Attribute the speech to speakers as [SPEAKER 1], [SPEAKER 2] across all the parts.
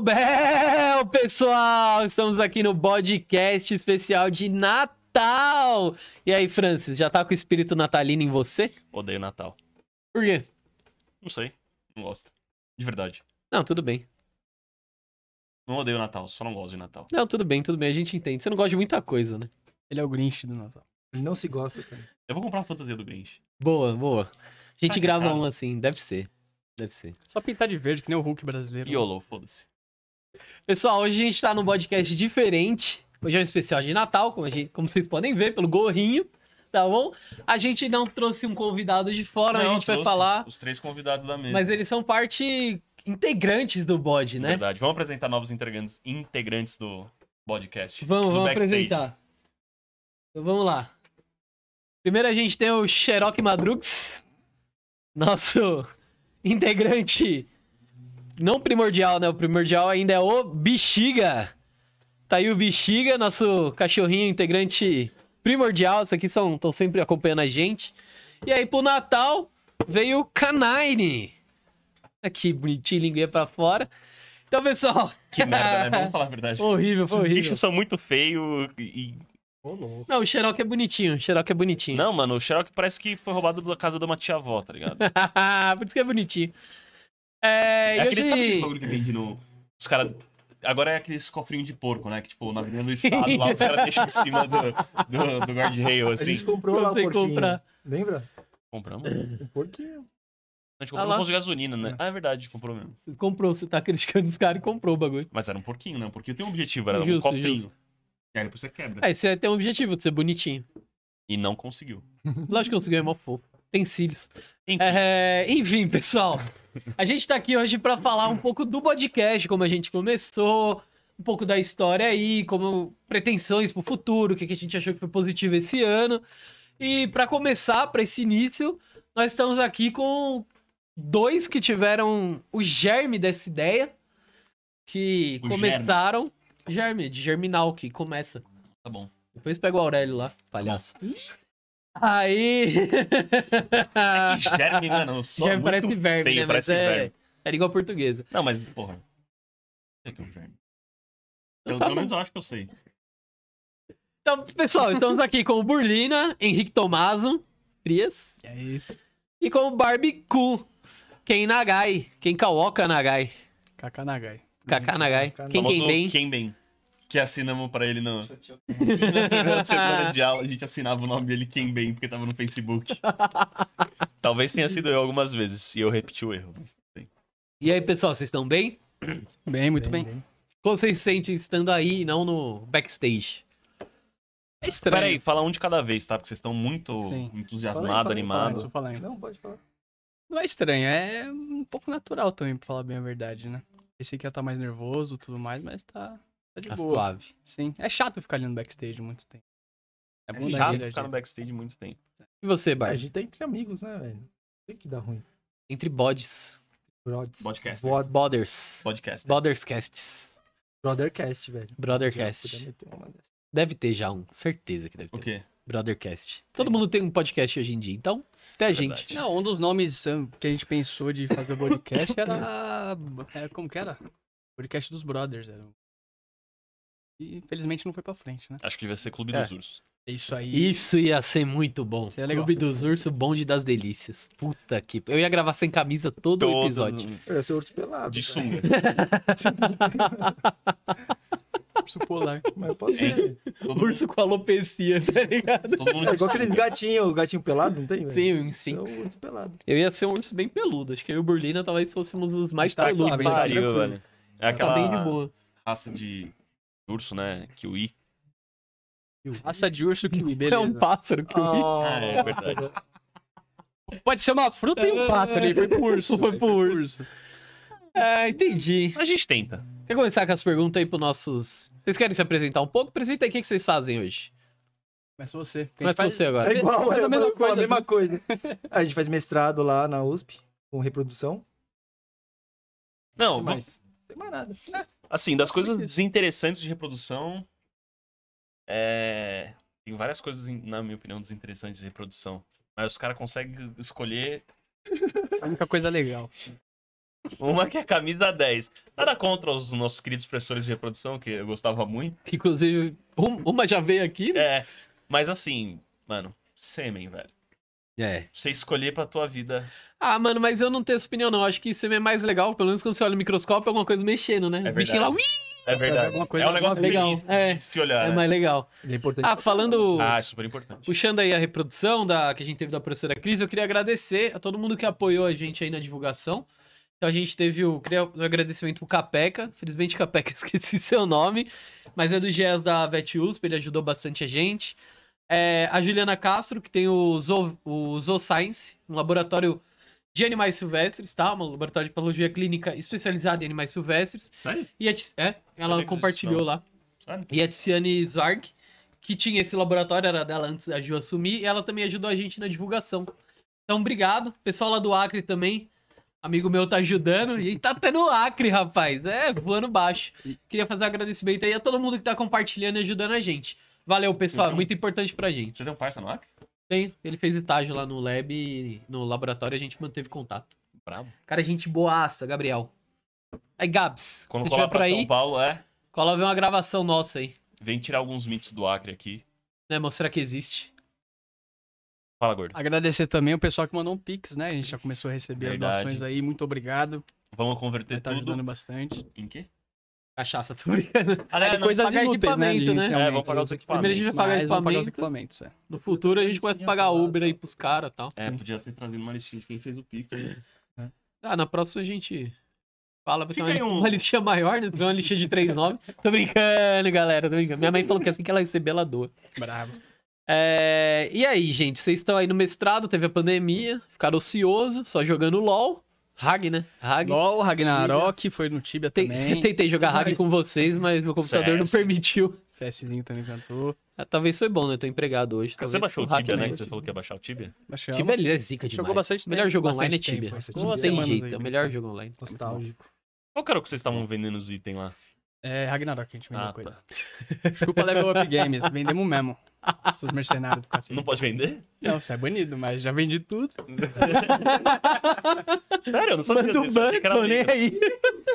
[SPEAKER 1] Bel, pessoal! Estamos aqui no podcast especial de Natal! E aí, Francis, já tá com o espírito natalino em você?
[SPEAKER 2] Odeio Natal.
[SPEAKER 1] Por quê?
[SPEAKER 2] Não sei. Não gosto. De verdade.
[SPEAKER 1] Não, tudo bem.
[SPEAKER 2] Não odeio Natal, só não gosto de Natal.
[SPEAKER 1] Não, tudo bem, tudo bem, a gente entende. Você não gosta de muita coisa, né?
[SPEAKER 3] Ele é o Grinch do Natal. Ele não se gosta, cara.
[SPEAKER 2] Eu vou comprar uma fantasia do Grinch.
[SPEAKER 1] Boa, boa. A gente
[SPEAKER 2] Tá
[SPEAKER 1] grava
[SPEAKER 2] errado.
[SPEAKER 1] um assim, deve ser. Deve ser.
[SPEAKER 3] Só pintar de verde, que nem o Hulk brasileiro.
[SPEAKER 2] YOLO, foda-se.
[SPEAKER 1] Pessoal, hoje a gente tá num podcast diferente. Hoje é um especial de Natal, como, a gente- como vocês podem ver pelo gorrinho, tá bom? A gente não trouxe um convidado de fora, a
[SPEAKER 2] Não,
[SPEAKER 1] gente vai
[SPEAKER 2] trouxe
[SPEAKER 1] falar.
[SPEAKER 2] Os três convidados da mesa.
[SPEAKER 1] Mas eles são parte integrantes do bode,
[SPEAKER 2] de
[SPEAKER 1] né?
[SPEAKER 2] verdade. Vamos apresentar novos integrantes, integrantes do podcast.
[SPEAKER 1] Vamos,
[SPEAKER 2] do
[SPEAKER 1] vamos
[SPEAKER 2] backstage.
[SPEAKER 1] apresentar. Então vamos lá. Primeiro a gente tem o Xerox Madrux, nosso integrante não primordial, né? O primordial ainda é o Bexiga. Tá aí o Bexiga, nosso cachorrinho integrante primordial. Isso aqui estão sempre acompanhando a gente. E aí pro Natal veio o Canine. Aqui, bonitinho, linguinha pra fora. Então, pessoal.
[SPEAKER 2] Que merda, né? Vamos falar a verdade.
[SPEAKER 1] horrível, foi
[SPEAKER 2] Esses
[SPEAKER 1] horrível.
[SPEAKER 2] bichos são muito feios e...
[SPEAKER 3] Ô, louco.
[SPEAKER 1] Não, o Xerox é bonitinho, o Xerox é bonitinho.
[SPEAKER 2] Não, mano, o Sherlock parece que foi roubado da casa de uma tia-avó, tá ligado?
[SPEAKER 1] Por isso que é bonitinho. É,
[SPEAKER 2] É
[SPEAKER 1] e
[SPEAKER 2] aquele sabe aquele
[SPEAKER 1] hoje...
[SPEAKER 2] bagulho que vende no. Os caras. Agora é aqueles cofrinhos de porco, né? Que, tipo, na Avenida do Estado, lá os caras deixam em cima do, do, do guardrail,
[SPEAKER 3] A
[SPEAKER 2] assim.
[SPEAKER 3] gente comprou
[SPEAKER 4] um
[SPEAKER 3] lá o
[SPEAKER 1] Gostei de
[SPEAKER 3] porquinho.
[SPEAKER 1] comprar.
[SPEAKER 3] Lembra?
[SPEAKER 2] Compramos? A gente
[SPEAKER 3] O
[SPEAKER 1] é-
[SPEAKER 3] porquinho.
[SPEAKER 2] comprou
[SPEAKER 1] lá.
[SPEAKER 2] um posto de gasolina, né? Ah, é verdade, comprou mesmo.
[SPEAKER 1] Você comprou, você tá criticando os caras e comprou o bagulho.
[SPEAKER 2] Mas era um porquinho, né? Um porquinho tem um objetivo, era
[SPEAKER 1] Justo,
[SPEAKER 2] um cofrinho.
[SPEAKER 1] justo.
[SPEAKER 2] E aí depois você quebra.
[SPEAKER 1] Aí você tem um objetivo de ser bonitinho.
[SPEAKER 2] E não conseguiu.
[SPEAKER 1] Lógico que eu ganhei mó fofo. Tem cílios.
[SPEAKER 2] Enfim.
[SPEAKER 1] É, enfim, pessoal. A gente tá aqui hoje pra falar um pouco do podcast, como a gente começou, um pouco da história aí, como pretensões pro futuro, o que que a gente achou que foi positivo esse ano. E pra começar, pra esse início, nós estamos aqui com dois que tiveram o germe dessa ideia, que
[SPEAKER 2] O
[SPEAKER 1] começaram. Germe. de germinal, que começa.
[SPEAKER 2] Tá bom.
[SPEAKER 1] Depois pega o Aurélio lá, palhaço. Aí.
[SPEAKER 2] E germe, né? Não, só.
[SPEAKER 1] Germe
[SPEAKER 2] muito
[SPEAKER 1] parece verme,
[SPEAKER 2] feio,
[SPEAKER 1] né? Mas
[SPEAKER 2] Parece
[SPEAKER 1] é...
[SPEAKER 2] verme.
[SPEAKER 1] Era igual a portuguesa.
[SPEAKER 2] Não, mas, porra. Não sei o que é um germe.
[SPEAKER 1] Então
[SPEAKER 2] Eu,
[SPEAKER 1] tá
[SPEAKER 2] pelo
[SPEAKER 1] bom.
[SPEAKER 2] menos eu acho que eu sei.
[SPEAKER 1] Então, pessoal, estamos aqui com o Burlina, Henrique Tomazo, Frias,
[SPEAKER 3] E aí?
[SPEAKER 1] e com o Barbecue, Ken Nagai, Ken Kawoka Nagai,
[SPEAKER 3] Kaká Nagai.
[SPEAKER 1] Kaká Nagai,
[SPEAKER 3] Kaká
[SPEAKER 1] Ken Ken
[SPEAKER 2] Famoso
[SPEAKER 1] Ben.
[SPEAKER 2] Quem bem. Que assinamos pra ele no, Na primeira semana de aula, a gente assinava o nome dele quem bem, porque tava no Facebook. Talvez tenha sido eu algumas vezes, e eu repeti o erro. mas tudo bem.
[SPEAKER 1] E aí, pessoal, vocês estão bem?
[SPEAKER 3] Bem, muito bem.
[SPEAKER 1] Como vocês se sentem estando aí e não no backstage? É estranho.
[SPEAKER 2] Peraí, fala um de cada vez, tá? Porque vocês estão muito
[SPEAKER 3] Sim.
[SPEAKER 2] entusiasmados,
[SPEAKER 3] Fala,
[SPEAKER 2] animados.
[SPEAKER 3] tô falando.
[SPEAKER 4] Não, pode falar.
[SPEAKER 3] Não é estranho, é um pouco natural também, pra falar bem a verdade, né? Pensei que ia estar mais nervoso e tudo mais, mas tá, tá de
[SPEAKER 1] Tá
[SPEAKER 3] boa.
[SPEAKER 1] suave.
[SPEAKER 3] Sim. É chato ficar ali no backstage muito tempo. É bom dar
[SPEAKER 2] Já
[SPEAKER 3] aquele
[SPEAKER 2] ficar no
[SPEAKER 3] ajeito.
[SPEAKER 2] backstage muito tempo.
[SPEAKER 1] E você,
[SPEAKER 4] a
[SPEAKER 1] Barbie?
[SPEAKER 4] gente tá entre amigos, né, velho? Tem que dar ruim.
[SPEAKER 1] Entre bodes.
[SPEAKER 4] Brods.
[SPEAKER 2] Broadcasters.
[SPEAKER 4] Bod-
[SPEAKER 1] Boders.
[SPEAKER 2] Podcast.
[SPEAKER 1] Boderscasts.
[SPEAKER 4] Brothercast, velho.
[SPEAKER 1] Brothercast.
[SPEAKER 4] Já podia meter uma dessa.
[SPEAKER 1] Deve ter já um, certeza que deve
[SPEAKER 2] O
[SPEAKER 1] ter.
[SPEAKER 2] quê?
[SPEAKER 1] Brothercast. Todo mundo tem um podcast hoje em dia, então até a
[SPEAKER 2] É Verdade.
[SPEAKER 1] gente.
[SPEAKER 3] Não, um dos nomes hum, que a gente pensou de fazer o podcast era... era. Como que era? Podcast dos Brothers. Era. um E infelizmente não foi pra frente, né?
[SPEAKER 2] Acho que devia ser Clube
[SPEAKER 3] É.
[SPEAKER 2] dos Ursos.
[SPEAKER 3] Isso aí.
[SPEAKER 1] Isso ia ser muito bom.
[SPEAKER 3] Isso é legal.
[SPEAKER 1] Clube dos Urso, bonde das delícias. Puta que. Eu ia gravar sem camisa todo o episódio.
[SPEAKER 4] Eu ia ser urso pelado. né?
[SPEAKER 2] De
[SPEAKER 4] cara.
[SPEAKER 2] sunga.
[SPEAKER 3] Urso polar.
[SPEAKER 4] Mas pode ser.
[SPEAKER 2] Todo,
[SPEAKER 1] Urso com alopecia, tá ligado?
[SPEAKER 2] todo mundo
[SPEAKER 4] É
[SPEAKER 2] de
[SPEAKER 4] igual
[SPEAKER 2] sunga.
[SPEAKER 4] aqueles gatinhos, gatinho pelado, não tem, velho?
[SPEAKER 1] Sim,
[SPEAKER 4] Esse
[SPEAKER 1] o
[SPEAKER 4] é
[SPEAKER 1] Sphinx.
[SPEAKER 4] o urso pelado.
[SPEAKER 1] Eu ia ser um urso bem peludo. Acho que eu e o Burlina talvez fôssemos os mais
[SPEAKER 3] Tá
[SPEAKER 1] peludos.
[SPEAKER 3] claro,
[SPEAKER 1] né?
[SPEAKER 3] tá
[SPEAKER 2] Pariu,
[SPEAKER 1] Tranquilo.
[SPEAKER 2] velho. É
[SPEAKER 1] Tá bem de
[SPEAKER 2] aquela
[SPEAKER 1] boa.
[SPEAKER 2] raça de urso, né? Kiwi.
[SPEAKER 3] Raça de urso que beleza.
[SPEAKER 1] É um pássaro que eu vi.
[SPEAKER 2] Ah, é verdade.
[SPEAKER 3] Pode ser uma fruta
[SPEAKER 2] É.
[SPEAKER 3] e um pássaro. Ele foi pro urso.
[SPEAKER 1] Foi
[SPEAKER 3] velho,
[SPEAKER 1] pro
[SPEAKER 3] urso.
[SPEAKER 1] Ah, entendi.
[SPEAKER 2] A gente tenta.
[SPEAKER 1] Quer começar com as perguntas aí pros nossos. Vocês querem se apresentar um pouco? Apresenta aí o que que vocês fazem hoje.
[SPEAKER 3] Começa você. que a gente
[SPEAKER 1] Começa
[SPEAKER 3] faz-
[SPEAKER 1] você agora.
[SPEAKER 4] É igual,
[SPEAKER 3] Faz
[SPEAKER 4] é
[SPEAKER 3] a
[SPEAKER 4] a
[SPEAKER 3] mesma
[SPEAKER 4] mesma
[SPEAKER 3] coisa,
[SPEAKER 4] coisa. A mesma coisa. A gente faz mestrado lá na USP, com reprodução.
[SPEAKER 2] Não,
[SPEAKER 4] O que
[SPEAKER 2] vamos-
[SPEAKER 4] mais? Não tem mais nada. é
[SPEAKER 2] Assim, das coisas desinteressantes de reprodução. É. Tem várias coisas, in- na minha opinião, desinteressantes de reprodução. Mas os caras conseguem escolher
[SPEAKER 3] A única coisa legal.
[SPEAKER 2] Uma que é camisa 10. Nada contra os nossos queridos professores de reprodução, que eu gostava muito.
[SPEAKER 1] Que, inclusive, um- uma já veio aqui, né?
[SPEAKER 2] É, mas assim, mano, sêmen, velho.
[SPEAKER 1] É.
[SPEAKER 2] Você escolher pra tua vida.
[SPEAKER 1] Ah, mano, mas eu não tenho essa opinião, não. Acho que isso é mais legal, pelo menos quando você olha no microscópio, é alguma coisa mexendo, né?
[SPEAKER 2] É
[SPEAKER 1] O bichinho lá,
[SPEAKER 2] verdade. É verdade.
[SPEAKER 3] Alguma coisa-
[SPEAKER 2] é um negócio
[SPEAKER 1] alguma-
[SPEAKER 2] feliz
[SPEAKER 1] legal.
[SPEAKER 2] de
[SPEAKER 1] É.
[SPEAKER 2] se olhar.
[SPEAKER 1] é
[SPEAKER 2] né?
[SPEAKER 1] mais legal.
[SPEAKER 4] Ele é importante.
[SPEAKER 1] Ah, falando...
[SPEAKER 2] Ah, é super importante.
[SPEAKER 1] Puxando aí a reprodução da, que a gente teve da professora Cris, eu queria agradecer a todo mundo que apoiou a gente aí na divulgação. Então a gente teve o, queria o agradecimento pro Capeca. Felizmente, Capeca, esqueci seu nome. Mas é do GES da Vet USP, ele ajudou bastante a gente. É, a Juliana Castro, que tem o, Zo, o Zooscience, um laboratório de animais silvestres, tá? Um laboratório de patologia clínica especializado em animais silvestres.
[SPEAKER 2] Sério?
[SPEAKER 1] E a Ti- é,
[SPEAKER 2] Sabia
[SPEAKER 1] ela
[SPEAKER 2] que
[SPEAKER 1] compartilhou
[SPEAKER 2] isso
[SPEAKER 1] lá.
[SPEAKER 2] Sério?
[SPEAKER 1] E a Tiziane Zarg, que tinha esse laboratório, era dela antes da Ju assumir, e ela também ajudou a gente na divulgação. Então, obrigado. Pessoal lá do Acre também, amigo meu tá ajudando. E tá até no Acre, rapaz. É, voando baixo. Queria fazer um agradecimento aí a todo mundo que tá compartilhando e ajudando a gente. Valeu, pessoal. É
[SPEAKER 2] Então-
[SPEAKER 1] muito importante pra gente.
[SPEAKER 2] Você tem um parça no Acre?
[SPEAKER 1] Tem, ele fez estágio lá no lab e no laboratório a gente manteve contato.
[SPEAKER 2] Bravo.
[SPEAKER 1] Cara, gente boaça, Gabriel. Aí, Gabs,
[SPEAKER 2] Quando
[SPEAKER 1] se
[SPEAKER 2] colar
[SPEAKER 1] tiver
[SPEAKER 2] pra
[SPEAKER 1] por aí,
[SPEAKER 2] São Paulo, é.
[SPEAKER 1] cola ver uma gravação nossa aí.
[SPEAKER 2] Vem tirar alguns mitos do Acre aqui.
[SPEAKER 1] né? Mostrar que existe.
[SPEAKER 2] Fala, gordo.
[SPEAKER 3] Agradecer também o pessoal que mandou um pix, né? A gente já começou a receber as
[SPEAKER 2] Verdade.
[SPEAKER 3] doações aí. Muito obrigado.
[SPEAKER 2] Vamos converter
[SPEAKER 3] Tá
[SPEAKER 2] tudo.
[SPEAKER 3] ajudando bastante.
[SPEAKER 2] Em quê?
[SPEAKER 1] Cachaça, tô brincando.
[SPEAKER 2] Ah, né,
[SPEAKER 3] É,
[SPEAKER 2] não,
[SPEAKER 3] coisas
[SPEAKER 1] pagar
[SPEAKER 3] inúteis, né?
[SPEAKER 1] equipamento, né? É,
[SPEAKER 2] É, vamos pagar os
[SPEAKER 1] Primeiro a gente
[SPEAKER 2] equipamentos.
[SPEAKER 1] vai pagar
[SPEAKER 3] Mas vamos pagar os
[SPEAKER 1] equipamento.
[SPEAKER 3] equipamentos, é.
[SPEAKER 1] No futuro a gente começa a pagar Uber
[SPEAKER 3] tá?
[SPEAKER 1] aí pros caras e tal.
[SPEAKER 2] É, podia ter trazido uma listinha de quem fez o Pix. né?
[SPEAKER 1] Ah, na próxima a gente fala pra ter
[SPEAKER 2] Fica
[SPEAKER 1] uma,
[SPEAKER 2] aí um-
[SPEAKER 1] uma listinha maior, né? Tem uma listinha de três nomes. Tô brincando, galera, tô brincando. Minha mãe falou que assim que ela receber, ela doa.
[SPEAKER 3] Bravo.
[SPEAKER 1] É, E aí, gente? Vocês estão aí no mestrado, teve a pandemia, ficaram ocioso, só jogando LOL. Hag, né? Hag.
[SPEAKER 3] LOL, Ragnarok, foi no Tibia
[SPEAKER 1] Tem-
[SPEAKER 3] também.
[SPEAKER 1] Tentei jogar Hag
[SPEAKER 3] Mas-
[SPEAKER 1] com vocês, mas meu computador não
[SPEAKER 2] CS.
[SPEAKER 1] permitiu.
[SPEAKER 3] CSzinho também cantou.
[SPEAKER 1] Ah, Talvez foi bom, né? Eu tô empregado hoje.
[SPEAKER 2] Você
[SPEAKER 1] talvez
[SPEAKER 2] baixou o
[SPEAKER 1] hack
[SPEAKER 2] Tibia, né?
[SPEAKER 1] mesmo.
[SPEAKER 2] Que você falou que ia
[SPEAKER 3] Tá
[SPEAKER 2] baixar o Tibia?
[SPEAKER 3] Baixamos.
[SPEAKER 1] Tibia é zica demais.
[SPEAKER 3] Jogou bastante
[SPEAKER 1] Melhor
[SPEAKER 3] tempo,
[SPEAKER 1] jogo
[SPEAKER 3] bastante
[SPEAKER 1] online é
[SPEAKER 3] tempo,
[SPEAKER 1] Tibia.
[SPEAKER 3] bastante
[SPEAKER 1] Não
[SPEAKER 3] tempo.
[SPEAKER 1] tem
[SPEAKER 3] Semanas
[SPEAKER 1] jeito,
[SPEAKER 3] aí,
[SPEAKER 1] é o
[SPEAKER 3] né?
[SPEAKER 1] melhor jogo online.
[SPEAKER 4] Nostálgico.
[SPEAKER 2] Qual que era o que vocês estavam vendendo os itens lá?
[SPEAKER 3] É Ragnarok que a gente vendeu
[SPEAKER 2] Ah,
[SPEAKER 3] coisa.
[SPEAKER 2] tá.
[SPEAKER 3] Chupa Level Up Games, vendemos mesmo. Seus mercenários do cacete.
[SPEAKER 2] Não pode vender?
[SPEAKER 3] Não, você é banido, mas já vendi tudo.
[SPEAKER 2] Sério, eu não sabia
[SPEAKER 1] Manda um
[SPEAKER 2] disso, eu achei
[SPEAKER 1] ban,
[SPEAKER 2] que era
[SPEAKER 1] tô nem
[SPEAKER 2] briga.
[SPEAKER 1] aí.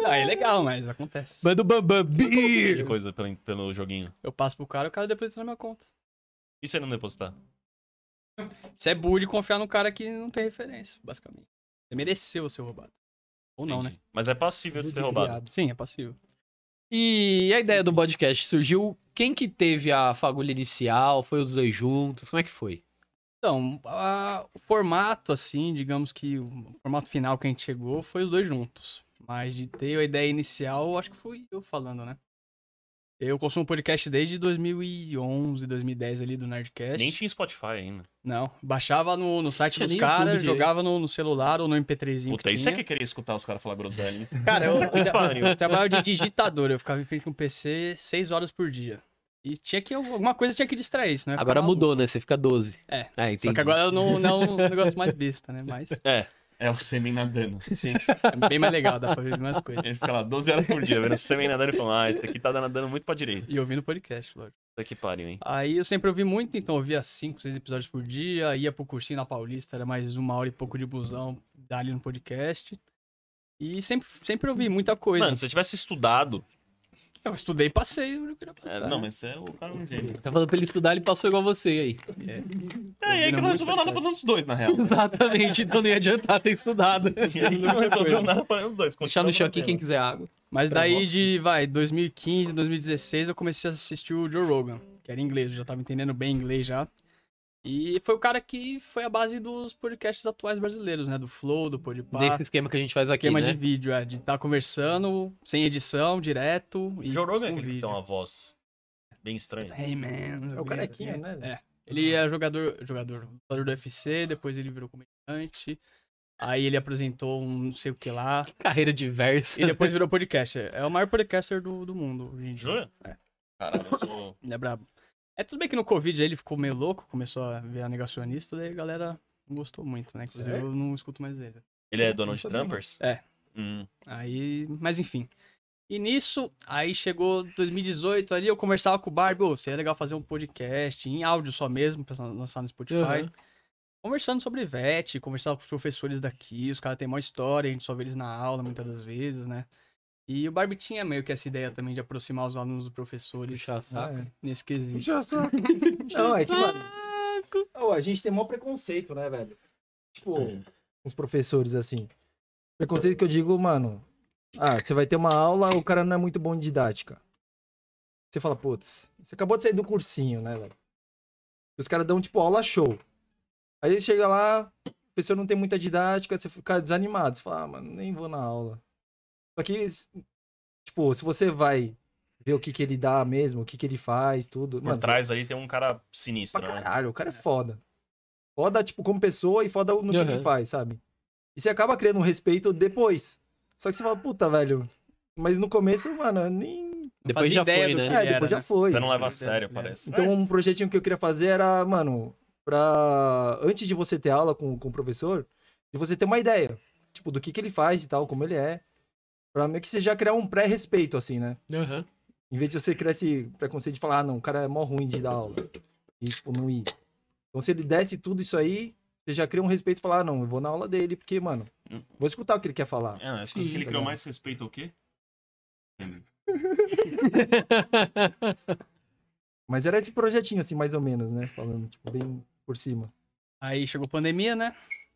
[SPEAKER 3] Não, é legal, mas acontece.
[SPEAKER 1] Manda um ban, ban,
[SPEAKER 2] de
[SPEAKER 1] beer.
[SPEAKER 2] coisa pelo, pelo joguinho.
[SPEAKER 3] Eu passo pro cara, o cara deposita na minha conta.
[SPEAKER 2] E se ele não depositar?
[SPEAKER 3] Você é burro de confiar no cara que não tem referência, basicamente. Você mereceu ser roubado. Ou não, né?
[SPEAKER 2] Entendi. Mas é passível de ser roubado.
[SPEAKER 3] Sim, é possível.
[SPEAKER 1] E a ideia do podcast surgiu... Quem que teve a fagulha inicial? Foi os dois juntos? Como é que foi?
[SPEAKER 3] Então, a- o formato, assim, digamos que o formato final que a gente chegou foi os dois juntos. Mas de ter a ideia inicial, acho que fui eu falando, né? Eu consumo podcast desde 2011, 2010 ali do Nerdcast.
[SPEAKER 2] Nem tinha Spotify ainda.
[SPEAKER 3] É, Não, baixava no, no site
[SPEAKER 1] Tinha
[SPEAKER 3] dos
[SPEAKER 1] nem YouTube
[SPEAKER 3] caras,
[SPEAKER 1] direito.
[SPEAKER 3] jogava no, no celular ou no MP3.
[SPEAKER 2] Puta, isso é que queria escutar os caras falar groselha. hein?
[SPEAKER 1] né?
[SPEAKER 3] Cara, eu, eu,
[SPEAKER 2] pariu.
[SPEAKER 3] eu trabalhava de digitador, eu ficava em frente com um PC seis horas por dia. E tinha que, alguma coisa tinha que distrair,
[SPEAKER 2] É,
[SPEAKER 3] senão eu ia ficar
[SPEAKER 1] Agora
[SPEAKER 3] maluco.
[SPEAKER 1] mudou, né? Você fica 12.
[SPEAKER 3] É,
[SPEAKER 1] É, entendi.
[SPEAKER 3] Só que agora eu não, não é um negócio mais besta, né? Mas,
[SPEAKER 2] É o sêmen nadando.
[SPEAKER 3] sim, é bem mais legal, dá pra ver mais coisas.
[SPEAKER 2] Ele fica lá 12 horas por dia vendo o sêmen nadando e falando, ah, esse daqui tá nadando muito pra direita.
[SPEAKER 3] E ouvindo podcast, lógico.
[SPEAKER 2] Puta que pariu, hein?
[SPEAKER 3] Aí eu sempre ouvi muito, então eu ouvia cinco, seis episódios por dia, ia pro cursinho na Paulista, era mais uma hora e pouco de busão, dali no podcast. E sempre, sempre ouvi muita coisa.
[SPEAKER 2] Mano, se eu tivesse estudado.
[SPEAKER 3] Eu estudei e passei, eu queria
[SPEAKER 2] É,
[SPEAKER 3] passar.
[SPEAKER 2] não,
[SPEAKER 3] né?
[SPEAKER 2] mas você é o cara não gênio.
[SPEAKER 1] Tá falando pra ele estudar, ele passou igual você aí.
[SPEAKER 2] É, e aí que não resolveu nada pra nenhum dos dois, né? na real.
[SPEAKER 1] Exatamente, então nem adiantar ter estudado.
[SPEAKER 2] E aí não resolveu nada pra nenhum dos dois. né?
[SPEAKER 1] Deixar
[SPEAKER 2] Continua
[SPEAKER 1] no chão aqui
[SPEAKER 2] fazendo.
[SPEAKER 1] quem quiser água.
[SPEAKER 3] Mas
[SPEAKER 2] Cara, eu
[SPEAKER 3] daí
[SPEAKER 2] gosto.
[SPEAKER 3] de, vai, 2015, 2016, eu comecei a assistir o Joe Rogan, que era inglês, eu já tava entendendo bem inglês já. E foi o cara que foi a base dos podcasts atuais brasileiros, né? Do Flow, do Podpah,
[SPEAKER 1] Nesse esquema que a gente faz aqui,
[SPEAKER 3] esquema
[SPEAKER 1] né?
[SPEAKER 3] de vídeo, é, de estar conversando, sem edição, direto. E
[SPEAKER 2] Joe Rogan é
[SPEAKER 3] com
[SPEAKER 2] aquele que tem
[SPEAKER 3] vídeo.
[SPEAKER 2] uma voz bem estranha.
[SPEAKER 3] Hey, man.
[SPEAKER 4] É o carequinha, né?
[SPEAKER 3] É. Ele é jogador, jogador, lutador do UFC, depois ele virou comediante. Aí ele apresentou um não sei o que lá.
[SPEAKER 1] Carreira diversa. né?
[SPEAKER 3] E depois virou podcaster. É o maior podcaster do, do mundo. hoje em dia.
[SPEAKER 2] Jura?
[SPEAKER 3] É.
[SPEAKER 2] Caralho, eu sou...
[SPEAKER 3] Ele é brabo. É tudo bem que no Covid aí ele ficou meio louco, começou a virar negacionista, daí a galera não gostou muito, né? Inclusive
[SPEAKER 4] Sério?
[SPEAKER 3] eu não escuto mais dele.
[SPEAKER 2] Ele é Donald
[SPEAKER 4] Não sabia, não.
[SPEAKER 2] Trumpers?
[SPEAKER 3] É.
[SPEAKER 2] Hum.
[SPEAKER 3] Aí, mas enfim. E nisso, aí chegou 2018 ali, eu conversava com o Barbie, ô, seria legal fazer um podcast em áudio só mesmo, pra lançar no Spotify.
[SPEAKER 1] Uhum.
[SPEAKER 3] conversando sobre VET, conversava com os professores daqui, os caras têm maior história, a gente só vê eles na aula muitas das vezes, né? E o Barbie tinha meio que essa ideia também de aproximar os alunos dos professores
[SPEAKER 1] Puxar saco.
[SPEAKER 4] Ah, é.
[SPEAKER 3] nesse quesito.
[SPEAKER 4] Puxa saco. Não, é que, mano. Ô, a gente tem maior preconceito, né, velho? Tipo,
[SPEAKER 2] É.
[SPEAKER 4] os professores, assim. Preconceito que eu digo, mano. Ah, você vai ter uma aula, o cara não é muito bom em didática. Você fala, putz, você acabou de sair do cursinho, né, velho? Os caras dão, tipo, aula show. Aí ele chega lá, o professor não tem muita didática, você fica desanimado. Você fala, ah, mano, nem vou na aula. Só que, tipo, se você vai ver o que, que ele dá mesmo, o que, que ele faz, tudo.
[SPEAKER 2] Por
[SPEAKER 4] mano, você-
[SPEAKER 2] trás ali tem um cara
[SPEAKER 4] pra
[SPEAKER 2] sinistro, né?
[SPEAKER 4] caralho, o cara é foda. Foda, tipo, como pessoa e foda no que
[SPEAKER 1] Uhum.
[SPEAKER 4] ele faz, sabe? E você acaba criando um respeito depois. Só que você fala, puta, velho. Mas no começo, mano, eu nem.
[SPEAKER 1] Depois
[SPEAKER 3] fazia
[SPEAKER 1] já
[SPEAKER 3] ideia
[SPEAKER 1] foi,
[SPEAKER 3] do
[SPEAKER 1] né?
[SPEAKER 3] que
[SPEAKER 4] É,
[SPEAKER 3] era,
[SPEAKER 4] depois já
[SPEAKER 3] né?
[SPEAKER 4] foi.
[SPEAKER 2] Você não leva a
[SPEAKER 3] Ele
[SPEAKER 2] sério,
[SPEAKER 3] era-
[SPEAKER 2] parece. É.
[SPEAKER 4] Então, um projetinho que eu queria fazer era, mano, pra. Antes de você ter aula com, com o professor, de você ter uma ideia. Tipo, do que, que ele faz e tal, como ele é. Pra meio que você já criar um pré-respeito, assim, né?
[SPEAKER 1] Aham.
[SPEAKER 4] Em vez de você criar esse preconceito de falar, ah, não, o cara é mó ruim de dar aula. E, tipo, não ir. Então, se ele desse tudo isso aí, você já cria um respeito e falar, ah, não, eu vou na aula dele, porque, mano, vou escutar o que ele quer falar.
[SPEAKER 2] É, as coisas que ele
[SPEAKER 4] tá
[SPEAKER 2] criou
[SPEAKER 4] ligado.
[SPEAKER 2] mais respeito ao quê?
[SPEAKER 4] Mas era esse projetinho, assim, mais ou menos, né? Falando, tipo, bem por cima.
[SPEAKER 3] Aí chegou a pandemia, né?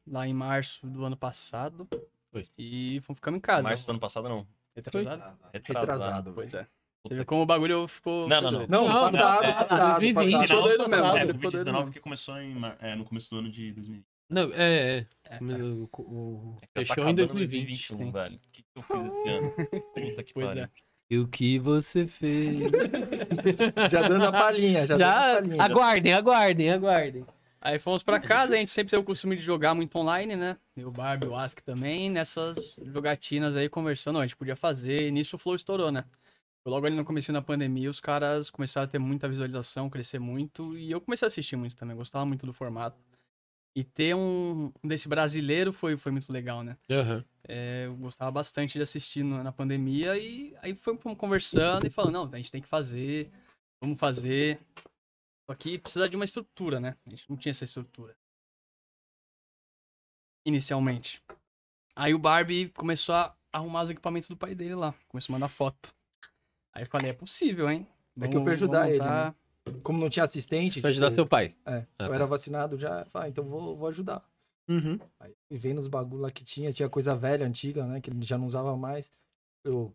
[SPEAKER 3] Lá em março do ano passado.
[SPEAKER 1] Foi.
[SPEAKER 3] E fomos ficando em casa.
[SPEAKER 2] Março do ano passado, não.
[SPEAKER 3] Retrasado?
[SPEAKER 2] Retrasado.
[SPEAKER 4] Retrasado,
[SPEAKER 2] pois é.
[SPEAKER 3] Você viu como o bagulho ficou.
[SPEAKER 2] Não, não, não.
[SPEAKER 4] Não, passado,
[SPEAKER 1] Não,
[SPEAKER 2] não, é,
[SPEAKER 4] passado,
[SPEAKER 1] 2020.
[SPEAKER 4] passado.
[SPEAKER 3] Ficou doido mesmo,
[SPEAKER 2] É,
[SPEAKER 3] ficou doido mesmo.
[SPEAKER 2] Covid-19 que começou em, mar- é, no começo do ano de 2020.
[SPEAKER 1] Não, é, é.
[SPEAKER 3] É,
[SPEAKER 1] O- o-
[SPEAKER 2] Já tá
[SPEAKER 1] Fechou em
[SPEAKER 2] acabando
[SPEAKER 1] 2020.
[SPEAKER 2] 2021,
[SPEAKER 3] sim.
[SPEAKER 2] velho. O que, que eu fiz esse ano? Puta que
[SPEAKER 3] Pois
[SPEAKER 2] pariu.
[SPEAKER 3] é.
[SPEAKER 1] E o que você fez?
[SPEAKER 4] Já dando a palhinha, já,
[SPEAKER 1] Já,
[SPEAKER 4] dando a palhinha.
[SPEAKER 1] aguardem, aguardem, aguardem.
[SPEAKER 3] Aí fomos pra casa, a gente sempre tem o costume de jogar muito online, né? Eu, Barbie, o Ask também, nessas jogatinas aí conversando, ó, a gente podia fazer, e nisso o Flow estourou, né? Foi Logo ali no começo da pandemia, os caras começaram a ter muita visualização, crescer muito, e eu comecei a assistir muito também, eu gostava muito do formato. E ter um um desse brasileiro foi, foi muito legal, né?
[SPEAKER 1] Aham.
[SPEAKER 3] Eu gostava bastante de assistir na na pandemia e aí fomos fomos conversando e falando, não, a gente tem que fazer, vamos fazer. Só que precisa de uma estrutura, né? A gente não tinha essa estrutura. Inicialmente. Aí o Barbie começou a arrumar os equipamentos do pai dele lá. Começou a mandar foto. Aí eu falei, é possível, hein?
[SPEAKER 4] É que eu fui ajudar
[SPEAKER 3] vamos
[SPEAKER 4] ele,
[SPEAKER 3] montar."
[SPEAKER 4] Como não tinha assistente,
[SPEAKER 1] Pra ajudar
[SPEAKER 4] tipo,
[SPEAKER 1] seu pai.
[SPEAKER 4] é,
[SPEAKER 1] Ah,
[SPEAKER 4] eu
[SPEAKER 1] tá.
[SPEAKER 4] era vacinado já, ah, então vou, vou ajudar.
[SPEAKER 1] Uhum.
[SPEAKER 4] Aí fui vendo os bagulho lá que tinha, tinha coisa velha, antiga, né? Que ele já não usava mais. Eu...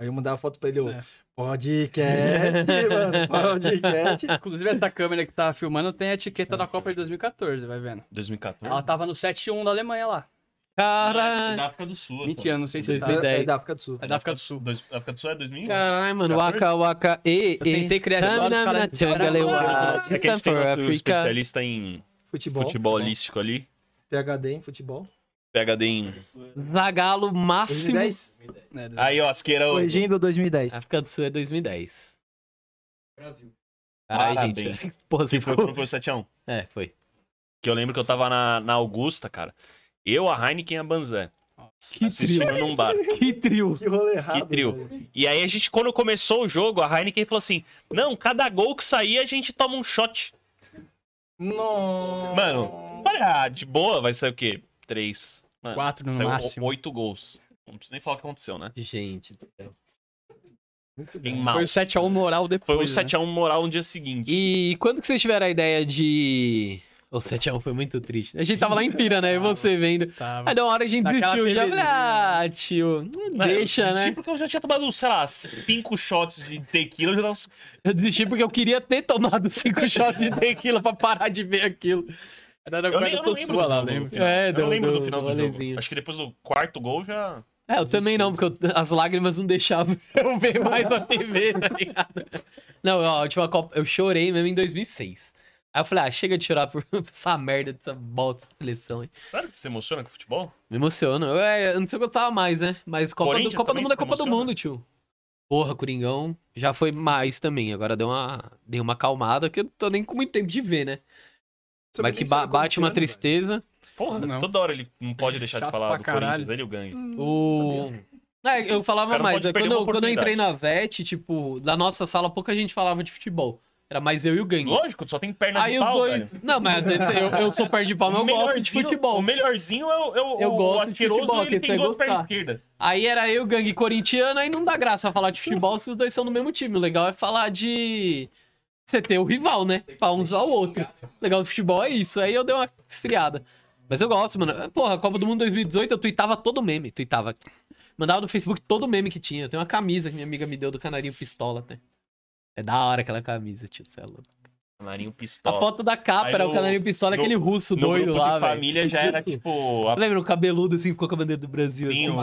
[SPEAKER 4] Aí eu mandava foto pra ele, eu,
[SPEAKER 3] É.
[SPEAKER 4] podcast, É, mano, podcast.
[SPEAKER 3] Inclusive essa câmera que tá filmando tem a etiqueta da Copa de 2014, vai vendo.
[SPEAKER 2] 2014?
[SPEAKER 3] Ela tava no 7-1 da Alemanha lá.
[SPEAKER 2] É
[SPEAKER 1] Caralho.
[SPEAKER 2] Da África do Sul.
[SPEAKER 3] Mentira, não sei se tá.
[SPEAKER 1] 2010.
[SPEAKER 4] É da África do Sul.
[SPEAKER 3] É da África do Sul.
[SPEAKER 2] Dois, África do Sul é 2001?
[SPEAKER 1] Caralho, mano. Waka waka e e.
[SPEAKER 3] Eu tentei criar essa história, os caras-
[SPEAKER 1] jungle
[SPEAKER 2] Ah,
[SPEAKER 1] wa.
[SPEAKER 2] é que a
[SPEAKER 1] System
[SPEAKER 2] gente tem
[SPEAKER 1] for
[SPEAKER 2] nosso
[SPEAKER 1] Africa.
[SPEAKER 2] especialista em
[SPEAKER 4] Futebol.
[SPEAKER 2] futebolístico ali.
[SPEAKER 4] PHD em futebol.
[SPEAKER 2] PHD em...
[SPEAKER 1] Zagalo máximo.
[SPEAKER 4] 2010?
[SPEAKER 3] É, do-
[SPEAKER 2] Aí, ó, asqueira. ô.
[SPEAKER 4] Corrigindo 2010.
[SPEAKER 1] África do Sul é 2010.
[SPEAKER 4] Brasil.
[SPEAKER 1] Caralho,
[SPEAKER 2] Parabéns.
[SPEAKER 1] gente. Porra,
[SPEAKER 2] Você
[SPEAKER 1] vocês
[SPEAKER 2] foi
[SPEAKER 1] ficou...
[SPEAKER 2] pro 7x1?
[SPEAKER 1] É, foi.
[SPEAKER 2] Que eu lembro que eu tava na, na Augusta, cara. Eu, a Heineken e a Banzé.
[SPEAKER 1] Que trio.
[SPEAKER 2] Assistindo num bar.
[SPEAKER 1] Que trio.
[SPEAKER 4] Que rolê errado.
[SPEAKER 2] trio.
[SPEAKER 4] velho.
[SPEAKER 2] E aí a gente, quando começou o jogo, a Heineken falou assim: Não, cada gol que sair a gente toma um shot.
[SPEAKER 4] Nossa.
[SPEAKER 2] Mano, falei, ah, de boa, vai sair o quê? Três. Mano,
[SPEAKER 3] Quatro no
[SPEAKER 2] saiu o-
[SPEAKER 3] máximo.
[SPEAKER 2] Oito gols. Não preciso nem falar o que aconteceu, né?
[SPEAKER 1] Gente do céu.
[SPEAKER 2] Bem mal.
[SPEAKER 3] Foi o 7x1 moral
[SPEAKER 2] Foi
[SPEAKER 3] depois.
[SPEAKER 2] o
[SPEAKER 3] né?
[SPEAKER 2] 7x1 moral no dia seguinte.
[SPEAKER 1] E quando que vocês tiveram a ideia de... O 7x1 foi muito triste. A gente tava lá em Pira, né? E você vendo.
[SPEAKER 3] Tava.
[SPEAKER 1] Aí de uma hora a gente
[SPEAKER 3] Daquela
[SPEAKER 1] desistiu. Já
[SPEAKER 3] felizinha.
[SPEAKER 1] ah, tio. não
[SPEAKER 2] Mano, eu
[SPEAKER 1] Deixa,
[SPEAKER 2] desisti
[SPEAKER 1] né?
[SPEAKER 2] Porque eu já tinha tomado, sei lá, cinco shots de tequila. Eu já tava...
[SPEAKER 1] Eu desisti porque eu queria ter tomado cinco shots de tequila pra parar de ver aquilo.
[SPEAKER 3] Era
[SPEAKER 2] Eu, nem, eu não
[SPEAKER 3] eu
[SPEAKER 2] lembro.
[SPEAKER 3] sua
[SPEAKER 2] do
[SPEAKER 3] lá,
[SPEAKER 2] jogo.
[SPEAKER 3] lembro.
[SPEAKER 1] É,
[SPEAKER 2] eu
[SPEAKER 1] do-
[SPEAKER 2] não lembro
[SPEAKER 1] do-
[SPEAKER 2] do final
[SPEAKER 1] do
[SPEAKER 2] do, jogo.
[SPEAKER 1] rolezinho.
[SPEAKER 2] Acho que depois do quarto gol já.
[SPEAKER 1] É, eu também não, porque eu- as lágrimas não deixavam eu ver mais na TV, tá ligado? Não, ó, a última Copa, eu chorei mesmo em 2006. Aí eu falei, ah, chega de chorar por essa merda dessa bosta de seleção aí.
[SPEAKER 2] Sério que você se emociona com o futebol?
[SPEAKER 1] Me emociono. Eu, é, eu não sei o que eu tava mais, né? Mas Copa do,
[SPEAKER 2] Corinthians
[SPEAKER 1] Copa do
[SPEAKER 2] também
[SPEAKER 1] Mundo é
[SPEAKER 2] te
[SPEAKER 1] Copa do
[SPEAKER 2] emociona?
[SPEAKER 1] Mundo, tio. Porra, Coringão já foi mais também. Agora deu uma, deu uma acalmada que eu não tô nem com muito tempo de ver, né?
[SPEAKER 4] Você
[SPEAKER 1] Mas
[SPEAKER 4] nem
[SPEAKER 1] que
[SPEAKER 4] sabe
[SPEAKER 1] ba-
[SPEAKER 4] como
[SPEAKER 1] bate
[SPEAKER 4] que
[SPEAKER 1] uma
[SPEAKER 4] ano, velho.
[SPEAKER 1] tristeza.
[SPEAKER 2] Porra,
[SPEAKER 3] Não.
[SPEAKER 2] toda hora ele não pode deixar
[SPEAKER 3] Chato
[SPEAKER 2] de falar
[SPEAKER 3] pra
[SPEAKER 2] do
[SPEAKER 3] caralho.
[SPEAKER 2] Corinthians, ele e o gangue.
[SPEAKER 1] O... É, eu
[SPEAKER 2] Os
[SPEAKER 1] falava
[SPEAKER 2] cara não
[SPEAKER 1] mais.
[SPEAKER 2] pode
[SPEAKER 1] é,
[SPEAKER 2] perder
[SPEAKER 1] Quando, eu-
[SPEAKER 2] uma
[SPEAKER 1] quando eu entrei
[SPEAKER 2] oportunidade.
[SPEAKER 1] na VET, tipo, da nossa sala, pouca gente falava de futebol. Era mais eu e o Gang.
[SPEAKER 2] Lógico, só tem perna
[SPEAKER 1] Aí
[SPEAKER 2] de
[SPEAKER 1] os
[SPEAKER 2] pau,
[SPEAKER 1] dois.
[SPEAKER 2] velho.
[SPEAKER 1] Não, mas eu, eu sou perto de palma, eu gosto de futebol.
[SPEAKER 2] o melhorzinho é o, é o-
[SPEAKER 1] Eu
[SPEAKER 2] o
[SPEAKER 1] gosto de
[SPEAKER 2] atiroso,
[SPEAKER 1] futebol, que
[SPEAKER 2] ele
[SPEAKER 1] você
[SPEAKER 2] tem
[SPEAKER 1] vai
[SPEAKER 2] duas pernas
[SPEAKER 1] gostar.
[SPEAKER 2] esquerdas.
[SPEAKER 1] Aí era eu, gangue corintiano, aí não dá graça falar de futebol se os dois são do mesmo time. O legal é falar de. Você ter o rival, né? Pra um usar o outro. O legal do futebol é isso. Aí eu dei uma esfriada. Mas eu gosto, mano. Porra, Copa do Mundo 2018 eu tweetava todo meme. Tweetava. Mandava no Facebook todo meme que tinha. Eu tenho uma camisa que minha amiga me deu do Canarinho Pistola até. É da hora aquela camisa, tio é Celo.
[SPEAKER 2] Canarinho pistola.
[SPEAKER 1] A foto da capa
[SPEAKER 2] Aí
[SPEAKER 1] era
[SPEAKER 2] no-
[SPEAKER 1] o Canarinho Pistola,
[SPEAKER 2] no-
[SPEAKER 1] aquele russo
[SPEAKER 2] no
[SPEAKER 1] doido
[SPEAKER 2] grupo
[SPEAKER 1] lá,
[SPEAKER 2] de
[SPEAKER 1] velho.
[SPEAKER 2] família já era, tipo, a
[SPEAKER 1] Lembra o cabeludo assim, ficou com a bandeira do Brasil?
[SPEAKER 2] Sim,
[SPEAKER 1] assim?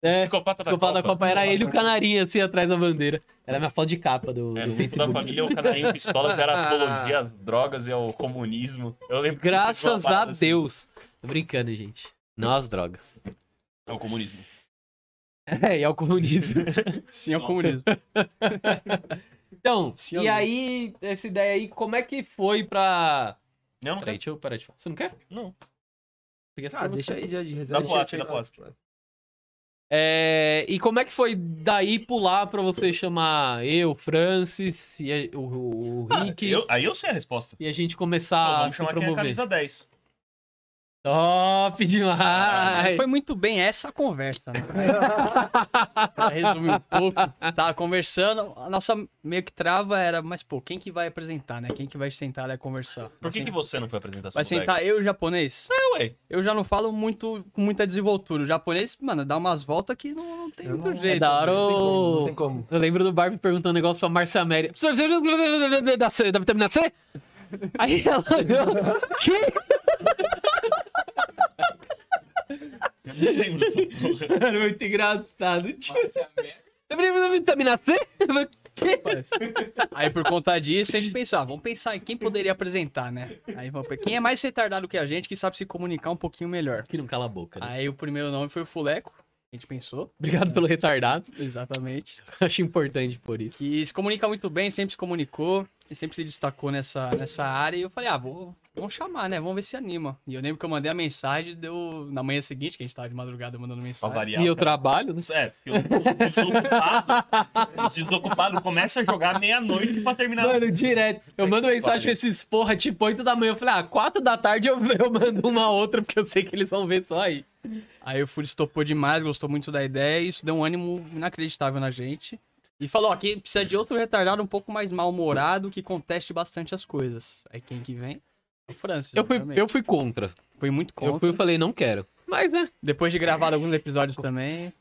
[SPEAKER 2] o
[SPEAKER 1] É.
[SPEAKER 2] psicopata,
[SPEAKER 1] Desculpa da Copa era ele e o Canarinho, assim, atrás da bandeira. Era a minha foto de capa do,
[SPEAKER 2] É,
[SPEAKER 1] do
[SPEAKER 2] o grupo da
[SPEAKER 1] Facebook.
[SPEAKER 2] família, o canarinho pistola, que era apologia às drogas e ao comunismo. Eu lembro que eu fiz
[SPEAKER 1] Graças
[SPEAKER 2] uma
[SPEAKER 1] a
[SPEAKER 2] parada assim.
[SPEAKER 1] Deus. Tô brincando, gente. Não as drogas.
[SPEAKER 2] É o comunismo.
[SPEAKER 1] É, e ao comunismo.
[SPEAKER 3] Sim, é o
[SPEAKER 2] Nossa.
[SPEAKER 3] comunismo.
[SPEAKER 1] Então,
[SPEAKER 4] é
[SPEAKER 3] Sim,
[SPEAKER 1] e
[SPEAKER 3] eu-
[SPEAKER 1] aí, essa ideia aí, como é que foi pra...
[SPEAKER 2] Não, não
[SPEAKER 1] Peraí, deixa eu parar de falar. Você não quer?
[SPEAKER 2] Não.
[SPEAKER 1] Peguei essa
[SPEAKER 4] Ah,
[SPEAKER 1] pra você.
[SPEAKER 4] deixa aí já de reserva.
[SPEAKER 2] pro Aspen, dá pro
[SPEAKER 1] É, e como é que foi daí pular pra você chamar eu, Francis, e a- o, o
[SPEAKER 2] Ah,
[SPEAKER 1] Rick,
[SPEAKER 2] eu- aí eu sei a resposta.
[SPEAKER 1] e a gente
[SPEAKER 2] Então,
[SPEAKER 1] começar a
[SPEAKER 2] vamos
[SPEAKER 1] se
[SPEAKER 2] chamar quem é a
[SPEAKER 1] promover?
[SPEAKER 2] camisa 10.
[SPEAKER 1] Top demais!
[SPEAKER 3] Ah, Foi muito bem essa conversa, né? Pra resumir um pouco, tava conversando, a nossa meio que trava era, mas pô, quem que vai apresentar, né? Quem que vai sentar lá e conversar?
[SPEAKER 2] Por
[SPEAKER 1] Assim.
[SPEAKER 2] que, que você não foi apresentar
[SPEAKER 3] Vai sentar eu e o japonês?
[SPEAKER 2] É, ué.
[SPEAKER 3] Eu já não falo muito com muita desenvoltura. O japonês, mano, dá umas voltas que não, não tem
[SPEAKER 4] Eu
[SPEAKER 3] muito
[SPEAKER 4] não-
[SPEAKER 3] jeito.
[SPEAKER 1] É da hora
[SPEAKER 3] velho.
[SPEAKER 1] o-
[SPEAKER 4] Não tem como.
[SPEAKER 1] Eu lembro do Barbie perguntando um negócio pra Marcia Amélia. Professor, você da, C- da vitamina C? Aí ela olhou. Que?
[SPEAKER 2] Eu não lembro dessa porra.
[SPEAKER 1] Era muito engraçado, tio. Tá Da vitamina C? Eu falei, "Quê?"
[SPEAKER 3] Parece. Aí por conta disso, a gente pensou, ah, vamos pensar em quem poderia apresentar, né? Aí vamos quem é mais retardado que a gente, que sabe se comunicar um pouquinho melhor.
[SPEAKER 1] Que não cala a boca, né?
[SPEAKER 3] Aí o primeiro nome foi o Fuleco, a gente pensou,
[SPEAKER 1] Obrigado pelo retardado.
[SPEAKER 3] exatamente.
[SPEAKER 1] Acho importante por isso.
[SPEAKER 3] Que se comunica muito bem, sempre se comunicou, e sempre se destacou nessa, nessa área. E eu falei, ah, vou, vamos chamar, né? Vamos ver se anima. E eu lembro que eu mandei a mensagem, deu na manhã seguinte, que a gente tava de madrugada mandando
[SPEAKER 2] Pra
[SPEAKER 3] mensagem.
[SPEAKER 2] variar.
[SPEAKER 1] E eu trabalho, né?
[SPEAKER 2] É, porque eu desocupado. Desocupado começa a jogar meia-noite pra terminar.
[SPEAKER 1] Mano, direto. Eu mando mensagem
[SPEAKER 2] pariu.
[SPEAKER 1] pra esses porra, tipo 8 da manhã. Eu falei, ah, 4 da tarde eu, eu mando uma outra, porque eu sei que eles vão ver só aí.
[SPEAKER 3] Aí o Fury estopou demais, gostou muito da ideia, e isso deu um ânimo inacreditável na gente. E falou, ó, que precisa de outro retardado um pouco mais mal-humorado, que conteste bastante as coisas. Aí quem que vem? É O Francis.
[SPEAKER 1] Eu fui,
[SPEAKER 3] obviamente.
[SPEAKER 1] eu fui contra.
[SPEAKER 3] Fui muito contra.
[SPEAKER 1] Eu fui e falei, não quero. Mas, né?
[SPEAKER 3] Depois de gravar alguns episódios também.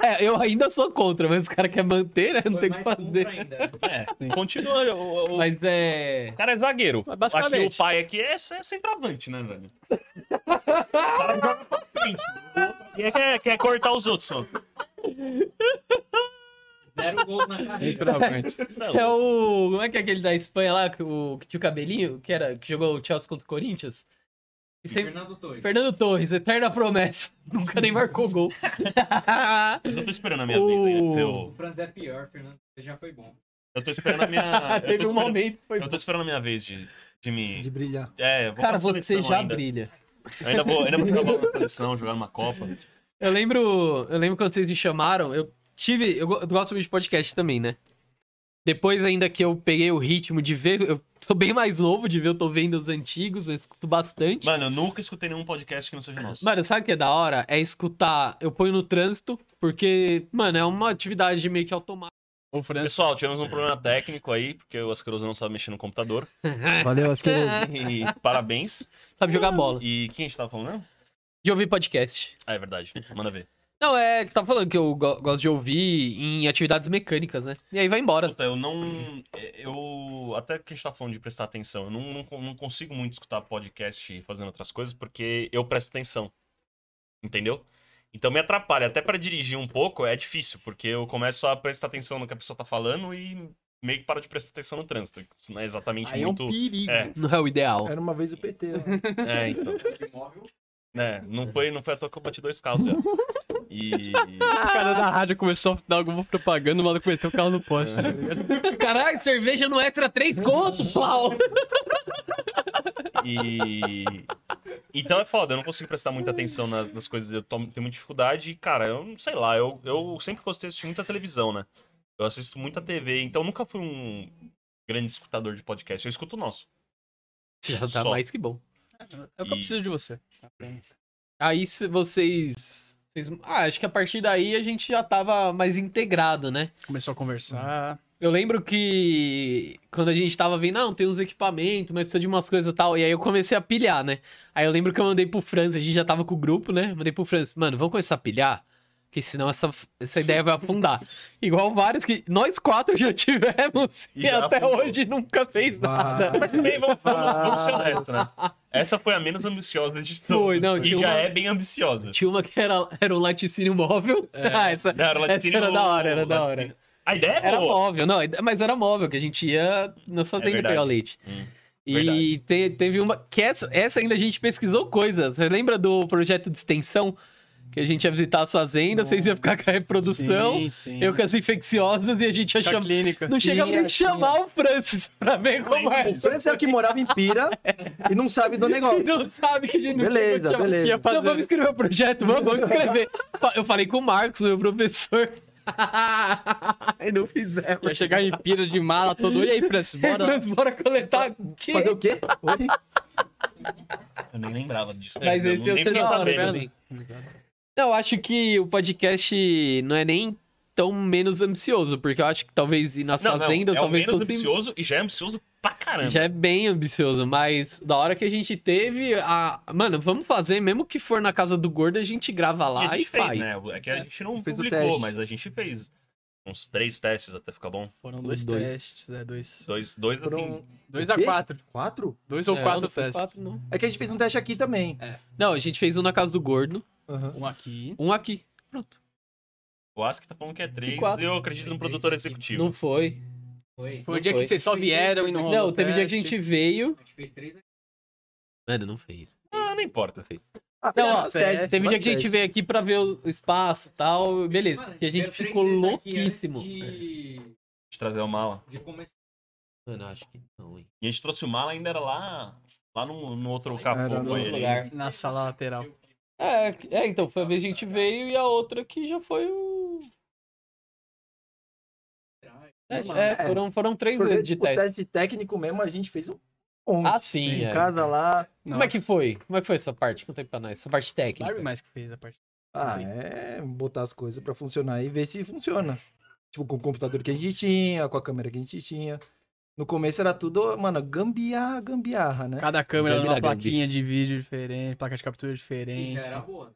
[SPEAKER 1] é, eu ainda sou contra, mas o cara quer manter, né? Não tem o que fazer.
[SPEAKER 2] É, continua. O, o-
[SPEAKER 1] Mas é.
[SPEAKER 2] o cara é zagueiro.
[SPEAKER 3] Mas basicamente.
[SPEAKER 2] Aqui, o pai aqui é, é centroavante, né, velho? O cara joga pra frente. E é, quer, quer cortar os outros só.
[SPEAKER 3] Literalmente.
[SPEAKER 2] Isso é
[SPEAKER 1] É
[SPEAKER 2] louco.
[SPEAKER 1] o. Como é que é aquele da Espanha lá, que, o, que tinha o cabelinho, que, era, que jogou o Chelsea contra o Corinthians? E sempre- Fernando Torres. eterna promessa. Nunca nem marcou gol.
[SPEAKER 2] Mas eu tô esperando a minha vez aí. antes de eu-
[SPEAKER 5] Franz é pior, Fernando. Você já foi bom.
[SPEAKER 2] Eu tô esperando a minha. eu, tô
[SPEAKER 1] Teve um
[SPEAKER 2] esperando-
[SPEAKER 1] momento que foi.
[SPEAKER 2] eu tô esperando a minha vez de, de me.
[SPEAKER 4] De brilhar.
[SPEAKER 2] É, eu vou
[SPEAKER 1] Cara,
[SPEAKER 2] pra
[SPEAKER 1] você
[SPEAKER 2] seleção
[SPEAKER 1] já
[SPEAKER 2] ainda.
[SPEAKER 1] brilha.
[SPEAKER 2] Eu ainda vou, ainda vou jogar bola na seleção, jogar numa Copa.
[SPEAKER 1] Eu lembro, eu lembro quando vocês me chamaram, eu tive, eu go- eu gosto muito de podcast também, né? Depois ainda que eu peguei o ritmo de ver, eu tô bem mais novo de ver, eu tô vendo os antigos, mas escuto bastante.
[SPEAKER 2] Mano, eu nunca escutei nenhum podcast que não seja nosso.
[SPEAKER 1] Mano, sabe o que é da hora? É escutar, eu ponho no trânsito, porque, mano, é uma atividade meio que automática.
[SPEAKER 3] O Francis.
[SPEAKER 2] Pessoal, tivemos um problema técnico aí, porque o Asqueroso não sabe mexer no computador.
[SPEAKER 4] Valeu, Asqueroso.
[SPEAKER 2] E parabéns. Uh,
[SPEAKER 1] Sabe jogar bola.
[SPEAKER 2] E quem a gente tava falando, né?
[SPEAKER 1] De ouvir podcast.
[SPEAKER 2] Ah, é verdade. Manda ver.
[SPEAKER 1] Não, é que tá falando que eu go- gosto de ouvir em atividades mecânicas, né? E aí vai embora.
[SPEAKER 2] Puta, eu não. é, Eu. Até que a gente tá falando de prestar atenção, eu não, não, con- não consigo muito escutar podcast fazendo outras coisas, porque eu presto atenção. Entendeu? Então me atrapalha. Até pra dirigir um pouco é difícil, porque eu começo a prestar atenção no que a pessoa tá falando e meio que paro de prestar atenção no trânsito. Isso não é exatamente
[SPEAKER 3] Aí é um
[SPEAKER 2] muito.
[SPEAKER 3] perigo.
[SPEAKER 2] É.
[SPEAKER 1] Não é o ideal.
[SPEAKER 4] Era uma vez o PT. ó.
[SPEAKER 2] É, então. É, não foi, não foi à toa que eu bati dois carros já. E.
[SPEAKER 3] O cara da rádio começou a dar alguma propaganda, o maluco meteu o carro no poste. tá
[SPEAKER 1] É.
[SPEAKER 3] ligado?
[SPEAKER 1] Caralho, cerveja no extra três conto, pau!
[SPEAKER 2] E. Então é foda, eu não consigo prestar muita atenção na- nas, coisas, eu tomo- tenho muita dificuldade. E, cara, eu não sei lá, eu, eu sempre gostei de assistir muita televisão, né? Eu assisto muita TV, então nunca fui um grande escutador de podcast. Eu escuto o nosso.
[SPEAKER 1] Já tá
[SPEAKER 2] Só.
[SPEAKER 1] mais que bom.
[SPEAKER 3] É o que eu
[SPEAKER 2] E-
[SPEAKER 3] preciso de você.
[SPEAKER 1] Aí se vocês. vocês- Ah, acho que a partir daí a gente já tava mais integrado, né?
[SPEAKER 3] Começou a conversar.
[SPEAKER 1] Eu lembro que quando a gente tava vendo, não, tem uns equipamentos, mas precisa de umas coisas e tal. E aí eu comecei a pilhar, né? Aí eu lembro que eu mandei pro Franz, a gente já tava com o grupo, né? Mandei pro Franz, mano, vamos começar a pilhar? Porque senão essa, essa ideia vai afundar. Igual vários que nós quatro já tivemos
[SPEAKER 2] E
[SPEAKER 1] e,
[SPEAKER 2] já
[SPEAKER 1] até
[SPEAKER 2] afundou.
[SPEAKER 1] hoje nunca fez nada.
[SPEAKER 2] Mas também vamos, vamos, vamos ser honestos, né? Essa foi a menos ambiciosa de todas.
[SPEAKER 1] Foi, não,
[SPEAKER 2] e
[SPEAKER 1] tinha
[SPEAKER 2] já
[SPEAKER 1] uma-
[SPEAKER 2] é bem ambiciosa.
[SPEAKER 1] Tinha uma que era, era o laticínio móvel. Ah, essa,
[SPEAKER 2] Não, era, o
[SPEAKER 1] essa
[SPEAKER 2] laticínio
[SPEAKER 1] era da hora, era
[SPEAKER 2] ou
[SPEAKER 1] da hora.
[SPEAKER 2] laticínio? A ideia é
[SPEAKER 1] Era
[SPEAKER 2] boa. É
[SPEAKER 1] móvel, não, mas era móvel, que a gente ia nas fazendas
[SPEAKER 2] verdade.
[SPEAKER 1] pegar o leite.
[SPEAKER 2] Hum,
[SPEAKER 1] e
[SPEAKER 2] verdade.
[SPEAKER 1] te- teve uma. Que essa, essa ainda a gente pesquisou coisas. Você lembra do projeto de extensão? Que a gente ia visitar as fazendas, vocês iam ficar com a reprodução,
[SPEAKER 3] Sim, sim.
[SPEAKER 1] eu com as infecciosas, e a gente ia
[SPEAKER 3] Fica a
[SPEAKER 1] chamar.
[SPEAKER 3] clínica.
[SPEAKER 1] Não chegamos nem a
[SPEAKER 4] tinha.
[SPEAKER 1] chamar o Francis pra ver como é.
[SPEAKER 4] O Francis é o que morava em Pira e não sabe do
[SPEAKER 1] Ele
[SPEAKER 4] negócio.
[SPEAKER 1] não sabe que a gente não
[SPEAKER 4] Beleza,
[SPEAKER 1] chegou a chamar.
[SPEAKER 4] beleza.
[SPEAKER 1] Ia fazer- Então vamos escrever o projeto, vamos, vamos escrever. Fa- Eu falei com o Marcos, meu professor. e não fizemos.
[SPEAKER 3] Vai chegar em pira de mala todo. E aí, Francis,
[SPEAKER 1] Bora,
[SPEAKER 3] bora.
[SPEAKER 1] bora coletar. Que?
[SPEAKER 4] Fazer o quê? Oi?
[SPEAKER 2] Eu nem lembrava disso.
[SPEAKER 1] Mas
[SPEAKER 2] eu
[SPEAKER 1] esse
[SPEAKER 2] não
[SPEAKER 1] deu
[SPEAKER 2] lembro
[SPEAKER 1] ser
[SPEAKER 2] nem
[SPEAKER 1] da hora,
[SPEAKER 2] sabendo.
[SPEAKER 1] velho. Não, eu acho que o podcast não é nem tão menos ambicioso, porque eu acho que talvez ir nas
[SPEAKER 2] Não, não,
[SPEAKER 1] fazendas,
[SPEAKER 2] é o
[SPEAKER 1] talvez
[SPEAKER 2] menos
[SPEAKER 1] fosse.
[SPEAKER 2] ambicioso e já é ambicioso pra caramba.
[SPEAKER 1] Já é bem ambicioso, mas da hora que a gente teve a. Mano, vamos fazer, mesmo que for na casa do gordo, a gente
[SPEAKER 2] E
[SPEAKER 1] grava
[SPEAKER 2] a
[SPEAKER 1] lá
[SPEAKER 2] gente
[SPEAKER 1] e
[SPEAKER 2] fez,
[SPEAKER 1] faz.
[SPEAKER 2] Né? É que a gente não
[SPEAKER 4] Fez o
[SPEAKER 2] publicou,
[SPEAKER 4] teste.
[SPEAKER 2] mas a gente fez uns três testes até ficar bom.
[SPEAKER 3] Foram dois,
[SPEAKER 1] Dois.
[SPEAKER 3] testes, é, dois.
[SPEAKER 2] Dois, dois assim.
[SPEAKER 4] Foram
[SPEAKER 3] Dois
[SPEAKER 4] O
[SPEAKER 3] a
[SPEAKER 4] quê?
[SPEAKER 3] quatro.
[SPEAKER 4] quatro?
[SPEAKER 3] Dois ou
[SPEAKER 1] É,
[SPEAKER 3] quatro
[SPEAKER 1] não foi
[SPEAKER 3] testes.
[SPEAKER 1] quatro, não.
[SPEAKER 4] É que a gente fez um teste aqui também.
[SPEAKER 1] não, a gente fez um na casa do gordo,
[SPEAKER 4] Aham.
[SPEAKER 3] Um aqui.
[SPEAKER 1] um aqui. Pronto.
[SPEAKER 2] O Ask tá falando que é três.
[SPEAKER 1] quatro.
[SPEAKER 2] Eu acredito no produtor executivo.
[SPEAKER 1] Não foi.
[SPEAKER 5] Foi.
[SPEAKER 3] Foi
[SPEAKER 1] Não
[SPEAKER 3] o dia
[SPEAKER 1] foi.
[SPEAKER 3] que vocês só vieram e não
[SPEAKER 5] Não,
[SPEAKER 1] Não,
[SPEAKER 3] rolou
[SPEAKER 1] teve dia que a
[SPEAKER 3] teste.
[SPEAKER 1] gente veio.
[SPEAKER 5] A gente fez três aqui.
[SPEAKER 1] Mano, não fez.
[SPEAKER 2] Ah, não importa.
[SPEAKER 4] Ah,
[SPEAKER 1] Não,
[SPEAKER 4] fizemos
[SPEAKER 1] ó,
[SPEAKER 4] os testes,
[SPEAKER 1] teve dia que a gente
[SPEAKER 4] vários
[SPEAKER 1] veio aqui pra ver o espaço e tal. Beleza.
[SPEAKER 5] Mano,
[SPEAKER 1] E a gente
[SPEAKER 5] tiveram três
[SPEAKER 1] ficou
[SPEAKER 5] vezes aqui antes
[SPEAKER 1] louquíssimo.
[SPEAKER 5] De...
[SPEAKER 2] De trazer o mala.
[SPEAKER 5] de começar.
[SPEAKER 1] Mano, acho que não, hein?
[SPEAKER 2] E a gente trouxe o mala ainda era lá. Lá no, no outro
[SPEAKER 4] Era no
[SPEAKER 2] capô.
[SPEAKER 1] outro
[SPEAKER 2] ali.
[SPEAKER 1] lugar.
[SPEAKER 3] Na sala lateral.
[SPEAKER 1] É, é, então, foi a vez que a gente veio e a outra que já foi o. É, é, foram, foram três
[SPEAKER 4] testes.
[SPEAKER 1] vezes de
[SPEAKER 4] Tipo, O
[SPEAKER 1] teste.
[SPEAKER 4] teste técnico mesmo, a gente fez um monte.
[SPEAKER 1] Ah, sim,
[SPEAKER 4] Em
[SPEAKER 1] é.
[SPEAKER 4] casa lá.
[SPEAKER 1] Como é que foi? Como é que foi essa parte? Conta aí pra nós. Essa parte técnica.
[SPEAKER 3] Barbie mais que fez a parte.
[SPEAKER 4] Ah, é botar as coisas pra funcionar e ver se funciona. Tipo, com o computador que a gente tinha, com a câmera que a gente tinha. No começo era tudo, mano, gambiarra, gambiarra, né?
[SPEAKER 3] Cada câmera
[SPEAKER 1] Gambi
[SPEAKER 3] numa
[SPEAKER 1] da Gambi.
[SPEAKER 3] plaquinha de vídeo diferente, placa de captura
[SPEAKER 5] E
[SPEAKER 3] diferente.
[SPEAKER 5] já era boa.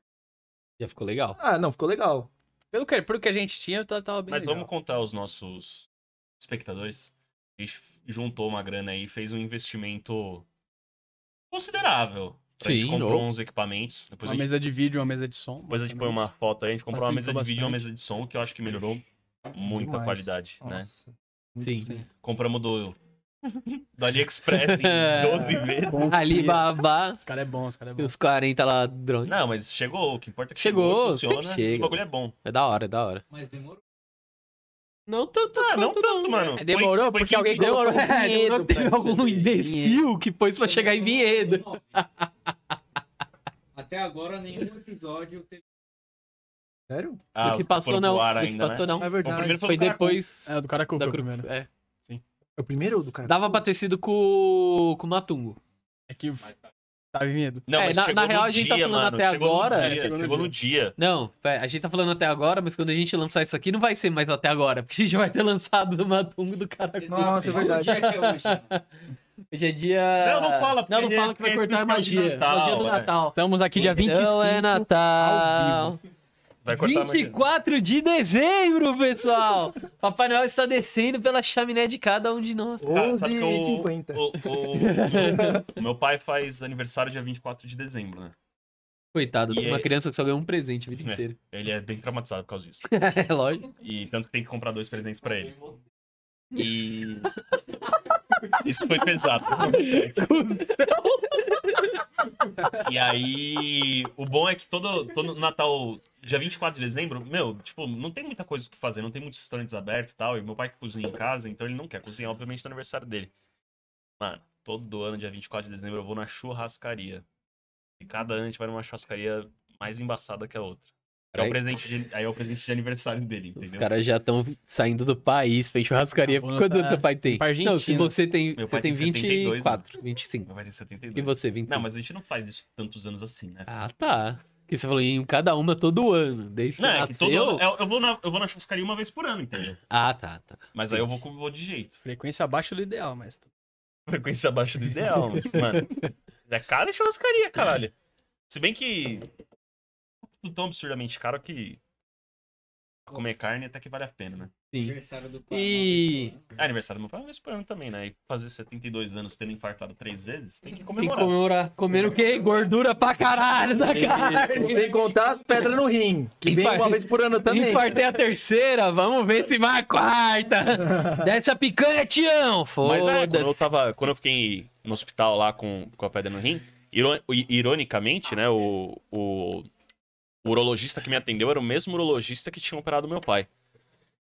[SPEAKER 1] Já ficou legal.
[SPEAKER 4] Ah, não, ficou legal.
[SPEAKER 3] Pelo que, pelo que a gente tinha, tava, tava bem
[SPEAKER 2] Mas
[SPEAKER 3] legal.
[SPEAKER 2] vamos contar aos nossos espectadores. A gente juntou uma grana aí, fez um investimento considerável. A gente
[SPEAKER 1] Sim,
[SPEAKER 2] comprou
[SPEAKER 1] ou-
[SPEAKER 2] uns equipamentos. Depois
[SPEAKER 3] Uma
[SPEAKER 2] a gente
[SPEAKER 3] mesa de vídeo, uma mesa de som.
[SPEAKER 2] Depois a gente põe
[SPEAKER 3] basicamente.
[SPEAKER 2] uma foto aí, a gente comprou uma mesa de
[SPEAKER 3] Facilitou
[SPEAKER 2] vídeo e uma
[SPEAKER 3] bastante.
[SPEAKER 2] mesa de som, que eu acho que melhorou muito a
[SPEAKER 4] Demais.
[SPEAKER 2] qualidade, né?
[SPEAKER 4] Nossa.
[SPEAKER 1] Sim.
[SPEAKER 2] Compramos do, do AliExpress em 12 vezes.
[SPEAKER 1] Ali, babá,
[SPEAKER 3] Os caras é bom, os caras é
[SPEAKER 1] e
[SPEAKER 3] bom.
[SPEAKER 1] os 40 lá, drone.
[SPEAKER 2] Não, mas chegou, o que importa é que chegou,
[SPEAKER 1] Chegou, sempre
[SPEAKER 2] funciona,
[SPEAKER 1] chega.
[SPEAKER 2] o bagulho é bom.
[SPEAKER 1] É da hora, é da hora.
[SPEAKER 5] Mas demorou.
[SPEAKER 1] Não tanto,
[SPEAKER 2] Ah, não
[SPEAKER 1] quanto
[SPEAKER 2] tanto, mano.
[SPEAKER 3] É, demorou
[SPEAKER 2] Foi- foi
[SPEAKER 3] porque alguém
[SPEAKER 2] 15
[SPEAKER 3] colocou
[SPEAKER 1] Demorou,
[SPEAKER 3] um
[SPEAKER 1] é, demorou
[SPEAKER 3] vinhedo
[SPEAKER 1] teve
[SPEAKER 3] pra
[SPEAKER 1] algum
[SPEAKER 3] você ver.
[SPEAKER 1] imbecil que pôs pra chegar em Vinhedo.
[SPEAKER 5] Até agora, nenhum episódio teve.
[SPEAKER 4] Sério?
[SPEAKER 2] Ah,
[SPEAKER 1] do que
[SPEAKER 2] os
[SPEAKER 1] passou,
[SPEAKER 2] foram
[SPEAKER 1] não.
[SPEAKER 2] pro ar
[SPEAKER 1] Do que
[SPEAKER 2] ainda,
[SPEAKER 1] passou, não.
[SPEAKER 4] É
[SPEAKER 2] Bom,
[SPEAKER 4] verdade.
[SPEAKER 2] primeiro
[SPEAKER 1] Foi
[SPEAKER 2] do cara
[SPEAKER 1] depois
[SPEAKER 3] É, o do cara que eu
[SPEAKER 1] da
[SPEAKER 3] fui
[SPEAKER 1] cru...
[SPEAKER 3] primeiro.
[SPEAKER 1] É.
[SPEAKER 4] É o primeiro do cara?
[SPEAKER 1] Dava pra ter sido com, o- com o Matungo.
[SPEAKER 3] É que tá vindo.
[SPEAKER 2] Não,
[SPEAKER 1] É,
[SPEAKER 2] mas
[SPEAKER 1] na-
[SPEAKER 2] chegou
[SPEAKER 1] na real,
[SPEAKER 2] no
[SPEAKER 1] a gente tá
[SPEAKER 2] dia,
[SPEAKER 1] falando
[SPEAKER 2] mano,
[SPEAKER 1] até
[SPEAKER 2] chegou no
[SPEAKER 4] É,
[SPEAKER 1] agora,
[SPEAKER 2] dia,
[SPEAKER 3] chegou no
[SPEAKER 2] chegou no dia.
[SPEAKER 1] Não, pera, a gente tá falando até agora, mas quando a gente lançar isso aqui, não vai ser mais até agora, porque a gente vai ter lançado o Matungo do Caracol.
[SPEAKER 4] Nossa, é verdade.
[SPEAKER 5] O dia que é hoje, mano.
[SPEAKER 1] né? Hoje é dia.
[SPEAKER 2] Não, não fala, porque
[SPEAKER 1] Não, não
[SPEAKER 2] é-
[SPEAKER 1] fala que vai
[SPEAKER 2] é
[SPEAKER 1] cortar a
[SPEAKER 2] especial de
[SPEAKER 1] magia.
[SPEAKER 2] Natal,
[SPEAKER 1] magia do
[SPEAKER 2] é.
[SPEAKER 1] Natal.
[SPEAKER 3] Estamos aqui dia 25.
[SPEAKER 1] Então é
[SPEAKER 3] ao
[SPEAKER 1] Natal.
[SPEAKER 2] Vai cortar mais.
[SPEAKER 1] 24 de dezembro, pessoal. Papai Noel está descendo pela chaminé de cada um de nós.
[SPEAKER 2] Cara, Tá, sabe que eu-
[SPEAKER 4] 11h50.
[SPEAKER 2] O, o- o meu- o meu pai faz aniversário dia 24 de dezembro, né?
[SPEAKER 1] Coitado,
[SPEAKER 3] tá
[SPEAKER 2] E é-
[SPEAKER 1] uma
[SPEAKER 2] aí?
[SPEAKER 1] criança que só ganhou um presente a vida
[SPEAKER 2] É.
[SPEAKER 1] inteira.
[SPEAKER 2] Ele é bem traumatizado por causa disso.
[SPEAKER 1] É lógico.
[SPEAKER 2] E tanto que tem que comprar dois presentes pra ele. E. Isso foi pesado. e aí. O bom é que todo, todo Natal, dia 24 de dezembro, meu, tipo, não tem muita coisa o que fazer, não tem muitos restaurantes abertos e tal. E meu pai que cozinha em casa, então ele não quer cozinhar, obviamente, no aniversário dele. Mano, todo ano, dia 24 de dezembro, eu vou na churrascaria. E cada ano a gente vai numa churrascaria mais embaçada que a outra. É o
[SPEAKER 1] Aí-
[SPEAKER 2] presente de, aí é o presente de aniversário dele,
[SPEAKER 1] Os
[SPEAKER 2] entendeu?
[SPEAKER 1] caras já estão saindo do país, fez churrascaria.
[SPEAKER 3] Ah, bom,
[SPEAKER 1] Quanto
[SPEAKER 3] tá-
[SPEAKER 1] seu pai
[SPEAKER 2] um
[SPEAKER 1] tem?
[SPEAKER 3] pra Argentina.
[SPEAKER 1] Não, se você tem,
[SPEAKER 2] Meu
[SPEAKER 1] você
[SPEAKER 2] pai
[SPEAKER 1] tem
[SPEAKER 2] tem 72,
[SPEAKER 1] 24, 25.
[SPEAKER 2] né? Meu Vai ter
[SPEAKER 1] E
[SPEAKER 2] 72.
[SPEAKER 1] você, 25.
[SPEAKER 2] Não, mas a gente não faz isso tantos anos assim, né?
[SPEAKER 1] Ah, tá. Que você falou em cada uma todo ano. Desde que
[SPEAKER 2] Não,
[SPEAKER 1] você
[SPEAKER 2] é que
[SPEAKER 1] nasceu.
[SPEAKER 2] todo ano, eu, eu vou na, eu vou na churrascaria uma vez por ano, entendeu?
[SPEAKER 1] Ah, tá, tá.
[SPEAKER 2] Mas aí eu vou, com- vou de jeito.
[SPEAKER 3] Frequência abaixo do ideal, mas.
[SPEAKER 2] Frequência abaixo do ideal, mas, mano. É cara churrascaria, caralho. Se bem que. Tudo tão absurdamente caro que. pra comer carne até que vale a pena, né?
[SPEAKER 1] Sim.
[SPEAKER 5] Aniversário do pai.
[SPEAKER 1] E-
[SPEAKER 5] uma vez por ano.
[SPEAKER 2] É aniversário do meu pai, mas por ano também, né? E fazer 72 anos tendo infartado três vezes, tem que
[SPEAKER 1] Tem que
[SPEAKER 2] comemorar.
[SPEAKER 1] comemorar. Comendo o quê? Gordura pra caralho da carne.
[SPEAKER 4] Sem contar as pedras no rim, que vem
[SPEAKER 1] Infar-
[SPEAKER 4] uma vez por ano também.
[SPEAKER 1] Infartei a terceira, vamos ver se vai a quarta. Desce a picanha, é Tião.
[SPEAKER 2] Mas é, quando eu
[SPEAKER 1] Foda-se.
[SPEAKER 2] tava. Quando eu fiquei no hospital lá com, com a pedra no rim, iro- i- ironicamente, né, o, o, o urologista que me atendeu era o mesmo urologista que tinha operado meu pai.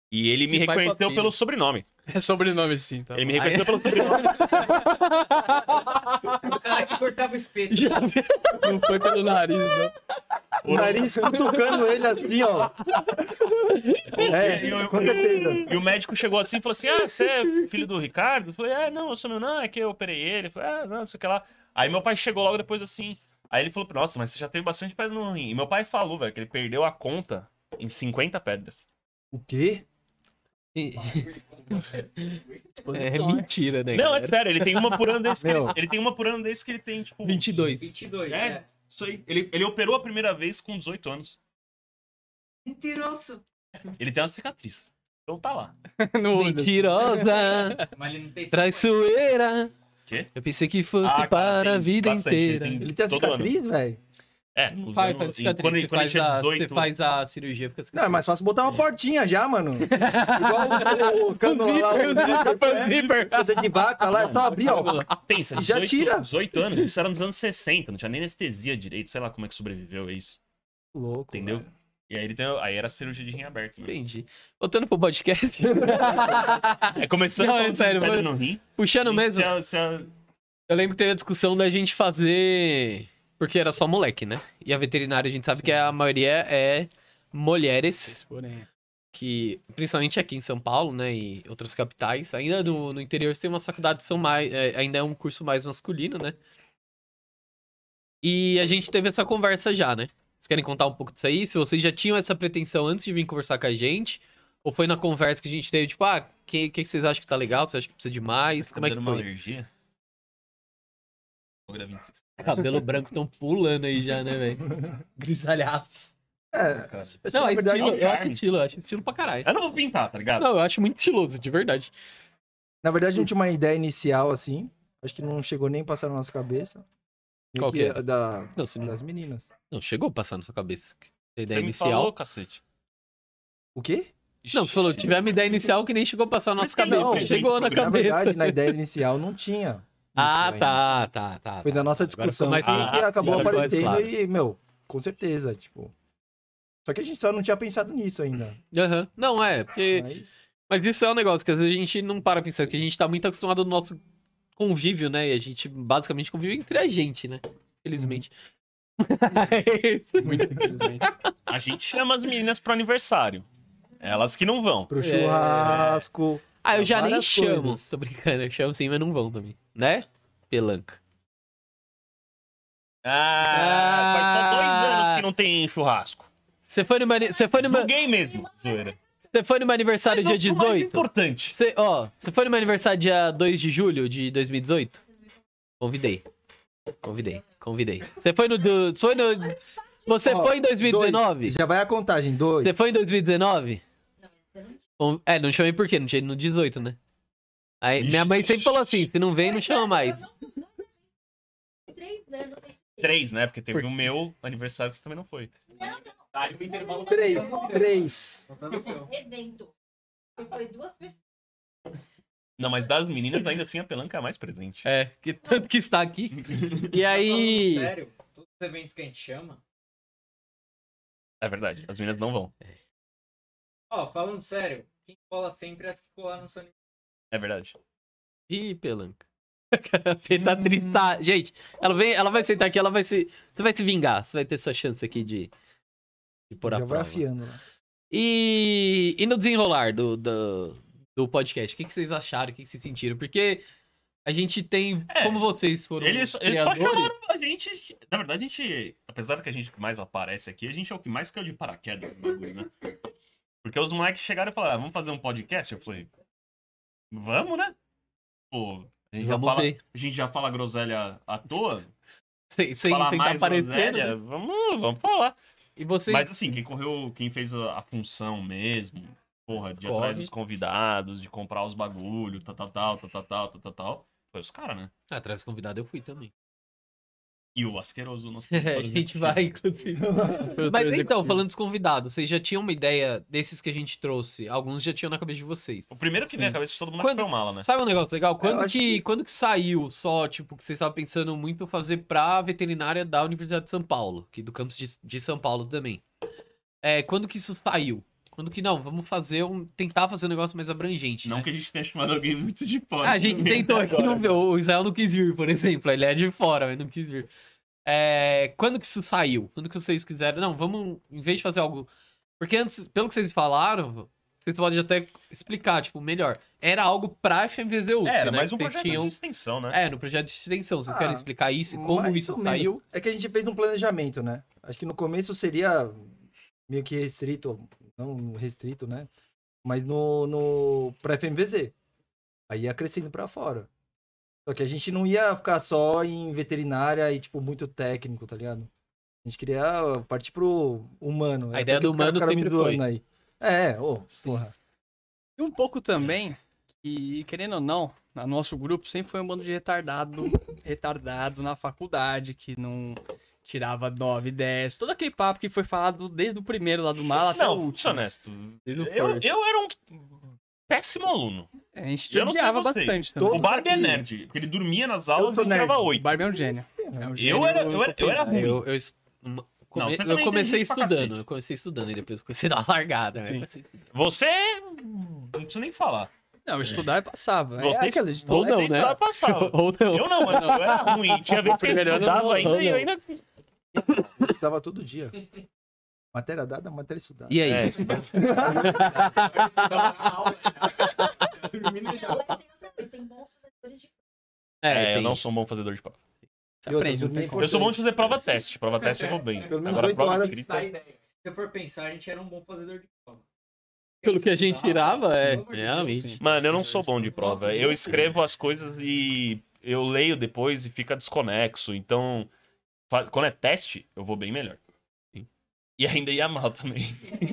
[SPEAKER 2] E ele me
[SPEAKER 1] De pai pra
[SPEAKER 2] reconheceu
[SPEAKER 1] filho.
[SPEAKER 2] pelo sobrenome.
[SPEAKER 3] É sobrenome sim, tá?
[SPEAKER 2] Ele me reconheceu pelo sobrenome.
[SPEAKER 5] O cara que cortava o espeto.
[SPEAKER 1] Já vi.
[SPEAKER 3] Não foi pelo nariz,
[SPEAKER 1] né?
[SPEAKER 3] não.
[SPEAKER 4] O nariz cutucando ele assim, ó.
[SPEAKER 2] E eu-
[SPEAKER 4] É, com certeza.
[SPEAKER 2] E o médico chegou assim e falou assim: Ah, você é filho do Ricardo? Eu falei, ah, não, eu sou meu, não, é que eu operei ele. Eu falei, ah, não, não sei o que lá. Aí meu pai chegou logo depois assim. Aí ele falou, nossa, mas você já teve bastante pedra no rim. E meu pai falou, velho, que ele perdeu a conta em 50 pedras.
[SPEAKER 4] O quê?
[SPEAKER 1] É mentira, né?
[SPEAKER 2] Não, é
[SPEAKER 1] galera?
[SPEAKER 2] sério, ele tem uma por ano desse que ele,
[SPEAKER 4] Meu.
[SPEAKER 2] ele tem uma por ano desse que ele tem, tipo.
[SPEAKER 1] 22.
[SPEAKER 5] 22,
[SPEAKER 2] É?
[SPEAKER 5] né?
[SPEAKER 2] Isso aí. Ele, ele operou a primeira vez com 18 anos.
[SPEAKER 5] Mentiroso. Tá
[SPEAKER 2] Ele tem uma cicatriz. Então tá lá.
[SPEAKER 3] No olho.
[SPEAKER 1] Mentirosa,
[SPEAKER 5] Mas ele não tem
[SPEAKER 1] traiçoeira.
[SPEAKER 2] Quê?
[SPEAKER 1] Eu pensei que fosse
[SPEAKER 2] Ah, cara,
[SPEAKER 1] para a
[SPEAKER 2] tem
[SPEAKER 1] vida
[SPEAKER 2] bastante,
[SPEAKER 1] inteira.
[SPEAKER 2] tem
[SPEAKER 4] Ele tem a
[SPEAKER 2] todo ano.
[SPEAKER 4] cicatriz, velho?
[SPEAKER 2] É,
[SPEAKER 1] Não
[SPEAKER 2] nos
[SPEAKER 1] faz,
[SPEAKER 2] anos-
[SPEAKER 1] faz cicatriz.
[SPEAKER 2] Quando, quando
[SPEAKER 1] você,
[SPEAKER 2] ele
[SPEAKER 1] faz
[SPEAKER 2] tinha
[SPEAKER 1] a,
[SPEAKER 2] 18.
[SPEAKER 1] você faz a cirurgia, fica
[SPEAKER 4] Não, é mais fácil botar uma portinha já, mano. Igual o, o cano lá, um o,
[SPEAKER 1] zíper.
[SPEAKER 4] o dedo de vaca lá, é só abrir, ó.
[SPEAKER 2] Pensa,
[SPEAKER 4] E já
[SPEAKER 2] 18,
[SPEAKER 4] tira.
[SPEAKER 2] 18 anos, isso era nos anos 60, não tinha nem anestesia direito, sei lá como é que sobreviveu a isso,
[SPEAKER 4] Louco.
[SPEAKER 2] entendeu?
[SPEAKER 4] velho.
[SPEAKER 2] E aí ele tem, aí era cirurgia de rim aberto. Né?
[SPEAKER 1] Entendi. Voltando pro podcast.
[SPEAKER 2] É começando
[SPEAKER 1] Não,
[SPEAKER 2] com
[SPEAKER 1] é sério,
[SPEAKER 2] pedra
[SPEAKER 1] foi-
[SPEAKER 2] no rim.
[SPEAKER 1] Puxando
[SPEAKER 2] e
[SPEAKER 1] mesmo.
[SPEAKER 2] se a- se a-
[SPEAKER 1] Eu lembro que teve a discussão da gente fazer. Porque era só moleque, né? E a veterinária a gente sabe que a maioria é mulheres,
[SPEAKER 3] Porém.
[SPEAKER 1] que principalmente aqui em São Paulo, né? E outras capitais. Ainda no, no interior tem umas faculdades que são mais. é, ainda é um curso mais masculino, né? E a gente teve essa conversa já, né? Vocês querem contar um pouco disso aí? Se vocês já tinham essa pretensão antes de vir conversar com a gente? Ou foi na conversa que a gente teve, tipo, ah, o que, que vocês acham que tá legal? Vocês acham que precisa de mais? Como é que
[SPEAKER 2] Tá dando uma
[SPEAKER 1] foi?
[SPEAKER 2] alergia. Fogo da 25.
[SPEAKER 1] Cabelo branco tão pulando aí já, né, velho? Grisalhaço.
[SPEAKER 4] É,
[SPEAKER 1] Não, é
[SPEAKER 4] na verdade,
[SPEAKER 1] estilo, eu acho
[SPEAKER 2] Charme.
[SPEAKER 1] estilo, eu acho estilo pra caralho.
[SPEAKER 2] Eu não vou pintar, tá ligado?
[SPEAKER 1] Não, eu acho muito estiloso, de verdade.
[SPEAKER 4] na verdade, a gente tinha uma ideia inicial, assim. Acho que não chegou nem a passar na nossa cabeça. E
[SPEAKER 1] Qual que
[SPEAKER 4] é Da,
[SPEAKER 1] Não, se não,
[SPEAKER 4] das meninas.
[SPEAKER 1] não chegou a passar na sua cabeça. A ideia
[SPEAKER 2] Você me
[SPEAKER 1] inicial.
[SPEAKER 2] falou, cacete.
[SPEAKER 4] O quê?
[SPEAKER 1] Não, você falou, tiver uma ideia inicial que nem chegou a passar na
[SPEAKER 2] Mas
[SPEAKER 1] nossa
[SPEAKER 2] que
[SPEAKER 1] cabeça.
[SPEAKER 4] não,
[SPEAKER 1] chegou na
[SPEAKER 2] gente,
[SPEAKER 4] Na
[SPEAKER 1] cabeça.
[SPEAKER 4] verdade, na ideia inicial não tinha.
[SPEAKER 1] Ah,
[SPEAKER 4] Isso ainda.
[SPEAKER 1] tá, tá, tá.
[SPEAKER 4] Foi
[SPEAKER 1] tá.
[SPEAKER 4] da nossa
[SPEAKER 1] Agora ficou
[SPEAKER 4] discussão
[SPEAKER 1] mais-
[SPEAKER 4] aqui que
[SPEAKER 1] Ah,
[SPEAKER 4] acabou
[SPEAKER 1] sim, agora
[SPEAKER 4] aparecendo
[SPEAKER 1] claro.
[SPEAKER 4] e, meu, com certeza, tipo. Só que a gente só não tinha pensado nisso ainda.
[SPEAKER 1] Aham. Não, é, porque.
[SPEAKER 4] Mas.
[SPEAKER 1] Mas isso é um negócio que às vezes a gente não para pra pensar, porque a gente tá muito acostumado ao nosso convívio, né? E a gente basicamente convive entre a gente, né? Felizmente.
[SPEAKER 4] Uhum.
[SPEAKER 1] Mas-
[SPEAKER 3] Muito infelizmente.
[SPEAKER 2] A gente chama as meninas pro aniversário. Elas que não vão.
[SPEAKER 4] Pro churrasco.
[SPEAKER 1] Ah, eu já nem
[SPEAKER 4] Várias
[SPEAKER 1] chamo.
[SPEAKER 4] coisas.
[SPEAKER 1] Tô brincando, eu chamo sim, mas não vão também. Né? Pelanca.
[SPEAKER 2] Ah, faz só dois
[SPEAKER 1] Ah.
[SPEAKER 2] anos que não tem churrasco.
[SPEAKER 1] Você foi no meu ani- você foi no meu-
[SPEAKER 2] Joguei mesmo, zoeira.
[SPEAKER 1] você foi no meu aniversário dia
[SPEAKER 2] Mas eu sou mais
[SPEAKER 1] 18?
[SPEAKER 2] importante.
[SPEAKER 1] Você, ó, você foi no meu aniversário dia 2 de julho de 2018? Convidei. Convidei, convidei. Você foi no do, você foi no Você
[SPEAKER 4] Ó,
[SPEAKER 1] foi em 2019?
[SPEAKER 4] Dois. Já vai a contagem, dois.
[SPEAKER 1] Você foi em 2019? Bom, É, não chamei por quê? Não tinha ido no 18, né? Aí, minha mãe sempre falou assim, se não vem, não chama mais.
[SPEAKER 6] Três anos.
[SPEAKER 2] Três, né? Porque teve
[SPEAKER 1] Por-
[SPEAKER 2] o meu aniversário que você também não foi.
[SPEAKER 5] Aí o intervalo
[SPEAKER 4] Três. Três.
[SPEAKER 5] Tá no céu.
[SPEAKER 6] Evento. Eu falei duas pessoas.
[SPEAKER 2] Não, mas das meninas, ainda assim, a pelanca é a mais presente.
[SPEAKER 1] É, que tanto que está aqui. E aí.
[SPEAKER 5] Sério, todos os eventos que a gente chama.
[SPEAKER 2] É verdade, as meninas não vão.
[SPEAKER 5] Ó, falando sério, quem cola sempre é as que colaram no seu aniversário.
[SPEAKER 2] É verdade.
[SPEAKER 1] Ih, pelanca. A Fê tá triste. tá? Gente, ela, vem, ela vai sentar aqui, ela vai se. Você vai se vingar. Você vai ter sua chance aqui de. de pôr a
[SPEAKER 4] Já vai
[SPEAKER 1] prova.
[SPEAKER 4] afiando lá.
[SPEAKER 1] E, e no desenrolar do, do, do podcast, o que, que vocês acharam? O que, que vocês sentiram? Porque a gente tem.
[SPEAKER 2] É,
[SPEAKER 1] como vocês foram.
[SPEAKER 2] Eles,
[SPEAKER 1] os
[SPEAKER 2] eles só
[SPEAKER 1] criadores,
[SPEAKER 2] chamaram a gente. Na verdade, a gente. Apesar que a gente mais aparece aqui, a gente é o que mais caiu de paraquedas no bagulho, né? Porque os moleques chegaram e falaram, ah, vamos fazer um podcast? Eu falei, vamos, né? Pô, a gente, já
[SPEAKER 1] Vamos
[SPEAKER 2] fala,
[SPEAKER 1] ver.
[SPEAKER 2] a gente já fala groselha à toa.
[SPEAKER 1] Sem, sem,
[SPEAKER 2] falar
[SPEAKER 1] sem tá
[SPEAKER 2] mais
[SPEAKER 1] aparecendo.
[SPEAKER 2] groselha,
[SPEAKER 1] né?
[SPEAKER 2] vamos, vamos falar.
[SPEAKER 1] E vocês.
[SPEAKER 2] Mas assim, quem correu, quem fez a, a função mesmo, porra, de
[SPEAKER 1] Corre.
[SPEAKER 2] atrás dos convidados, de comprar os bagulho, tal, tal, tal, tal, tal, tal, tal, tal, tal, foi os caras, né?
[SPEAKER 1] Ah, Atrás do convidado eu fui também.
[SPEAKER 2] E o asqueroso, né? o nosso
[SPEAKER 1] a gente vai, inclusive. Mas então, falando dos convidados, vocês já tinham uma ideia desses que a gente trouxe? Alguns já tinham na cabeça de vocês.
[SPEAKER 2] O primeiro que veio à cabeça de todo mundo
[SPEAKER 1] Quando-
[SPEAKER 2] foi o Mala, né?
[SPEAKER 1] Sabe um negócio legal? Quando
[SPEAKER 4] É, eu
[SPEAKER 1] que,
[SPEAKER 4] acho
[SPEAKER 1] quando que saiu só, tipo, que vocês estavam pensando muito fazer pra veterinária da Universidade de São Paulo, que do campus de, de São Paulo também. É, quando que isso saiu? Quando que não, vamos fazer um. tentar fazer um negócio mais abrangente.
[SPEAKER 2] Não
[SPEAKER 1] né?
[SPEAKER 2] que a gente tenha chamado alguém muito de fora.
[SPEAKER 1] Ah, a gente
[SPEAKER 2] também né?
[SPEAKER 1] tentou
[SPEAKER 2] até
[SPEAKER 1] aqui, não,
[SPEAKER 2] agora.
[SPEAKER 1] veio. o Israel não quis vir, por exemplo. Ele é de fora, mas não quis vir. É, quando que isso saiu? Quando que vocês quiseram? Não, vamos, em vez de fazer algo. Porque antes, pelo que vocês falaram, vocês podem até explicar, tipo, melhor. Era algo pra FMVZ USP,
[SPEAKER 2] É, era
[SPEAKER 1] né?
[SPEAKER 2] mais
[SPEAKER 1] que
[SPEAKER 2] um
[SPEAKER 1] vocês
[SPEAKER 2] projeto
[SPEAKER 1] tinham-
[SPEAKER 2] de extensão, né?
[SPEAKER 1] É, no projeto de extensão. Vocês
[SPEAKER 4] Ah,
[SPEAKER 1] querem explicar isso e como
[SPEAKER 4] Mais
[SPEAKER 1] isso
[SPEAKER 4] ou menos.
[SPEAKER 1] saiu?
[SPEAKER 4] É que a gente fez um planejamento, né? Acho que no começo seria meio que restrito, não restrito, né? Mas no, no pra FMVZ. Aí ia crescendo pra fora. Só que a gente não ia ficar só em veterinária e, tipo, muito técnico, tá ligado? A gente queria partir pro humano. É
[SPEAKER 1] A ideia
[SPEAKER 4] até que
[SPEAKER 1] do
[SPEAKER 4] os caras
[SPEAKER 1] humano
[SPEAKER 4] ficaram
[SPEAKER 1] sempre
[SPEAKER 4] me
[SPEAKER 1] foi.
[SPEAKER 4] zoando Aí. É, ô, porra.
[SPEAKER 3] E um pouco também, que querendo ou não, no nosso grupo sempre foi um bando de retardado, retardado na faculdade, que não tirava 9, 10, todo aquele papo que foi falado desde o primeiro lá do Mala até o
[SPEAKER 2] Não, sou
[SPEAKER 3] último.
[SPEAKER 2] honesto.
[SPEAKER 1] Desde o
[SPEAKER 2] Eu,
[SPEAKER 1] first.
[SPEAKER 2] eu era um péssimo aluno.
[SPEAKER 3] É, A gente te
[SPEAKER 2] Eu não sei
[SPEAKER 3] odiava
[SPEAKER 2] vocês.
[SPEAKER 3] bastante também.
[SPEAKER 2] o
[SPEAKER 4] Todos
[SPEAKER 2] Barbie é
[SPEAKER 4] aqui.
[SPEAKER 2] nerd, porque ele dormia nas aulas
[SPEAKER 4] sou
[SPEAKER 2] e tirava
[SPEAKER 4] nerd.
[SPEAKER 3] O
[SPEAKER 2] oito.
[SPEAKER 3] Barbie é um gênio. É um gênio,
[SPEAKER 2] era- eu era- eu era
[SPEAKER 1] É,
[SPEAKER 2] ruim.
[SPEAKER 1] eu, eu es- uma- come-
[SPEAKER 2] Não, você
[SPEAKER 1] eu
[SPEAKER 2] também é
[SPEAKER 1] comecei
[SPEAKER 2] inteligente pra
[SPEAKER 1] estudando,
[SPEAKER 2] cacete.
[SPEAKER 1] eu comecei estudando e depois comecei a dar uma largada. né?
[SPEAKER 2] Você. Não preciso nem falar.
[SPEAKER 3] Não, estudar e passava. É
[SPEAKER 2] Você
[SPEAKER 3] aquela de
[SPEAKER 1] Ou
[SPEAKER 2] Você
[SPEAKER 1] não,
[SPEAKER 2] tem
[SPEAKER 1] né?
[SPEAKER 2] história passava.
[SPEAKER 1] Ou não.
[SPEAKER 2] Eu não, eu não, eu era ruim. Tinha vezes que eu
[SPEAKER 1] Primeiro ano eu não-
[SPEAKER 2] estudava ainda e eu
[SPEAKER 1] não.
[SPEAKER 2] ainda.
[SPEAKER 4] Eu estudava todo dia. Matéria dada, matéria estudada.
[SPEAKER 1] E aí?
[SPEAKER 2] É,
[SPEAKER 7] tá
[SPEAKER 5] Então, a aula
[SPEAKER 7] né?
[SPEAKER 5] já. Termina já.
[SPEAKER 6] Não, mas tem Então, assim, outra coisa, tem bons fazedores de
[SPEAKER 2] É, eu
[SPEAKER 1] tem
[SPEAKER 2] não
[SPEAKER 1] isso.
[SPEAKER 2] sou bom fazedor de prova.
[SPEAKER 4] E outra,
[SPEAKER 3] aprende, não
[SPEAKER 4] dormia
[SPEAKER 3] tem como.
[SPEAKER 2] Eu sou bom de fazer prova teste. Prova teste eu vou bem.
[SPEAKER 4] Pelo menos
[SPEAKER 2] Agora
[SPEAKER 4] oito
[SPEAKER 2] prova
[SPEAKER 4] horas
[SPEAKER 2] escrita.
[SPEAKER 5] Essa ideia. Se você for pensar, a gente era um bom fazedor de prova.
[SPEAKER 1] Pelo que a gente tirava, é. Realmente.
[SPEAKER 2] Mano, eu não sou bom de prova. Eu escrevo as coisas e eu leio depois e fica desconexo. Então, fa- quando é teste, eu vou bem melhor. E ainda ia mal também.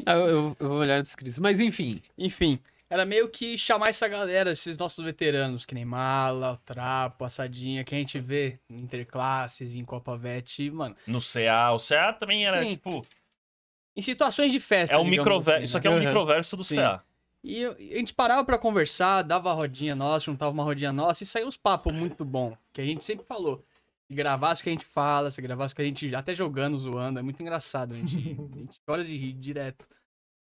[SPEAKER 1] Ah, Eu, eu- eu vou olhar nesse Cris. Mas enfim,
[SPEAKER 3] Enfim, era meio que chamar essa galera, esses nossos veteranos, que nem Mala, o Trapo, Assadinha, que a gente vê em interclasses, em Copa Vete, mano.
[SPEAKER 2] No CA, o CA também era
[SPEAKER 3] Sim.
[SPEAKER 2] tipo.
[SPEAKER 3] Em situações de festa.
[SPEAKER 2] É um
[SPEAKER 3] digamos
[SPEAKER 2] microverso.
[SPEAKER 3] assim,
[SPEAKER 2] Isso
[SPEAKER 3] né?
[SPEAKER 2] aqui é um
[SPEAKER 1] Aham.
[SPEAKER 2] microverso do
[SPEAKER 3] Sim.
[SPEAKER 2] CA.
[SPEAKER 3] E eu- e a gente parava pra conversar, dava a rodinha nossa, juntava uma rodinha nossa e saía uns papos muito bom, que a gente sempre falou. Se gravasse o que a gente fala, se gravasse o que a gente até jogando, zoando, é muito engraçado, a gente, a gente chora de rir direto.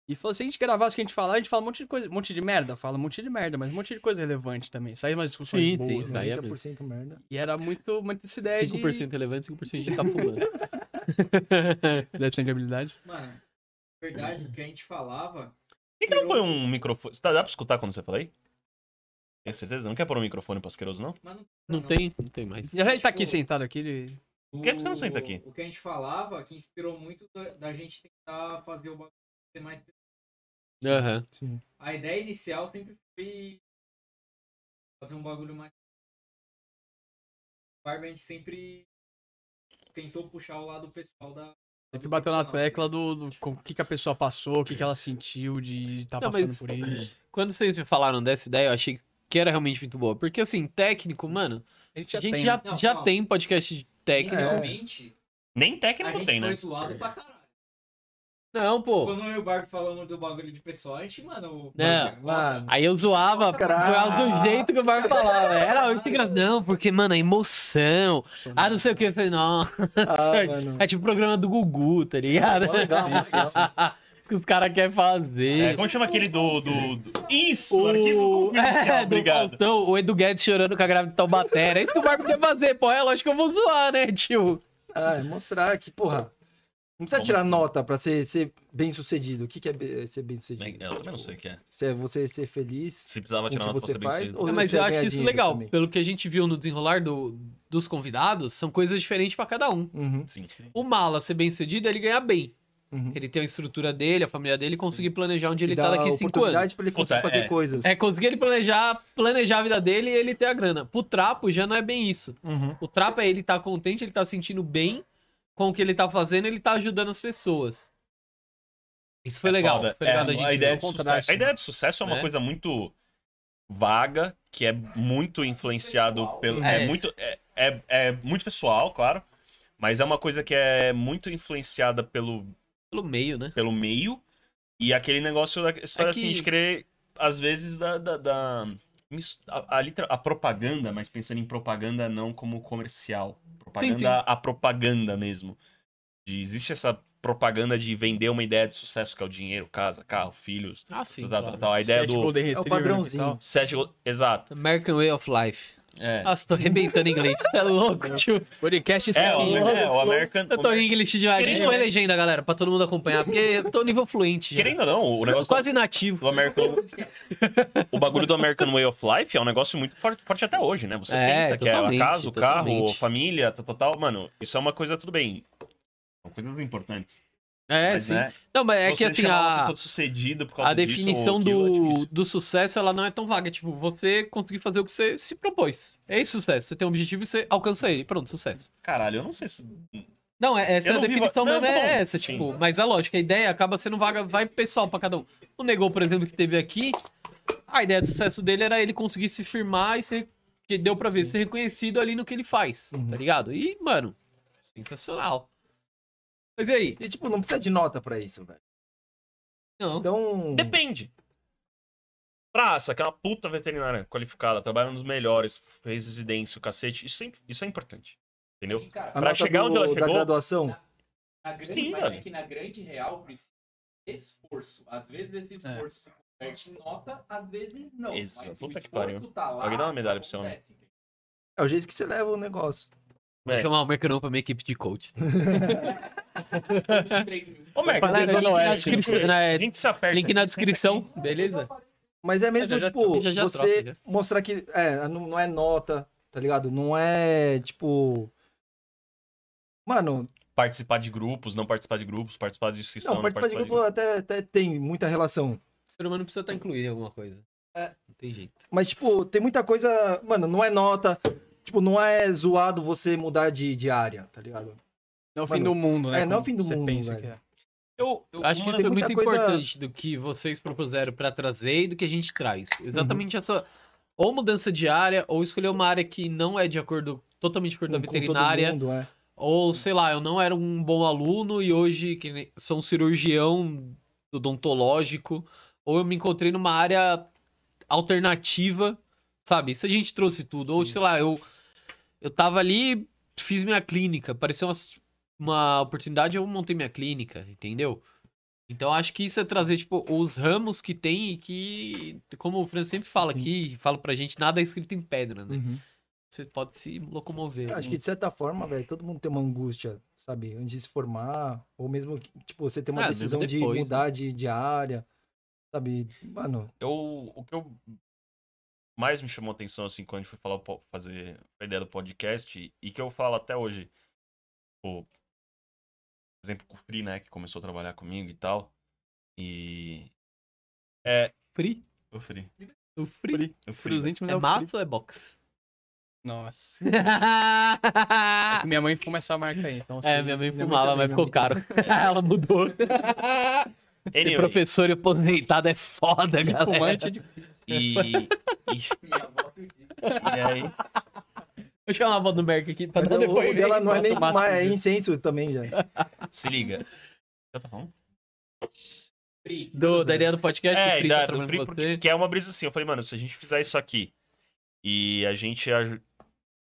[SPEAKER 3] E falou, se a gente gravasse o que a gente fala, a gente fala um monte de coisa, um monte de merda, fala um monte de merda, mas um monte de coisa relevante também. Saía umas discussões
[SPEAKER 1] Sim,
[SPEAKER 3] boas,
[SPEAKER 1] sim,
[SPEAKER 3] né?
[SPEAKER 1] daí é
[SPEAKER 4] 90% merda.
[SPEAKER 3] E era muito, muito essa ideia de...
[SPEAKER 1] 5% relevante, 5% de tá pulando.
[SPEAKER 3] 10% de habilidade.
[SPEAKER 5] Mano, verdade, o que a gente falava.
[SPEAKER 2] Por que, que não põe um microfone? Tá, dá pra escutar quando você fala aí? Tem certeza? Não quer pôr um microfone pro asqueroso, não?
[SPEAKER 5] Mas não,
[SPEAKER 1] Não tem, não tem mais.
[SPEAKER 3] Já ele tá aqui
[SPEAKER 5] Tipo-
[SPEAKER 3] sentado aqui, ele...
[SPEAKER 2] Por que você não senta
[SPEAKER 5] O-
[SPEAKER 2] aqui?
[SPEAKER 5] O que a gente falava, que inspirou muito da, da gente tentar fazer o bagulho ser mais.
[SPEAKER 1] Aham.
[SPEAKER 4] Sim.
[SPEAKER 5] A ideia inicial sempre foi fazer um bagulho mais. O Barba a gente sempre tentou puxar o lado pessoal da.
[SPEAKER 3] Ele bateu na
[SPEAKER 1] né?
[SPEAKER 3] tecla do, do com- o que, que a pessoa passou, o que, que ela sentiu de estar
[SPEAKER 1] Não,
[SPEAKER 3] passando
[SPEAKER 1] mas-
[SPEAKER 3] por isso.
[SPEAKER 1] Quando vocês me falaram dessa ideia, eu achei que era realmente muito boa. Porque assim, técnico, mano, a gente já,
[SPEAKER 5] Não,
[SPEAKER 1] já
[SPEAKER 5] calma.
[SPEAKER 1] tem podcast de técnico.
[SPEAKER 5] Inicialmente,
[SPEAKER 2] Nem
[SPEAKER 5] a
[SPEAKER 2] técnico
[SPEAKER 5] gente
[SPEAKER 2] tem,
[SPEAKER 5] foi
[SPEAKER 2] né?
[SPEAKER 5] zoado pra caralho.
[SPEAKER 1] Não, pô.
[SPEAKER 5] Quando eu e o Barba falamos do bagulho de pessoal, a gente, mano. o-
[SPEAKER 1] É. Não.
[SPEAKER 4] Mano,
[SPEAKER 1] Aí eu zoava por causa do jeito que o Barba falava. Era muito engraçado. Não, porque, mano, a emoção. Ah, não sei o que. Eu falei, não.
[SPEAKER 4] ah, mano.
[SPEAKER 1] É tipo o programa do Gugu, tá ligado?
[SPEAKER 4] Mó legal, mó legal.
[SPEAKER 1] que os caras querem fazer.
[SPEAKER 2] É, como chama aquele do. do, do- Isso! Arquivo
[SPEAKER 1] O...
[SPEAKER 2] confidencial,
[SPEAKER 1] É, do
[SPEAKER 2] obrigado.
[SPEAKER 1] Faustão, o Edu Guedes chorando com a grave de Taubaté. Era isso que o Marco quer fazer, pô. É lógico que eu vou zoar, né, tio?
[SPEAKER 4] Ah, é mostrar que, porra, Não precisa
[SPEAKER 2] Como
[SPEAKER 4] tirar
[SPEAKER 2] assim?
[SPEAKER 4] nota pra ser, ser bem sucedido. O que, que é be- ser bem sucedido?
[SPEAKER 2] Bem, Eu também não sei o que é.
[SPEAKER 4] Se é você ser feliz
[SPEAKER 2] Se
[SPEAKER 4] com
[SPEAKER 2] precisava
[SPEAKER 4] o
[SPEAKER 2] tirar
[SPEAKER 4] que
[SPEAKER 2] nota pra
[SPEAKER 4] você
[SPEAKER 2] saber o que
[SPEAKER 4] faz,
[SPEAKER 2] é.
[SPEAKER 4] ou
[SPEAKER 1] É, mas
[SPEAKER 4] você
[SPEAKER 1] eu
[SPEAKER 4] ganhar
[SPEAKER 1] acho isso
[SPEAKER 4] dinheiro
[SPEAKER 1] legal.
[SPEAKER 4] também.
[SPEAKER 1] Pelo que a gente viu no desenrolar do- dos convidados, são coisas diferentes pra cada um.
[SPEAKER 4] Uhum,
[SPEAKER 2] Sim, sim.
[SPEAKER 1] O Mala ser bem sucedido é ele ganhar bem.
[SPEAKER 4] uhum.
[SPEAKER 1] Ele tem a estrutura dele, a família dele, e conseguir planejar onde ele
[SPEAKER 4] E dá
[SPEAKER 1] tá daqui cinco anos.
[SPEAKER 4] oportunidade pra ele conseguir
[SPEAKER 2] Puta,
[SPEAKER 4] fazer
[SPEAKER 2] é.
[SPEAKER 4] coisas.
[SPEAKER 1] É conseguir ele planejar, planejar a vida dele e ele ter a grana. Pro trapo já não é bem isso.
[SPEAKER 2] Uhum.
[SPEAKER 1] O trapo é ele tá contente, ele tá sentindo bem com o que ele tá fazendo, ele tá ajudando as pessoas. Isso foi
[SPEAKER 2] É
[SPEAKER 1] legal.
[SPEAKER 2] foda.
[SPEAKER 1] Foi
[SPEAKER 2] É,
[SPEAKER 1] legal da gente
[SPEAKER 2] a,
[SPEAKER 1] ver
[SPEAKER 2] ideia
[SPEAKER 1] o
[SPEAKER 2] de
[SPEAKER 1] contraste,
[SPEAKER 2] sucesso, a ideia de sucesso é uma
[SPEAKER 1] né?
[SPEAKER 2] coisa muito vaga, que é muito influenciado pelo. É,
[SPEAKER 1] É.
[SPEAKER 2] muito, é, é, é muito pessoal, claro. Mas é uma coisa que é muito influenciada pelo,
[SPEAKER 1] pelo meio, né?
[SPEAKER 2] pelo meio. E aquele negócio da história
[SPEAKER 1] É que-
[SPEAKER 2] assim de querer, às vezes, da. da, da- mis- a, a litra- a propaganda, mas pensando em propaganda não como comercial. Propaganda,
[SPEAKER 1] sim.
[SPEAKER 2] a propaganda mesmo. De, existe essa propaganda de vender uma ideia de sucesso, que é o dinheiro, casa, carro, filhos.
[SPEAKER 1] Ah, sim.
[SPEAKER 2] tal, tal, tal, tal. A ideia
[SPEAKER 3] Sete
[SPEAKER 2] do.
[SPEAKER 3] Golden
[SPEAKER 4] É o
[SPEAKER 3] Retriever e
[SPEAKER 4] padrãozinho.
[SPEAKER 3] tal.
[SPEAKER 2] Sete... go- Exato.
[SPEAKER 1] American Way of Life.
[SPEAKER 2] É.
[SPEAKER 1] Nossa, tô arrebentando em inglês. Você é louco, tio.
[SPEAKER 3] Podcast
[SPEAKER 2] É, o,
[SPEAKER 3] skin.
[SPEAKER 2] é, o American.
[SPEAKER 1] Eu tô em inglês demais. A gente
[SPEAKER 2] Querendo-
[SPEAKER 1] põe legenda, galera, pra todo mundo acompanhar, porque eu tô nível fluente já.
[SPEAKER 2] Querendo ou não, o negócio
[SPEAKER 1] Quase nativo.
[SPEAKER 2] do American. o bagulho do American Way of Life é um negócio muito forte, forte até hoje, né? Você
[SPEAKER 1] É,
[SPEAKER 2] pensa que é a
[SPEAKER 1] totalmente,
[SPEAKER 2] casa, o carro,
[SPEAKER 1] totalmente.
[SPEAKER 2] família, tal, tal, tal. Mano, isso é uma coisa, tudo bem. São coisas importantes.
[SPEAKER 1] É,
[SPEAKER 2] mas,
[SPEAKER 1] sim.
[SPEAKER 2] né,
[SPEAKER 1] Não, mas é
[SPEAKER 2] você
[SPEAKER 1] que assim,
[SPEAKER 2] chamar uma
[SPEAKER 1] a...
[SPEAKER 2] pessoa de sucedido por causa
[SPEAKER 1] a
[SPEAKER 2] disso,
[SPEAKER 1] definição
[SPEAKER 2] ou aquilo, é
[SPEAKER 1] do,
[SPEAKER 2] difícil.
[SPEAKER 1] do sucesso ela não é tão vaga. Tipo, você conseguir fazer o que você se propôs. É isso, sucesso. Você tem um objetivo e você alcança ele. Pronto, sucesso.
[SPEAKER 2] Caralho, eu não sei se.
[SPEAKER 1] Não, é- essa
[SPEAKER 2] Eu
[SPEAKER 1] é a
[SPEAKER 2] não vivo-
[SPEAKER 1] definição
[SPEAKER 2] Não,
[SPEAKER 1] mesmo
[SPEAKER 2] tá bom.
[SPEAKER 1] é essa,
[SPEAKER 2] Sim.
[SPEAKER 1] tipo. Mas a lógica, a ideia acaba sendo vaga, vai pessoal pra cada um. O Negou, por exemplo, que teve aqui, a ideia de sucesso dele era ele conseguir se firmar e ser. Que deu pra ver, ser reconhecido ali no que ele faz,
[SPEAKER 2] Uhum.
[SPEAKER 1] tá ligado? E, mano, sensacional. Mas e aí?
[SPEAKER 4] E, tipo, não precisa de nota pra isso, velho.
[SPEAKER 1] Não.
[SPEAKER 4] Então.
[SPEAKER 2] Depende. Praça, que é uma puta veterinária qualificada, trabalha nos melhores, fez residência, o cacete. Isso é, im- isso é importante. Entendeu?
[SPEAKER 5] Cara,
[SPEAKER 4] A
[SPEAKER 2] pra
[SPEAKER 4] nota
[SPEAKER 2] chegar
[SPEAKER 4] do-
[SPEAKER 2] onde ela
[SPEAKER 4] da
[SPEAKER 2] chegou-
[SPEAKER 4] graduação.
[SPEAKER 5] na grande,
[SPEAKER 2] Sim,
[SPEAKER 5] mas
[SPEAKER 2] velho.
[SPEAKER 5] é que na grande real precisa de esforço. Às vezes esse
[SPEAKER 2] É.
[SPEAKER 5] esforço se converte em nota, às vezes não.
[SPEAKER 2] Isso,
[SPEAKER 5] mas
[SPEAKER 2] puta
[SPEAKER 5] o
[SPEAKER 2] que pariu.
[SPEAKER 5] esforço Tá lá,
[SPEAKER 2] Alguém dá uma medalha pra você, né?
[SPEAKER 5] acontece.
[SPEAKER 4] É o jeito que você leva o negócio.
[SPEAKER 2] É.
[SPEAKER 1] Vou chamar o Mercanão pra minha equipe de coach.
[SPEAKER 2] Ô, Merck, você-
[SPEAKER 1] Galera, link
[SPEAKER 2] Manoel,
[SPEAKER 1] na
[SPEAKER 2] gente,
[SPEAKER 1] descrição, né?
[SPEAKER 2] A gente se aperta.
[SPEAKER 1] Link na
[SPEAKER 2] aqui.
[SPEAKER 1] descrição, beleza?
[SPEAKER 4] Mas é mesmo,
[SPEAKER 1] Eu já-
[SPEAKER 4] tipo,
[SPEAKER 1] já- já
[SPEAKER 4] você
[SPEAKER 1] troca, já.
[SPEAKER 4] mostrar que. É, não, não é nota, tá ligado? Não é, tipo. Mano,
[SPEAKER 2] Participar de grupos, não participar de grupos, participar de inscrição,
[SPEAKER 4] não,
[SPEAKER 2] não,
[SPEAKER 4] participar de grupo até, até tem muita relação.
[SPEAKER 1] O ser humano precisa estar incluído em alguma coisa.
[SPEAKER 4] É.
[SPEAKER 1] Não tem jeito.
[SPEAKER 4] Mas, tipo, tem muita coisa. Mano, não é nota. Tipo, não é zoado você mudar de, de área, tá ligado?
[SPEAKER 3] Não é o fim
[SPEAKER 4] Mano,
[SPEAKER 3] do mundo, né?
[SPEAKER 4] é, não é o
[SPEAKER 3] Como
[SPEAKER 4] fim do
[SPEAKER 3] você
[SPEAKER 4] mundo,
[SPEAKER 3] pensa
[SPEAKER 4] velho. Tipo,
[SPEAKER 3] que é.
[SPEAKER 2] Eu,
[SPEAKER 1] Eu acho que isso
[SPEAKER 4] tem
[SPEAKER 1] é muito
[SPEAKER 4] muita coisa-
[SPEAKER 1] importante do que vocês propuseram pra trazer e do que a gente traz. Exatamente essa ou mudança de área, ou escolher uma área que não é de acordo, totalmente de acordo com a
[SPEAKER 4] Com- com todo
[SPEAKER 1] veterinária,
[SPEAKER 4] mundo, é.
[SPEAKER 1] ou sei lá, eu não era um bom aluno e hoje que nem- sou um cirurgião odontológico, ou eu me encontrei numa área alternativa, sabe? Isso a gente trouxe tudo. Ou sei lá, eu eu tava ali, fiz minha clínica, pareceu uma, uma oportunidade, eu montei minha clínica, entendeu? Então acho que isso é trazer, tipo, os ramos que tem e que, como o Fran sempre fala aqui, fala pra gente, nada é escrito em pedra, né?
[SPEAKER 4] Uhum.
[SPEAKER 1] Você pode se locomover.
[SPEAKER 4] Acho que é de certa forma, velho, todo mundo tem uma angústia, sabe? Antes de se formar, ou mesmo, que, tipo, você tem uma
[SPEAKER 1] Ah, mesmo
[SPEAKER 4] decisão de
[SPEAKER 1] depois, né?
[SPEAKER 4] mudar de, de área, sabe? Mano,
[SPEAKER 2] eu, o que eu mais me chamou atenção, assim, quando a gente foi falar, o po- fazer a ideia do podcast, e que eu falo até hoje, tipo, por exemplo, com o Free, né, que começou a trabalhar comigo e tal, e... É,
[SPEAKER 1] Free?
[SPEAKER 2] o Free. O
[SPEAKER 1] O frio.
[SPEAKER 2] Free.
[SPEAKER 3] Frios íntimos
[SPEAKER 1] É
[SPEAKER 3] o
[SPEAKER 1] massa ou é box?
[SPEAKER 3] Nossa. É que minha mãe fuma essa marca aí. Então,
[SPEAKER 1] é,
[SPEAKER 3] se-
[SPEAKER 1] minha mãe
[SPEAKER 4] minha mãe
[SPEAKER 1] fumava,
[SPEAKER 4] também, minha
[SPEAKER 1] mas ficou
[SPEAKER 4] mãe
[SPEAKER 1] caro. Ela mudou. Ser
[SPEAKER 2] Anyway,
[SPEAKER 1] professor e aposentado é foda, galera.
[SPEAKER 3] Fumante é difícil.
[SPEAKER 2] e, e,
[SPEAKER 5] Minha avó acredita.
[SPEAKER 2] e aí...
[SPEAKER 1] Deixa eu chamar a avó do Merck
[SPEAKER 3] Tá
[SPEAKER 1] aqui pra
[SPEAKER 4] mas
[SPEAKER 1] dar
[SPEAKER 4] o- o
[SPEAKER 1] depois.
[SPEAKER 4] dela não é
[SPEAKER 3] bota
[SPEAKER 4] nem
[SPEAKER 3] o máximo
[SPEAKER 4] fumar, é
[SPEAKER 3] disso.
[SPEAKER 4] incenso também, já.
[SPEAKER 2] Se liga. Já tá falando?
[SPEAKER 5] Pri,
[SPEAKER 1] Do, da ideia do podcast,
[SPEAKER 2] É,
[SPEAKER 1] o Free
[SPEAKER 2] da-
[SPEAKER 1] tá
[SPEAKER 2] do
[SPEAKER 1] trabalhando
[SPEAKER 2] Free,
[SPEAKER 1] com
[SPEAKER 2] porque
[SPEAKER 1] você.
[SPEAKER 2] que é uma brisa assim. Eu falei, mano, se a gente fizer isso aqui e a gente. aju-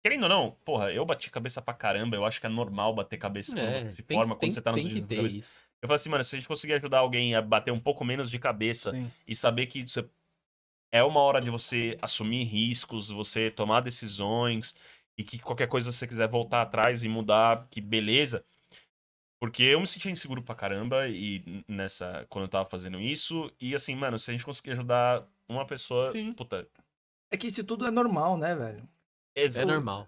[SPEAKER 2] Querendo ou não, porra, eu bati cabeça pra caramba. Eu acho que é normal bater cabeça quando
[SPEAKER 1] É,
[SPEAKER 2] você se
[SPEAKER 1] tem-
[SPEAKER 2] forma,
[SPEAKER 1] tem-
[SPEAKER 2] quando você tá nos
[SPEAKER 1] tem que
[SPEAKER 2] dias da
[SPEAKER 1] ter
[SPEAKER 2] cabeça.
[SPEAKER 1] isso.
[SPEAKER 2] Eu falei assim, mano, se a gente conseguir ajudar alguém a bater um pouco menos de cabeça
[SPEAKER 3] Sim.
[SPEAKER 2] e saber que você- é uma hora de você assumir riscos, você tomar decisões e que qualquer coisa que você quiser voltar atrás e mudar, que beleza. Porque eu me sentia inseguro pra caramba e n- nessa. Quando eu tava fazendo isso. E assim, mano, se a gente conseguir ajudar uma pessoa.
[SPEAKER 3] Sim.
[SPEAKER 2] Puta.
[SPEAKER 4] É que isso tudo é normal, né, velho?
[SPEAKER 1] É normal.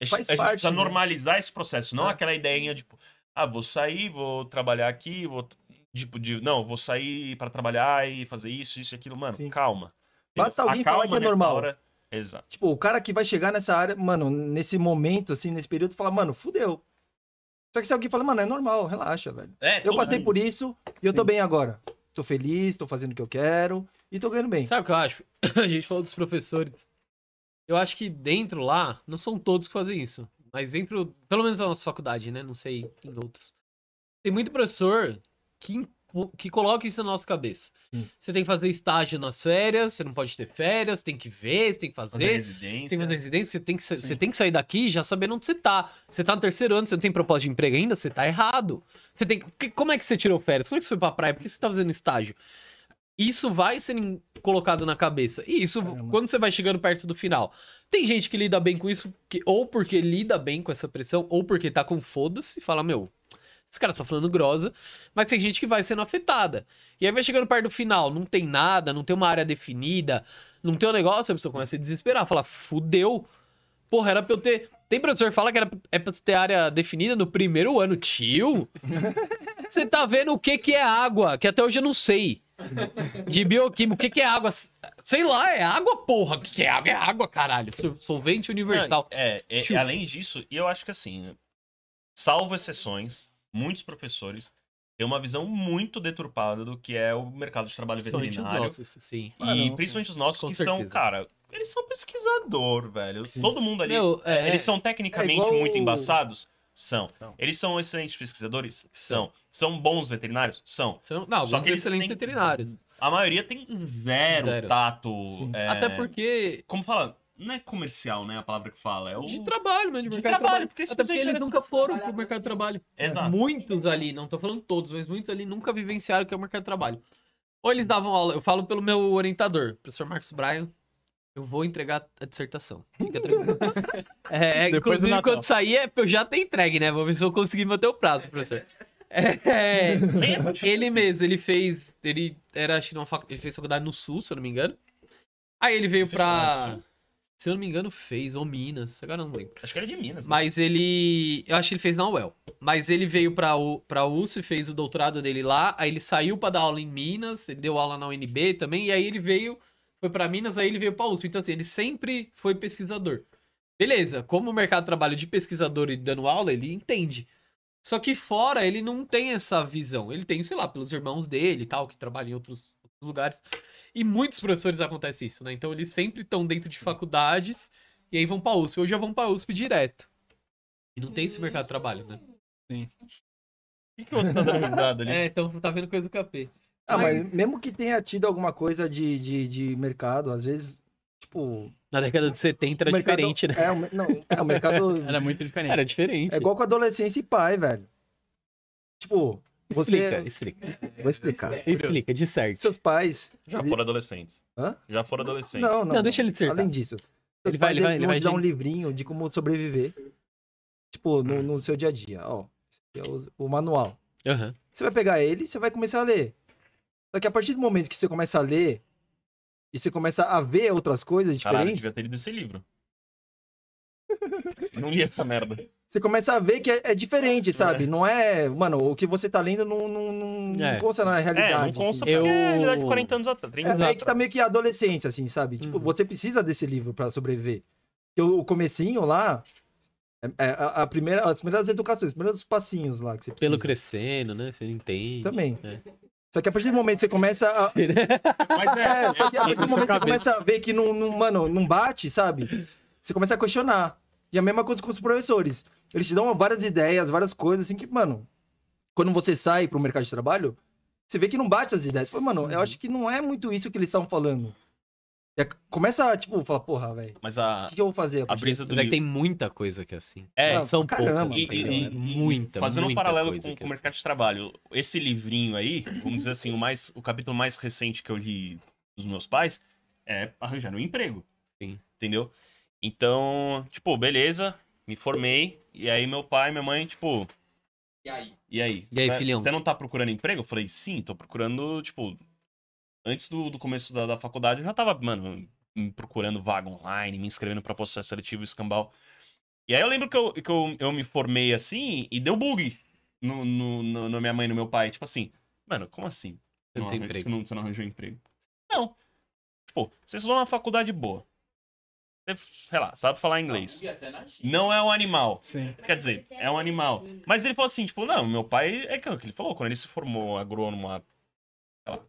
[SPEAKER 2] A gente,
[SPEAKER 4] Faz
[SPEAKER 2] a gente
[SPEAKER 4] parte,
[SPEAKER 2] precisa
[SPEAKER 4] né? É.
[SPEAKER 2] normalizar esse processo, não aquela ideinha tipo, ah, vou sair, vou trabalhar aqui, vou tipo de, não, vou sair pra trabalhar e fazer isso, isso e aquilo, mano,
[SPEAKER 4] Sim.
[SPEAKER 2] calma.
[SPEAKER 4] Basta alguém falar
[SPEAKER 2] Acalma
[SPEAKER 4] que é
[SPEAKER 2] nessa
[SPEAKER 4] normal.
[SPEAKER 2] hora. Exato.
[SPEAKER 4] Tipo, o cara que vai chegar nessa área, mano, nesse momento, assim, nesse período, fala, mano, fudeu. Só que se alguém fala, mano, é normal, relaxa, velho.
[SPEAKER 2] É,
[SPEAKER 4] Eu
[SPEAKER 2] todo
[SPEAKER 4] passei
[SPEAKER 2] mundo.
[SPEAKER 4] por isso e eu tô
[SPEAKER 3] Sim.
[SPEAKER 4] bem agora. Tô feliz, tô fazendo o que eu quero e tô ganhando bem.
[SPEAKER 1] Sabe o que eu acho? A gente falou dos professores. Eu acho que dentro lá, não são todos que fazem isso. Mas dentro, pelo menos na nossa faculdade, né? Não sei em outros. Tem muito professor que, impu- que coloca isso na nossa cabeça.
[SPEAKER 4] Sim.
[SPEAKER 1] Você tem que fazer estágio nas férias, você não pode ter férias, tem que ver, você tem que
[SPEAKER 2] fazer
[SPEAKER 1] fazer.
[SPEAKER 2] residência.
[SPEAKER 1] Tem que fazer residência, você tem que, sa-
[SPEAKER 2] Sim.
[SPEAKER 1] você tem que sair daqui já sabendo onde você tá. Você tá no terceiro ano, você não tem proposta de emprego ainda, você tá errado. Você tem que- que- Como é que você tirou férias? Como é que você foi pra praia? Por que você tá fazendo estágio? Isso vai sendo colocado na cabeça. E isso,
[SPEAKER 4] Caramba.
[SPEAKER 1] quando você vai chegando perto do final. Tem gente que lida bem com isso, que, ou porque lida bem com essa pressão, ou porque tá com foda-se e fala, meu, esse cara tá falando grosa. Mas tem gente que vai sendo afetada. E aí vai chegando perto do final, não tem nada, não tem uma área definida, não tem um negócio, a pessoa começa a desesperar, fala, fudeu. Porra, era pra eu ter. Tem professor que fala que era, é pra você ter área definida no primeiro ano, tio. Você tá vendo o que que é água, que até hoje eu não sei. De bioquímica, o que que é água? Sei lá, é água, porra. O que que é água? É água, caralho. Sol- Solvente universal.
[SPEAKER 2] Não, é, é,
[SPEAKER 1] Tio.
[SPEAKER 2] além disso, e eu acho que assim, salvo exceções, muitos professores têm uma visão muito deturpada do que é o mercado de trabalho
[SPEAKER 1] Principalmente os
[SPEAKER 2] veterinário.
[SPEAKER 1] nossos, sim.
[SPEAKER 4] Ah,
[SPEAKER 2] E
[SPEAKER 4] não,
[SPEAKER 2] principalmente os nossos
[SPEAKER 1] Com
[SPEAKER 2] que são,
[SPEAKER 1] certeza.
[SPEAKER 2] cara, eles são pesquisador, velho.
[SPEAKER 4] Sim.
[SPEAKER 2] Todo mundo ali.
[SPEAKER 1] Meu, é,
[SPEAKER 2] Eles são tecnicamente
[SPEAKER 4] É igual
[SPEAKER 2] muito
[SPEAKER 4] o-
[SPEAKER 2] embaçados? São.
[SPEAKER 1] São.
[SPEAKER 2] Eles são excelentes pesquisadores? São. São bons veterinários? São.
[SPEAKER 1] são- Não,
[SPEAKER 2] Só
[SPEAKER 1] alguns
[SPEAKER 2] que eles
[SPEAKER 1] excelentes
[SPEAKER 2] têm-
[SPEAKER 1] veterinários.
[SPEAKER 2] A maioria tem zero,
[SPEAKER 1] Zero.
[SPEAKER 2] tato. é,
[SPEAKER 1] Até porque.
[SPEAKER 2] Como fala? Não é comercial, né? A palavra que fala. É o.
[SPEAKER 1] De trabalho, né? De,
[SPEAKER 2] de
[SPEAKER 1] mercado de
[SPEAKER 2] trabalho,
[SPEAKER 1] trabalho.
[SPEAKER 2] porque
[SPEAKER 1] Até porque
[SPEAKER 2] simplesmente
[SPEAKER 1] eles
[SPEAKER 2] era-
[SPEAKER 3] é
[SPEAKER 1] nunca foram pro
[SPEAKER 3] assim.
[SPEAKER 1] mercado de trabalho.
[SPEAKER 2] Exato.
[SPEAKER 1] Muitos ali, não tô falando todos, mas muitos ali nunca vivenciaram o que é o mercado de trabalho. Ou eles davam aula, eu falo pelo meu orientador, professor Marcos Bryan, eu vou entregar a dissertação. Fica tranquilo. É,
[SPEAKER 3] Depois
[SPEAKER 1] é,
[SPEAKER 3] do
[SPEAKER 1] inclusive,
[SPEAKER 3] Natal.
[SPEAKER 1] quando sair, é, eu já tenho entregue, né? Vou ver se eu consegui manter o prazo, professor. É,
[SPEAKER 2] Nem é muito difícil
[SPEAKER 1] ele
[SPEAKER 2] assim.
[SPEAKER 1] mesmo, ele fez. Ele era, acho que numa facu- ele fez faculdade no Sul, se eu não me engano. Aí ele veio
[SPEAKER 2] Fez
[SPEAKER 1] pra.
[SPEAKER 2] faculdade,
[SPEAKER 1] Se eu não me engano, fez, ou Minas, agora eu não lembro.
[SPEAKER 2] Acho que era de Minas. né?
[SPEAKER 1] Mas ele. Eu acho que ele fez na UEL. Mas ele veio pra, U, pra USP, fez o doutorado dele lá. Aí ele saiu pra dar aula em Minas. Ele deu aula na UNB também. E aí ele veio. Foi pra Minas, aí ele veio pra USP. Então, assim, ele sempre foi pesquisador. Beleza, como o mercado de trabalho de pesquisador e dando aula, ele entende. Só que fora, ele não tem essa visão. Ele tem, sei lá, pelos irmãos dele e tal, que trabalham em outros, outros lugares. E muitos professores acontece isso, né? Então, eles sempre estão dentro de faculdades e aí vão pra USP. Ou já vão pra USP direto. E não tem esse mercado de trabalho, né?
[SPEAKER 2] Por Hum. que que o outro tá dando risada ali?
[SPEAKER 1] É, então tá vendo coisa do KP.
[SPEAKER 4] Ah, mas mesmo que tenha tido alguma coisa de, de, de mercado, às vezes, tipo.
[SPEAKER 1] Na década de 70 era
[SPEAKER 4] o mercado-
[SPEAKER 1] diferente, né?
[SPEAKER 4] É, o, me- não, é o mercado.
[SPEAKER 3] Era muito diferente.
[SPEAKER 1] Era diferente.
[SPEAKER 4] é igual com adolescência e pai, velho. Tipo, você.
[SPEAKER 1] Explica, explica.
[SPEAKER 4] Vou explicar.
[SPEAKER 1] Explica, de certo.
[SPEAKER 4] Seus pais.
[SPEAKER 2] é Já
[SPEAKER 4] eles-
[SPEAKER 2] foram adolescentes.
[SPEAKER 4] Hã?
[SPEAKER 2] Já foram adolescentes.
[SPEAKER 4] Não, não.
[SPEAKER 1] Não, deixa ele dissertar.
[SPEAKER 4] Além disso, seus
[SPEAKER 1] Ele vai-
[SPEAKER 4] pais,
[SPEAKER 1] ele vai-
[SPEAKER 4] eles
[SPEAKER 1] ele
[SPEAKER 4] vão
[SPEAKER 1] vai
[SPEAKER 4] te dar
[SPEAKER 1] de-
[SPEAKER 4] um livrinho de como sobreviver. Tipo, no, no seu dia a dia. Ó, esse aqui é o, o manual.
[SPEAKER 1] Aham.
[SPEAKER 4] Você vai pegar ele e você vai começar a ler. Só que a partir do momento que você começa a ler e você começa a ver outras coisas
[SPEAKER 2] Caralho, eu
[SPEAKER 4] diferentes,
[SPEAKER 2] devia ter lido esse livro. não li essa merda.
[SPEAKER 4] você começa a ver que é, é diferente, sabe? Não é. Mano, o que você tá lendo não, não, não,
[SPEAKER 1] É.
[SPEAKER 4] não consta na realidade.
[SPEAKER 2] É, não
[SPEAKER 4] assim.
[SPEAKER 2] consta
[SPEAKER 1] Eu-
[SPEAKER 2] porque é a realidade de 40 anos atrás. 30
[SPEAKER 4] É
[SPEAKER 2] anos
[SPEAKER 4] meio que tá
[SPEAKER 2] atrás.
[SPEAKER 4] meio que a adolescência, assim, sabe? Tipo,
[SPEAKER 1] Uhum.
[SPEAKER 4] você precisa desse livro pra sobreviver. Porque o o comecinho lá. É, é a, a primeira, as primeiras educações, os primeiros passinhos lá que você precisa.
[SPEAKER 1] Pelo crescendo, né? Você entende.
[SPEAKER 4] Também.
[SPEAKER 1] É.
[SPEAKER 4] Só que a partir do momento que você começa a.
[SPEAKER 2] Mas é,
[SPEAKER 4] É, só que a partir do momento
[SPEAKER 3] Entra seu
[SPEAKER 4] que você
[SPEAKER 3] cabelo.
[SPEAKER 4] começa a ver que não, não, mano, não bate, sabe? Você começa a questionar. E a mesma coisa com os professores. Eles te dão várias ideias, várias coisas, assim que, mano, quando você sai pro mercado de trabalho, você vê que não bate as ideias. Você Fala, mano,
[SPEAKER 2] Uhum.
[SPEAKER 4] eu acho que não é muito isso que eles estavam falando. E a- começa a, tipo, falar, porra, velho,
[SPEAKER 2] mas
[SPEAKER 4] o
[SPEAKER 2] a,
[SPEAKER 4] que, que eu vou fazer? a
[SPEAKER 2] a
[SPEAKER 4] partir
[SPEAKER 2] brisa do
[SPEAKER 1] Mas é que
[SPEAKER 2] livro.
[SPEAKER 1] tem muita coisa que é assim.
[SPEAKER 2] É,
[SPEAKER 4] Não,
[SPEAKER 1] São
[SPEAKER 4] caramba, né?
[SPEAKER 1] poucas,
[SPEAKER 2] e-
[SPEAKER 1] entendeu?
[SPEAKER 2] e-
[SPEAKER 1] É
[SPEAKER 2] e-
[SPEAKER 1] muita,
[SPEAKER 2] Fazendo um
[SPEAKER 1] muita
[SPEAKER 2] paralelo
[SPEAKER 1] coisa
[SPEAKER 2] com,
[SPEAKER 1] que
[SPEAKER 2] com o
[SPEAKER 1] é assim.
[SPEAKER 2] mercado de trabalho, esse livrinho aí, vamos dizer assim, o, mais, o capítulo mais recente que eu li dos meus pais é arranjar um emprego.
[SPEAKER 1] Sim.
[SPEAKER 2] Entendeu? Então, tipo, beleza, me formei. E aí meu pai e minha mãe, tipo,
[SPEAKER 5] E aí?
[SPEAKER 2] E aí?
[SPEAKER 1] E aí,
[SPEAKER 2] Cê-
[SPEAKER 1] filhão?
[SPEAKER 2] Você não tá procurando emprego? Eu falei, sim, tô procurando, tipo. Antes do, do começo da, da faculdade, eu já tava, mano, me procurando vaga online, me inscrevendo pra processo seletivo escambau. E aí eu lembro que eu, que eu, eu me formei assim e deu bug no, no, no- na minha mãe e no meu pai. Tipo assim, mano, como assim?
[SPEAKER 1] Você não tem
[SPEAKER 2] arran-
[SPEAKER 1] emprego.
[SPEAKER 2] Você não, você não arranjou emprego? Não. Tipo, você estudou numa faculdade boa. Você, sei lá, sabe falar inglês.
[SPEAKER 5] E até na China.
[SPEAKER 2] Não é um animal.
[SPEAKER 3] Sim.
[SPEAKER 2] Quer dizer, é um animal. Mas ele falou assim, tipo, não, meu pai é que é o que ele falou, quando ele se formou agrônomo há sei lá,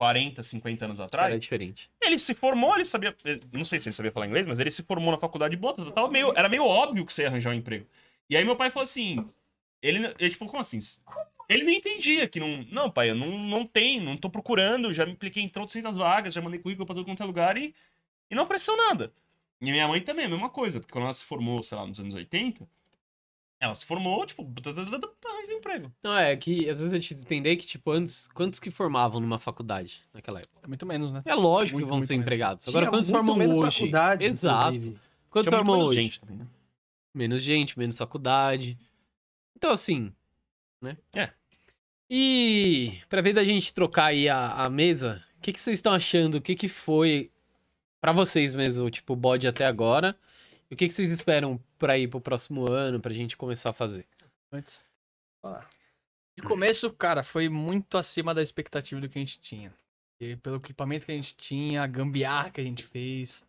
[SPEAKER 2] 40, 50 anos atrás,
[SPEAKER 1] Era diferente.
[SPEAKER 2] ele se formou, ele sabia, ele- não sei se ele sabia falar inglês, mas ele se formou na faculdade boa, tal, tal, meio, era meio óbvio que você ia arranjar um emprego. E aí meu pai falou assim, ele, ele tipo, como assim? Ele não entendia que não, não, pai, eu não, não tem, não tô procurando, já me impliquei em 300 vagas, já mandei currículo pra todo quanto é lugar e, e não apareceu nada. E minha mãe também, a mesma coisa, porque quando ela se formou, sei lá, nos anos 80, ela se formou, tipo, arranjou um emprego.
[SPEAKER 1] Não, é que às vezes a gente depender que, tipo, antes, quantos que formavam numa faculdade naquela época?
[SPEAKER 3] Muito menos, né?
[SPEAKER 1] É lógico
[SPEAKER 3] Muito,
[SPEAKER 1] que vão
[SPEAKER 3] muito
[SPEAKER 1] ser
[SPEAKER 3] menos.
[SPEAKER 1] empregados. Agora,
[SPEAKER 4] Tinha
[SPEAKER 1] quantos
[SPEAKER 4] muito
[SPEAKER 1] formam
[SPEAKER 4] menos
[SPEAKER 1] hoje?
[SPEAKER 4] faculdade,
[SPEAKER 1] Exato.
[SPEAKER 4] inclusive.
[SPEAKER 1] Quantos
[SPEAKER 2] Tinha muito
[SPEAKER 1] formam
[SPEAKER 2] menos
[SPEAKER 1] hoje?
[SPEAKER 2] gente também, né?
[SPEAKER 1] Menos gente, menos faculdade. Então, assim, né?
[SPEAKER 2] É.
[SPEAKER 1] E pra ver da gente trocar aí a, a mesa, o que, que vocês estão achando? O que, que foi pra vocês mesmo, tipo, o bode até agora? E o que, que vocês esperam pra ir pro próximo ano, pra gente começar a fazer?
[SPEAKER 3] Antes.
[SPEAKER 4] Ah.
[SPEAKER 3] De começo, cara, foi muito acima da expectativa do que a gente tinha. E pelo equipamento que a gente tinha, a gambiarra que a gente fez,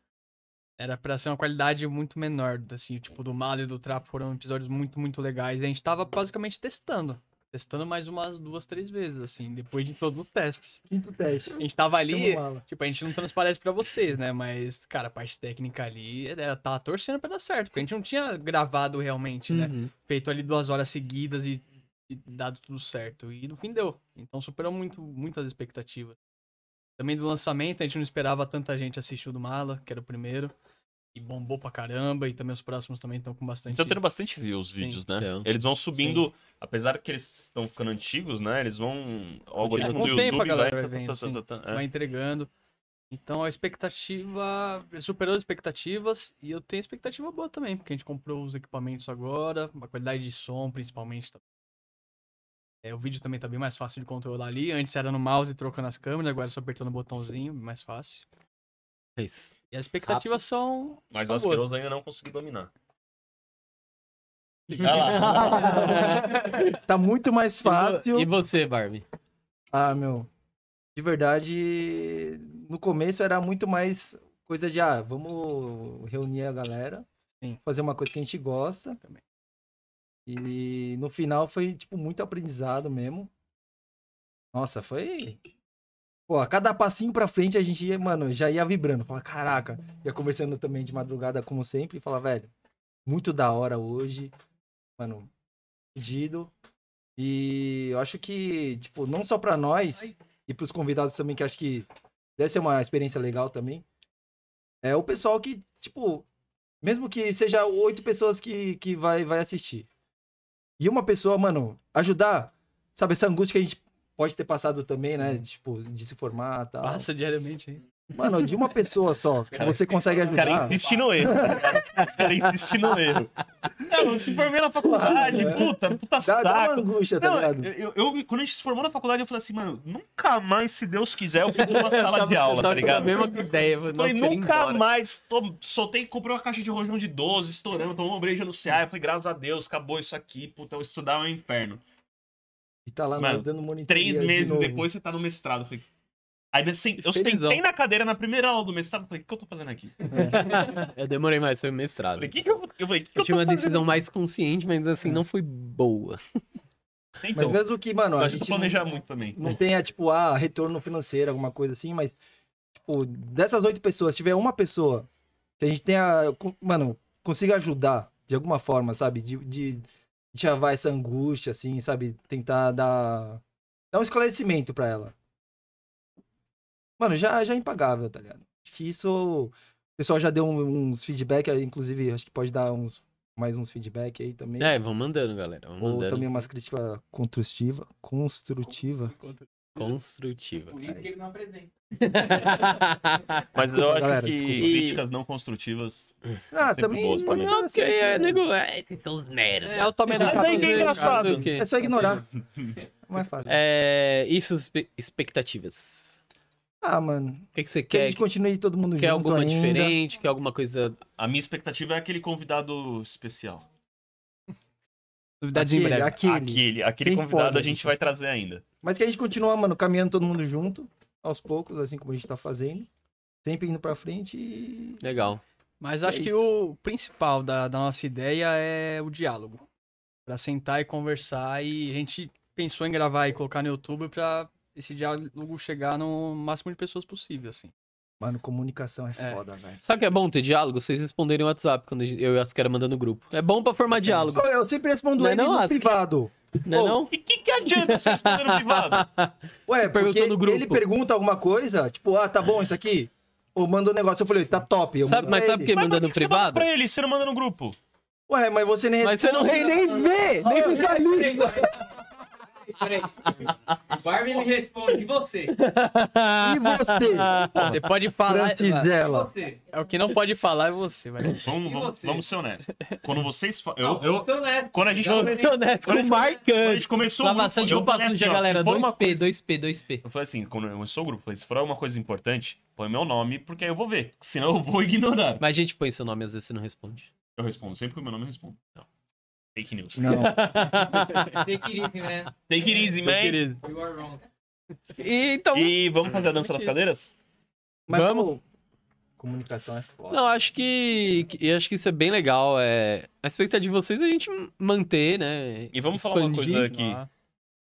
[SPEAKER 3] era pra ser uma qualidade muito menor. Assim, tipo, do Malho e do Trapo foram episódios muito, muito legais. E a gente tava basicamente testando. Testando mais umas duas, três vezes, assim, depois de todos os testes.
[SPEAKER 4] Quinto teste.
[SPEAKER 3] A gente tava ali,
[SPEAKER 4] Chama o Mala.
[SPEAKER 3] Tipo, a gente não transparece pra vocês, né? Mas, cara, a parte técnica ali, ela tava torcendo pra dar certo. Porque a gente não tinha gravado realmente,
[SPEAKER 4] Uhum.
[SPEAKER 3] né?
[SPEAKER 1] Uhum.
[SPEAKER 3] Feito ali duas horas seguidas e, e dado tudo certo. E no fim deu. Então superou muito, muitas expectativas. Também do lançamento, a gente não esperava tanta gente assistir o do Mala, que era o primeiro. E bombou pra caramba. E também os próximos também estão com bastante...
[SPEAKER 2] Estão Então tendo bastante views os
[SPEAKER 3] Sim.
[SPEAKER 2] vídeos, né?
[SPEAKER 1] Então.
[SPEAKER 2] Eles vão subindo, apesar que eles estão ficando antigos, né? Eles vão. O
[SPEAKER 3] É, Com
[SPEAKER 2] algoritmo
[SPEAKER 3] o
[SPEAKER 2] do
[SPEAKER 3] tempo a
[SPEAKER 2] YouTube vai.
[SPEAKER 3] galera
[SPEAKER 2] tá,
[SPEAKER 3] vai vendo,
[SPEAKER 2] tá,
[SPEAKER 3] sim.
[SPEAKER 2] tá, tá, tá,
[SPEAKER 3] vai
[SPEAKER 2] é.
[SPEAKER 3] entregando. Então a expectativa superou as expectativas e eu tenho expectativa boa também, porque a gente comprou os equipamentos agora, a qualidade de som principalmente. tá- É, o vídeo também tá bem mais fácil de controlar ali. Antes era no mouse trocando as câmeras, agora é só apertando o botãozinho, bem mais fácil.
[SPEAKER 1] É isso.
[SPEAKER 3] E as expectativas são.
[SPEAKER 2] Mas o
[SPEAKER 3] são
[SPEAKER 2] asqueroso ainda não consegui dominar.
[SPEAKER 3] boas.
[SPEAKER 2] Vai lá.
[SPEAKER 4] Tá muito mais fácil.
[SPEAKER 1] E você, Barbie?
[SPEAKER 4] Ah, meu. De verdade, no começo era muito mais coisa de, ah, vamos reunir a galera,
[SPEAKER 3] Sim.
[SPEAKER 4] fazer uma coisa que a gente gosta.
[SPEAKER 3] Também.
[SPEAKER 4] E no final foi, tipo, muito aprendizado mesmo. Nossa, foi. Pô, a cada passinho pra frente a gente ia, mano, já ia vibrando. Fala, caraca. Ia conversando também de madrugada, como sempre, e falar, velho, muito da hora hoje. Mano, fudido. E eu acho que, tipo, não só pra nós e pros convidados também, que acho que deve ser uma experiência legal também, é o pessoal que, tipo, mesmo que seja oito pessoas que, que vai, vai assistir. E uma pessoa, mano, ajudar, sabe, essa angústia que a gente pode ter passado também, né? Tipo, de se formar e tal.
[SPEAKER 3] Passa diariamente, hein?
[SPEAKER 4] Mano, de uma pessoa só, que você consegue
[SPEAKER 2] Os caras
[SPEAKER 4] ajudar.
[SPEAKER 2] insistem no erro. Os caras insistem no erro. Eu se formei na faculdade,
[SPEAKER 4] Claro, é.
[SPEAKER 2] puta, puta
[SPEAKER 4] Dá, dá uma
[SPEAKER 2] saco.
[SPEAKER 4] angústia, tá
[SPEAKER 2] Não,
[SPEAKER 1] é,
[SPEAKER 4] ligado?
[SPEAKER 2] eu, eu- quando a gente se formou na faculdade, eu falei assim, mano, nunca mais, se Deus quiser, eu fiz É uma sala de aula, tá ligado?
[SPEAKER 1] mesma ideia. Eu
[SPEAKER 2] Falei, nunca mais. Tô, soltei, comprei uma caixa de rojão de 12, estourando, tomou uma breja no CA. Eu falei, graças a Deus, acabou isso aqui, puta, eu estudar é um inferno.
[SPEAKER 4] E tá lá
[SPEAKER 2] Mano,
[SPEAKER 4] dando monitoria
[SPEAKER 2] Três
[SPEAKER 4] de
[SPEAKER 2] meses
[SPEAKER 4] novo.
[SPEAKER 2] depois você tá no mestrado. Eu falei, aí eu sen- eu
[SPEAKER 3] Felizão.
[SPEAKER 2] sentei na cadeira na primeira aula do mestrado. eu Falei, o que eu tô fazendo aqui? Eu
[SPEAKER 1] eu demorei mais, foi mestrado.
[SPEAKER 2] falei, o que, que eu, eu, falei, que que
[SPEAKER 1] Eu
[SPEAKER 2] eu tô
[SPEAKER 1] tive uma
[SPEAKER 2] fazendo? É.
[SPEAKER 1] decisão mais consciente, mas assim, não foi boa.
[SPEAKER 4] Mas
[SPEAKER 2] Então,
[SPEAKER 4] mesmo que, mano, a
[SPEAKER 2] acho que
[SPEAKER 4] gente
[SPEAKER 2] planejar muito também.
[SPEAKER 4] não tenha, tipo, ah, retorno financeiro, alguma coisa assim, mas, tipo, dessas oito pessoas, se tiver uma pessoa que a gente tenha, co- mano, consiga ajudar de alguma forma, sabe? De, de chavar essa angústia, assim, sabe? Tentar dar, dar um esclarecimento pra ela. Mano, já, já é impagável, tá ligado? Acho que isso. O pessoal já deu um- uns feedback, aí, inclusive, acho que pode dar uns mais uns feedback aí também.
[SPEAKER 1] É, vão mandando, galera. Vão
[SPEAKER 4] Ou
[SPEAKER 1] mandando.
[SPEAKER 4] também umas críticas construtiva, construtiva.
[SPEAKER 1] Construtiva.
[SPEAKER 5] Por isso que ele não apresenta.
[SPEAKER 2] Mas eu acho
[SPEAKER 4] galera,
[SPEAKER 2] que
[SPEAKER 4] desculpa.
[SPEAKER 2] críticas não construtivas.
[SPEAKER 4] Ah,
[SPEAKER 2] Sempre
[SPEAKER 4] também.
[SPEAKER 2] gosto, né?
[SPEAKER 4] não, assim,
[SPEAKER 1] é, Esses são os merda.
[SPEAKER 3] É altamente
[SPEAKER 1] Mas aí que é
[SPEAKER 3] engraçado.
[SPEAKER 4] É só ignorar. É mais fácil.
[SPEAKER 1] É, isso, espe- expectativas.
[SPEAKER 4] Ah, mano.
[SPEAKER 1] O que, que você
[SPEAKER 4] Que a
[SPEAKER 1] quer?
[SPEAKER 4] gente continue todo mundo junto.
[SPEAKER 1] Quer é alguma
[SPEAKER 4] ainda.
[SPEAKER 1] diferente? Quer alguma coisa...
[SPEAKER 2] A minha expectativa é aquele convidado especial.
[SPEAKER 3] Novidades em
[SPEAKER 4] Aquele,
[SPEAKER 3] breve.
[SPEAKER 4] aquele.
[SPEAKER 2] Aquele, aquele
[SPEAKER 4] Sem
[SPEAKER 2] convidado
[SPEAKER 4] spoiler.
[SPEAKER 2] a gente vai trazer ainda.
[SPEAKER 4] Mas que a gente continua, mano, caminhando todo mundo junto, aos poucos, assim como a gente tá fazendo. Sempre indo pra frente e.
[SPEAKER 1] Legal.
[SPEAKER 3] Mas acho
[SPEAKER 4] É
[SPEAKER 3] que o principal da, da nossa ideia é o diálogo. Pra sentar e conversar. E a gente pensou em gravar e colocar no YouTube pra esse diálogo chegar no máximo de pessoas possível, assim.
[SPEAKER 4] Mano, comunicação é
[SPEAKER 3] É.
[SPEAKER 4] foda, velho.
[SPEAKER 1] Sabe o que é bom ter diálogo? Vocês responderem o WhatsApp quando eu e as caras mandando no grupo. É bom pra formar diálogo,
[SPEAKER 4] Ô, Eu sempre respondo
[SPEAKER 1] Não é
[SPEAKER 4] ele
[SPEAKER 1] não,
[SPEAKER 4] no
[SPEAKER 1] Ask?
[SPEAKER 4] privado.
[SPEAKER 1] né
[SPEAKER 4] Ô,
[SPEAKER 1] não?
[SPEAKER 2] E o que, que adianta você responder no privado?
[SPEAKER 4] Ué,
[SPEAKER 1] Você perguntou
[SPEAKER 4] porque
[SPEAKER 1] no grupo.
[SPEAKER 4] ele pergunta alguma coisa, tipo, ah, tá bom isso aqui? Ou manda um negócio, eu falei, tá top. Eu
[SPEAKER 1] Sabe,
[SPEAKER 4] mando
[SPEAKER 1] mas
[SPEAKER 4] pra
[SPEAKER 1] sabe
[SPEAKER 4] ele.
[SPEAKER 1] quem manda
[SPEAKER 2] por
[SPEAKER 1] no
[SPEAKER 2] que que você manda
[SPEAKER 1] privado?
[SPEAKER 2] pra ele, você não manda no grupo.
[SPEAKER 4] Ué, mas você nem
[SPEAKER 1] Mas você não nem, nem vê, nem visualiza. é,
[SPEAKER 5] Peraí. Barbie me responde. E você?
[SPEAKER 4] E você?
[SPEAKER 3] Você pode falar.
[SPEAKER 5] E
[SPEAKER 4] Francizela.
[SPEAKER 5] você?
[SPEAKER 3] É o que não pode falar é você, velho.
[SPEAKER 2] Vamos,
[SPEAKER 5] E
[SPEAKER 2] vamos,
[SPEAKER 5] você?
[SPEAKER 2] vamos ser honestos. Quando vocês fa-
[SPEAKER 5] Eu,
[SPEAKER 2] eu, eu- Quando a gente-
[SPEAKER 1] Honesto,
[SPEAKER 2] Quando a
[SPEAKER 1] com
[SPEAKER 2] gente- quando a
[SPEAKER 1] marcante.
[SPEAKER 2] gente começou o
[SPEAKER 1] Lavação de
[SPEAKER 2] grupo, eu
[SPEAKER 1] roupa
[SPEAKER 2] falei assim,
[SPEAKER 1] suja,
[SPEAKER 2] ó,
[SPEAKER 1] galera.
[SPEAKER 2] se for uma
[SPEAKER 1] 2P,
[SPEAKER 2] coisa-
[SPEAKER 1] 2P, 2P.
[SPEAKER 2] Eu falei assim, quando eu sou o grupo, eu falei, se for alguma coisa importante, põe meu nome, porque aí eu vou ver. Senão eu vou ignorar.
[SPEAKER 1] Mas a gente põe seu nome, às vezes você não responde.
[SPEAKER 2] Eu respondo, sempre que meu nome eu respondo. Não. Fake news.
[SPEAKER 4] Não.
[SPEAKER 5] Take it easy, man.
[SPEAKER 2] Take it easy, man.
[SPEAKER 3] Querido.
[SPEAKER 5] You are wrong.
[SPEAKER 1] E então.
[SPEAKER 2] E vamos fazer a dança das cadeiras?
[SPEAKER 4] Mas,
[SPEAKER 1] Vamos?
[SPEAKER 4] pô, Comunicação é foda.
[SPEAKER 1] Não, acho que. que- Eu acho que isso é bem legal. É... A expectativa de vocês é a gente manter, né?
[SPEAKER 2] E vamos falar uma
[SPEAKER 1] Expandir.
[SPEAKER 2] coisa aqui. Como
[SPEAKER 3] Ah.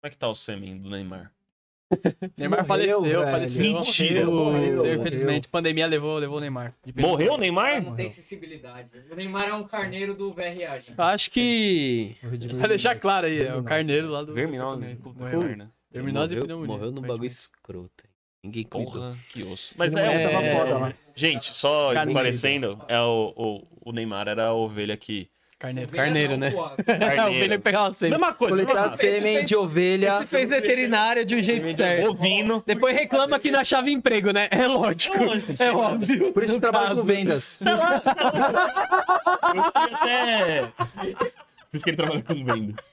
[SPEAKER 2] é que tá o Semin do Neymar?
[SPEAKER 4] Morreu,
[SPEAKER 3] Neymar faleceu,
[SPEAKER 4] velho.
[SPEAKER 3] faleceu.
[SPEAKER 2] Mentira.
[SPEAKER 3] Faleceu,
[SPEAKER 4] Morreu.
[SPEAKER 3] infelizmente. Pandemia levou, levou o Neymar. De pena.
[SPEAKER 2] Morreu o
[SPEAKER 5] Ela
[SPEAKER 2] Neymar?
[SPEAKER 5] não tem sensibilidade. O Neymar é um carneiro do VRA, gente.
[SPEAKER 1] Acho que.
[SPEAKER 3] Pra deixar claro aí, é o carneiro lá do.
[SPEAKER 2] Verminose.
[SPEAKER 3] Morreu.
[SPEAKER 2] né?
[SPEAKER 3] Verminose e
[SPEAKER 1] morreu,
[SPEAKER 3] pneumonia.
[SPEAKER 1] morreu num bagulho
[SPEAKER 3] aparentemente.
[SPEAKER 1] escroto. hein? Ninguém cuidou.
[SPEAKER 2] Porra, que osso. Mas
[SPEAKER 4] Ele
[SPEAKER 2] é,
[SPEAKER 4] tava
[SPEAKER 2] é...
[SPEAKER 4] foda lá.
[SPEAKER 2] Gente, só
[SPEAKER 3] Carneiro.
[SPEAKER 2] esclarecendo, é o, o, o Neymar era a ovelha que...
[SPEAKER 3] Carneiro.
[SPEAKER 1] Carneiro, né?
[SPEAKER 5] Porra,
[SPEAKER 1] o Vênio pegava sempre.
[SPEAKER 2] Mesma coisa, mesma
[SPEAKER 4] Coletar
[SPEAKER 2] raça.
[SPEAKER 4] sêmen de ovelha.
[SPEAKER 1] Você fez veterinária de um jeito certo.
[SPEAKER 2] Ovino.
[SPEAKER 1] Depois reclama que não achava emprego, né? É lógico. É óbvio.
[SPEAKER 4] Por isso
[SPEAKER 1] no
[SPEAKER 4] trabalho
[SPEAKER 1] caso.
[SPEAKER 4] com vendas.
[SPEAKER 2] Eu fui até. Por isso que ele trabalha com vendas.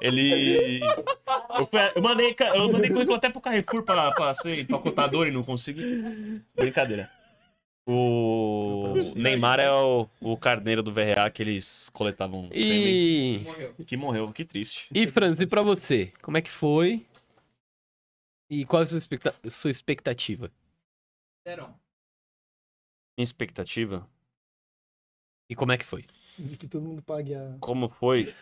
[SPEAKER 2] Ele. Eu, fui- eu mandei, ca- eu mandei currículo até pro Carrefour pra, pra ser empacotador e não consegui. Brincadeira. O Neymar é o, o carneiro do VRA que eles coletavam sêmen.
[SPEAKER 1] E.
[SPEAKER 5] morreu.
[SPEAKER 2] Que morreu, que triste.
[SPEAKER 1] E, Franz, e pra você? Como é que foi? E qual é a sua, expecta- sua expectativa?
[SPEAKER 5] Zerão.
[SPEAKER 2] Minha expectativa,
[SPEAKER 1] E como é que foi?
[SPEAKER 4] De que todo mundo pague a.
[SPEAKER 2] como foi?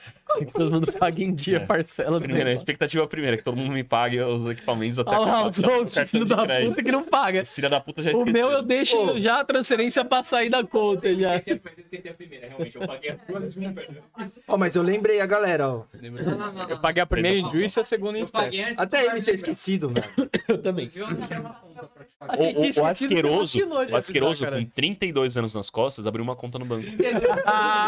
[SPEAKER 1] Todo mundo paga em dia,
[SPEAKER 2] É.
[SPEAKER 1] parcela. do
[SPEAKER 2] Primeiro, a
[SPEAKER 1] negócio.
[SPEAKER 2] expectativa é a primeira, que todo mundo me pague os equipamentos até
[SPEAKER 1] Olha lá,
[SPEAKER 2] com-
[SPEAKER 1] os
[SPEAKER 2] até com
[SPEAKER 1] outros,
[SPEAKER 2] cartão
[SPEAKER 1] filho
[SPEAKER 2] de
[SPEAKER 1] da
[SPEAKER 2] crédito.
[SPEAKER 1] puta que não paga.
[SPEAKER 2] Os filha da puta já
[SPEAKER 1] O meu eu
[SPEAKER 2] esqueceram.
[SPEAKER 1] deixo
[SPEAKER 4] Ô.
[SPEAKER 1] já a transferência pra sair da conta já.
[SPEAKER 5] Esqueci, a- mas eu esqueci a primeira, realmente. Eu paguei a duas primeira.
[SPEAKER 4] Ó, mas eu lembrei a galera, ó.
[SPEAKER 5] Não, não,
[SPEAKER 4] Ah,
[SPEAKER 5] não, não.
[SPEAKER 3] Eu paguei a primeira em juiz e a segunda em
[SPEAKER 5] Eu paguei
[SPEAKER 3] espécie.
[SPEAKER 5] antes
[SPEAKER 4] Até
[SPEAKER 5] do
[SPEAKER 4] ele tinha
[SPEAKER 5] Barbie lembrar.
[SPEAKER 4] esquecido, velho.
[SPEAKER 1] Eu também.
[SPEAKER 5] Inclusive, eu não tinha uma conta pra te pagar.
[SPEAKER 1] Achei que
[SPEAKER 2] O, o,
[SPEAKER 1] tinha
[SPEAKER 2] o
[SPEAKER 1] esquecido, você
[SPEAKER 2] asqueroso,
[SPEAKER 1] vacilou de
[SPEAKER 2] o asqueroso
[SPEAKER 1] avisar,
[SPEAKER 2] com 32 anos nas costas, abriu uma conta no banco.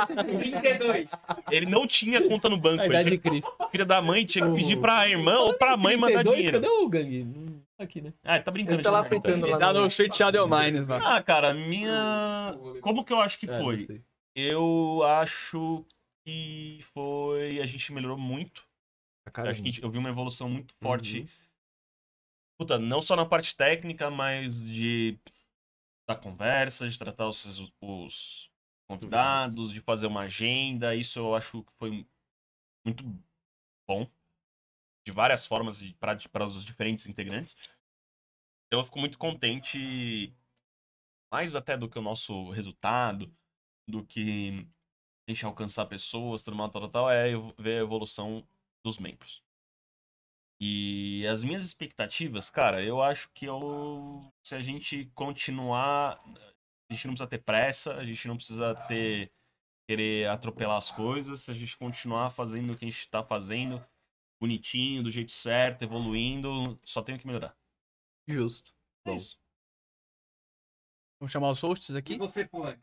[SPEAKER 5] 32.
[SPEAKER 2] Ele não tinha conta no banco.
[SPEAKER 1] A
[SPEAKER 2] Ele
[SPEAKER 1] idade de
[SPEAKER 2] tinha,
[SPEAKER 1] Cristo.
[SPEAKER 2] filha da mãe tinha que pedir pra irmã ou pra mãe mandar
[SPEAKER 1] 32,
[SPEAKER 2] dinheiro.
[SPEAKER 1] Cadê o gangue? Não tá Aqui, né?
[SPEAKER 2] Ah, ele tá brincando.
[SPEAKER 4] Ele tá lá
[SPEAKER 2] de conta.
[SPEAKER 4] fritando lá
[SPEAKER 3] Tá
[SPEAKER 4] no.
[SPEAKER 3] no Sweet Shadow Mines lá.
[SPEAKER 2] Ah, cara, minha... Como que eu acho que
[SPEAKER 1] Ah, não
[SPEAKER 2] foi?
[SPEAKER 1] sei.
[SPEAKER 2] Eu acho que foi... A gente melhorou muito. Eu acho que a gente- eu vi uma evolução muito forte.
[SPEAKER 1] Uhum.
[SPEAKER 2] Puta, não só na parte técnica, mas de... Da conversa, de tratar os, resu- os convidados, de fazer uma agenda. Isso eu acho que foi muito bom. De várias formas e para para os diferentes integrantes. Então eu fico muito contente, mais até do que o nosso resultado, do que a gente alcançar pessoas, tudo mal, tal, tal, tal, é eu ver a evolução dos membros. E as minhas expectativas, cara, eu acho que eu, se a gente continuar, a gente não precisa ter pressa, a gente não precisa ter querer atropelar as coisas, se a gente continuar fazendo o que a gente tá fazendo, bonitinho, do jeito certo, evoluindo, só tem o que melhorar.
[SPEAKER 1] Justo.
[SPEAKER 2] É
[SPEAKER 1] Bom.
[SPEAKER 2] isso.
[SPEAKER 3] Vamos chamar os hosts
[SPEAKER 5] E
[SPEAKER 3] aqui?
[SPEAKER 5] você, fulano?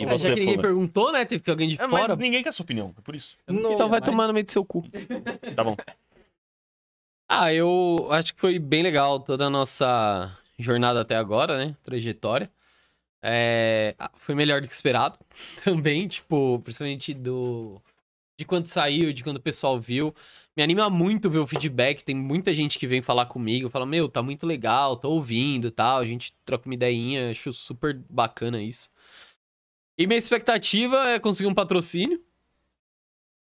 [SPEAKER 2] E
[SPEAKER 1] É,
[SPEAKER 2] você,
[SPEAKER 1] já que ninguém
[SPEAKER 2] Fulano?
[SPEAKER 1] perguntou, né? Teve que alguém de
[SPEAKER 2] É, mas
[SPEAKER 1] fora.
[SPEAKER 2] ninguém quer sua opinião, é por isso.
[SPEAKER 4] Não,
[SPEAKER 1] Então vai
[SPEAKER 3] mas-
[SPEAKER 1] tomar no meio do seu cu.
[SPEAKER 2] Tá bom.
[SPEAKER 1] Ah, eu acho que foi bem legal toda a nossa jornada até agora, né? Trajetória. É, ah, Foi melhor do que esperado também, tipo, principalmente do. De quando saiu, de quando o pessoal viu. Me anima muito ver o feedback. Tem muita gente que vem falar comigo, fala, meu, tá muito legal, tô ouvindo e tal. A gente troca uma ideinha, acho super bacana isso. E minha expectativa é conseguir um patrocínio,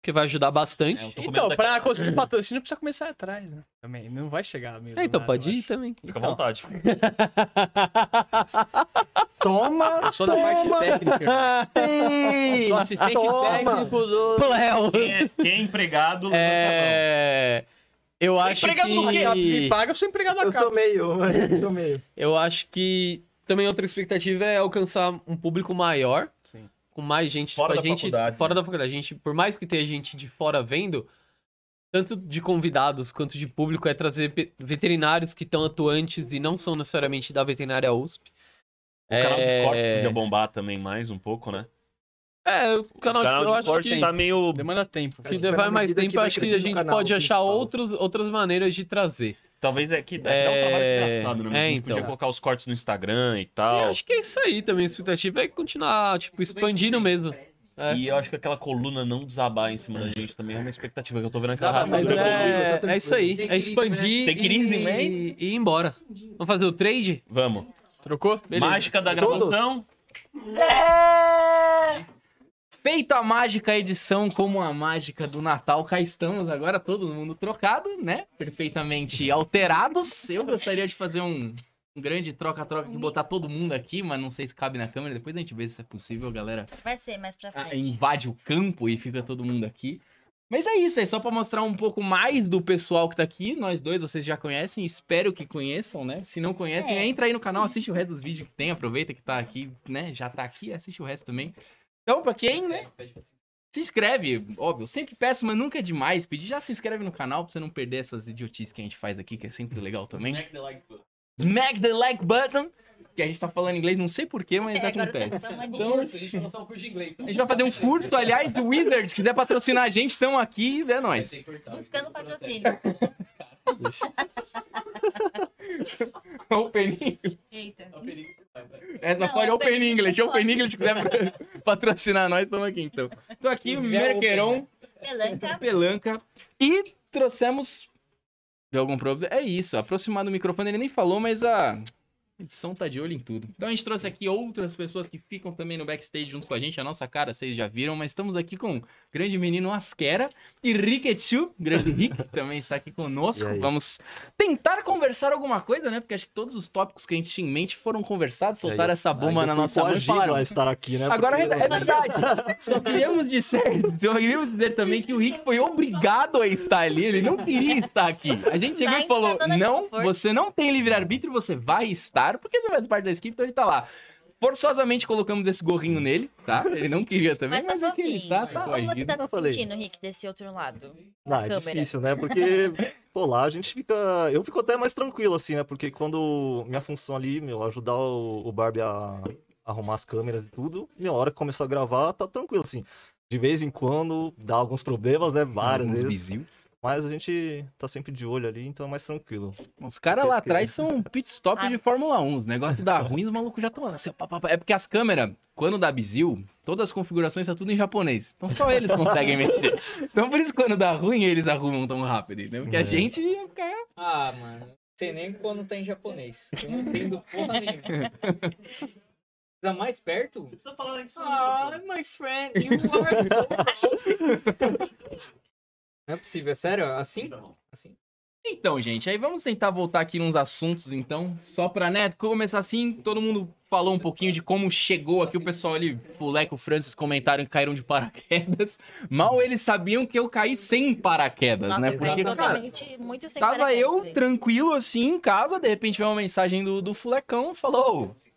[SPEAKER 1] que vai ajudar bastante.
[SPEAKER 2] É, eu tô com medo
[SPEAKER 3] Então,
[SPEAKER 2] da-
[SPEAKER 3] pra conseguir patrocínio, precisa começar atrás, né? Também, não vai chegar mesmo.
[SPEAKER 4] Ah,
[SPEAKER 3] né?
[SPEAKER 1] É, então
[SPEAKER 3] nada,
[SPEAKER 1] pode
[SPEAKER 3] eu
[SPEAKER 1] ir
[SPEAKER 3] acho.
[SPEAKER 1] também.
[SPEAKER 2] Fica à
[SPEAKER 1] Então.
[SPEAKER 2] vontade.
[SPEAKER 4] Toma!
[SPEAKER 3] Só da parte
[SPEAKER 4] Toma!
[SPEAKER 3] técnica. irmão.
[SPEAKER 4] Ei,
[SPEAKER 3] Só assistente
[SPEAKER 4] Toma!
[SPEAKER 3] técnico do...
[SPEAKER 1] Léo.
[SPEAKER 2] Quem é, quem é empregado, levanta
[SPEAKER 1] É. Eu acho
[SPEAKER 2] empregado no Recap,
[SPEAKER 1] que.
[SPEAKER 3] paga, eu sou empregado da
[SPEAKER 4] Eu
[SPEAKER 3] casa.
[SPEAKER 4] sou meio, mano. Eu sou meio.
[SPEAKER 1] Eu acho que. Também outra expectativa é alcançar um público maior.
[SPEAKER 3] Sim.
[SPEAKER 1] Com mais gente.
[SPEAKER 8] Fora
[SPEAKER 1] tipo, a
[SPEAKER 8] da
[SPEAKER 1] gente,
[SPEAKER 8] faculdade,
[SPEAKER 1] Fora
[SPEAKER 8] né?
[SPEAKER 1] da faculdade. A gente, por mais que tenha gente de fora vendo, tanto de convidados quanto de público, é trazer pe- veterinários que estão atuantes e não são necessariamente da veterinária USP.
[SPEAKER 2] a mão. O canal de corte
[SPEAKER 1] É.
[SPEAKER 2] podia bombar também mais um pouco, né?
[SPEAKER 1] É, o canal,
[SPEAKER 2] o canal
[SPEAKER 1] eu
[SPEAKER 2] de
[SPEAKER 1] acho
[SPEAKER 2] corte
[SPEAKER 1] que tem.
[SPEAKER 2] tá meio...
[SPEAKER 3] Demanda tempo.
[SPEAKER 1] que
[SPEAKER 4] Acho que
[SPEAKER 1] levar
[SPEAKER 4] à
[SPEAKER 1] mais
[SPEAKER 4] medida que
[SPEAKER 1] tempo, eu
[SPEAKER 4] vai
[SPEAKER 1] acho que a
[SPEAKER 4] crescendo o
[SPEAKER 1] gente
[SPEAKER 4] canal
[SPEAKER 1] pode achar
[SPEAKER 4] principal.
[SPEAKER 1] outros, outras maneiras de trazer.
[SPEAKER 2] Talvez é que dá
[SPEAKER 1] É.
[SPEAKER 2] um trabalho desgraçado, né? Mas
[SPEAKER 1] É,
[SPEAKER 2] a gente podia
[SPEAKER 1] então.
[SPEAKER 2] colocar os cortes no Instagram e
[SPEAKER 1] E
[SPEAKER 2] tal.
[SPEAKER 1] acho que é isso aí também. A expectativa é continuar, tipo, expandindo mesmo. É.
[SPEAKER 2] E eu acho que aquela coluna não desabar em cima da gente também é uma expectativa que eu tô vendo tá aquela
[SPEAKER 1] Ah,
[SPEAKER 2] rachadura
[SPEAKER 1] mas
[SPEAKER 2] da coluna.
[SPEAKER 1] é, é isso aí.
[SPEAKER 5] Tem
[SPEAKER 1] É
[SPEAKER 9] né?
[SPEAKER 5] crise,
[SPEAKER 1] expandir
[SPEAKER 2] Tem crise,
[SPEAKER 1] e,
[SPEAKER 2] né?
[SPEAKER 1] e ir embora. Vamos fazer o trade?
[SPEAKER 2] Vamos.
[SPEAKER 3] Trocou?
[SPEAKER 2] Mágica da gravação.
[SPEAKER 7] Feita a mágica a edição como a mágica do Natal, cá estamos agora, todo mundo trocado, né? Perfeitamente alterados. Eu gostaria de fazer um, um grande troca-troca e botar todo mundo aqui, mas não sei se cabe na câmera. Depois a gente vê se é possível, a galera.
[SPEAKER 6] Vai ser mais pra
[SPEAKER 7] ah,
[SPEAKER 6] frente.
[SPEAKER 7] invade o campo e fica todo mundo aqui. Mas é isso, é só pra mostrar um pouco mais do pessoal que tá aqui. Nós dois, vocês já conhecem, espero que conheçam, né? Se não conhecem,
[SPEAKER 6] É.
[SPEAKER 7] entra aí no canal, assiste o resto dos vídeos que tem, aproveita que tá aqui, né? Já tá aqui, assiste o resto também. Então, pra quem, né? Se inscreve, óbvio, eu sempre peço, mas nunca é demais. Pedir, já se inscreve no canal pra você não perder essas idiotices que a gente faz aqui, que é sempre legal também. Smack the like button. Smack the like button! Que a gente tá falando inglês, não sei porquê,
[SPEAKER 1] É,
[SPEAKER 7] mas
[SPEAKER 6] agora
[SPEAKER 7] acontece.
[SPEAKER 6] tá tão
[SPEAKER 7] Então,
[SPEAKER 6] maneiro.
[SPEAKER 1] a gente vai lançar um curso de inglês.
[SPEAKER 7] a gente vai fazer um curso, aliás, do Wizard, se quiser patrocinar a gente, estão aqui, é nóis.
[SPEAKER 6] Buscando patrocínio.
[SPEAKER 7] Open English.
[SPEAKER 5] É
[SPEAKER 6] Eita.
[SPEAKER 5] né?
[SPEAKER 7] Essa
[SPEAKER 6] Não,
[SPEAKER 7] pode Open
[SPEAKER 6] Open English
[SPEAKER 7] English,
[SPEAKER 6] não
[SPEAKER 7] Open
[SPEAKER 6] pode.
[SPEAKER 7] English, se quiser patrocinar nós, estamos aqui então. Tô aqui, o
[SPEAKER 5] é
[SPEAKER 7] Merqueron,
[SPEAKER 6] Pelanca.
[SPEAKER 7] Pelanca, e trouxemos... Deu algum problema? É isso, aproximar do microfone, ele nem falou, mas a edição tá de olho em tudo. Então a gente trouxe aqui outras pessoas que ficam também no backstage junto com a gente, a nossa cara, vocês já viram, mas estamos aqui com o grande menino Asquera e Rikechu, grande Rick, também está aqui conosco.
[SPEAKER 4] E aí?
[SPEAKER 7] Vamos tentar conversar alguma coisa, né? Porque acho que todos os tópicos que a gente tinha em mente foram conversados, soltaram essa bomba na nossa mão e falaram.
[SPEAKER 8] estar aqui, né?
[SPEAKER 7] Agora é verdade.
[SPEAKER 5] né?
[SPEAKER 7] Só queríamos dizer, só queríamos dizer também que o Rick foi obrigado a estar ali. Ele não queria estar aqui. A gente chegou
[SPEAKER 6] Vai
[SPEAKER 7] e falou:
[SPEAKER 6] Tá na zona de
[SPEAKER 7] não,
[SPEAKER 6] conforto."
[SPEAKER 7] você não tem livre-arbítrio, você vai estar, porque você faz parte da equipe, então ele tá lá. Forçosamente colocamos esse gorrinho nele, tá? Ele não queria também,
[SPEAKER 6] Mas tá
[SPEAKER 7] mas, aqui ele
[SPEAKER 6] sozinho.
[SPEAKER 7] está, tá
[SPEAKER 6] Como você
[SPEAKER 7] corrigido.
[SPEAKER 6] tá se
[SPEAKER 8] falei.
[SPEAKER 6] sentindo, Rick, desse outro lado?
[SPEAKER 8] Não, é
[SPEAKER 6] câmera.
[SPEAKER 8] difícil, né? Porque, pô, lá a gente fica. Eu fico até mais tranquilo, assim, né? Porque quando minha função ali, meu, ajudar o, o Barbie a arrumar as câmeras e tudo, minha hora que começou a gravar, tá tranquilo, assim. De vez em quando dá alguns problemas, né? Várias
[SPEAKER 7] Uns
[SPEAKER 8] vezes.
[SPEAKER 7] bizil.
[SPEAKER 8] Mas a gente tá sempre de olho ali, então é mais tranquilo.
[SPEAKER 7] Os caras lá atrás são um pit stop
[SPEAKER 6] Ah.
[SPEAKER 7] de Fórmula 1. Os negócios dá ruim, os malucos já estão lá. assim, ó, pá, pá, pá. É porque as câmeras, quando dá bizil, todas as configurações tá tudo em japonês. Então só eles conseguem mexer. Então por isso quando dá ruim, eles arrumam tão rápido. Entendeu?
[SPEAKER 10] É.
[SPEAKER 7] Porque a gente ia ficar.
[SPEAKER 10] Ah, mano. Não sei nem quando tá em japonês. Eu não entendo porra nenhuma. Tá mais perto? Você precisa falar isso. Ah, my friend, you are. não é possível, é sério? Assim? Assim.
[SPEAKER 7] Então, gente, aí vamos tentar voltar aqui nos assuntos, então. Só pra, né, começar assim, todo mundo falou um pouquinho de como chegou aqui. O pessoal ali, o Leco o Francis comentaram que caíram de paraquedas. Mal eles sabiam que eu caí sem paraquedas,
[SPEAKER 6] Nossa,
[SPEAKER 7] né?
[SPEAKER 6] eu saí
[SPEAKER 7] Porque, cara,
[SPEAKER 6] totalmente muito sem
[SPEAKER 7] Tava
[SPEAKER 6] paraquedas,
[SPEAKER 7] eu
[SPEAKER 6] velho.
[SPEAKER 7] tranquilo assim em casa, de repente veio uma mensagem do, do Fulecão, falou. "Ô,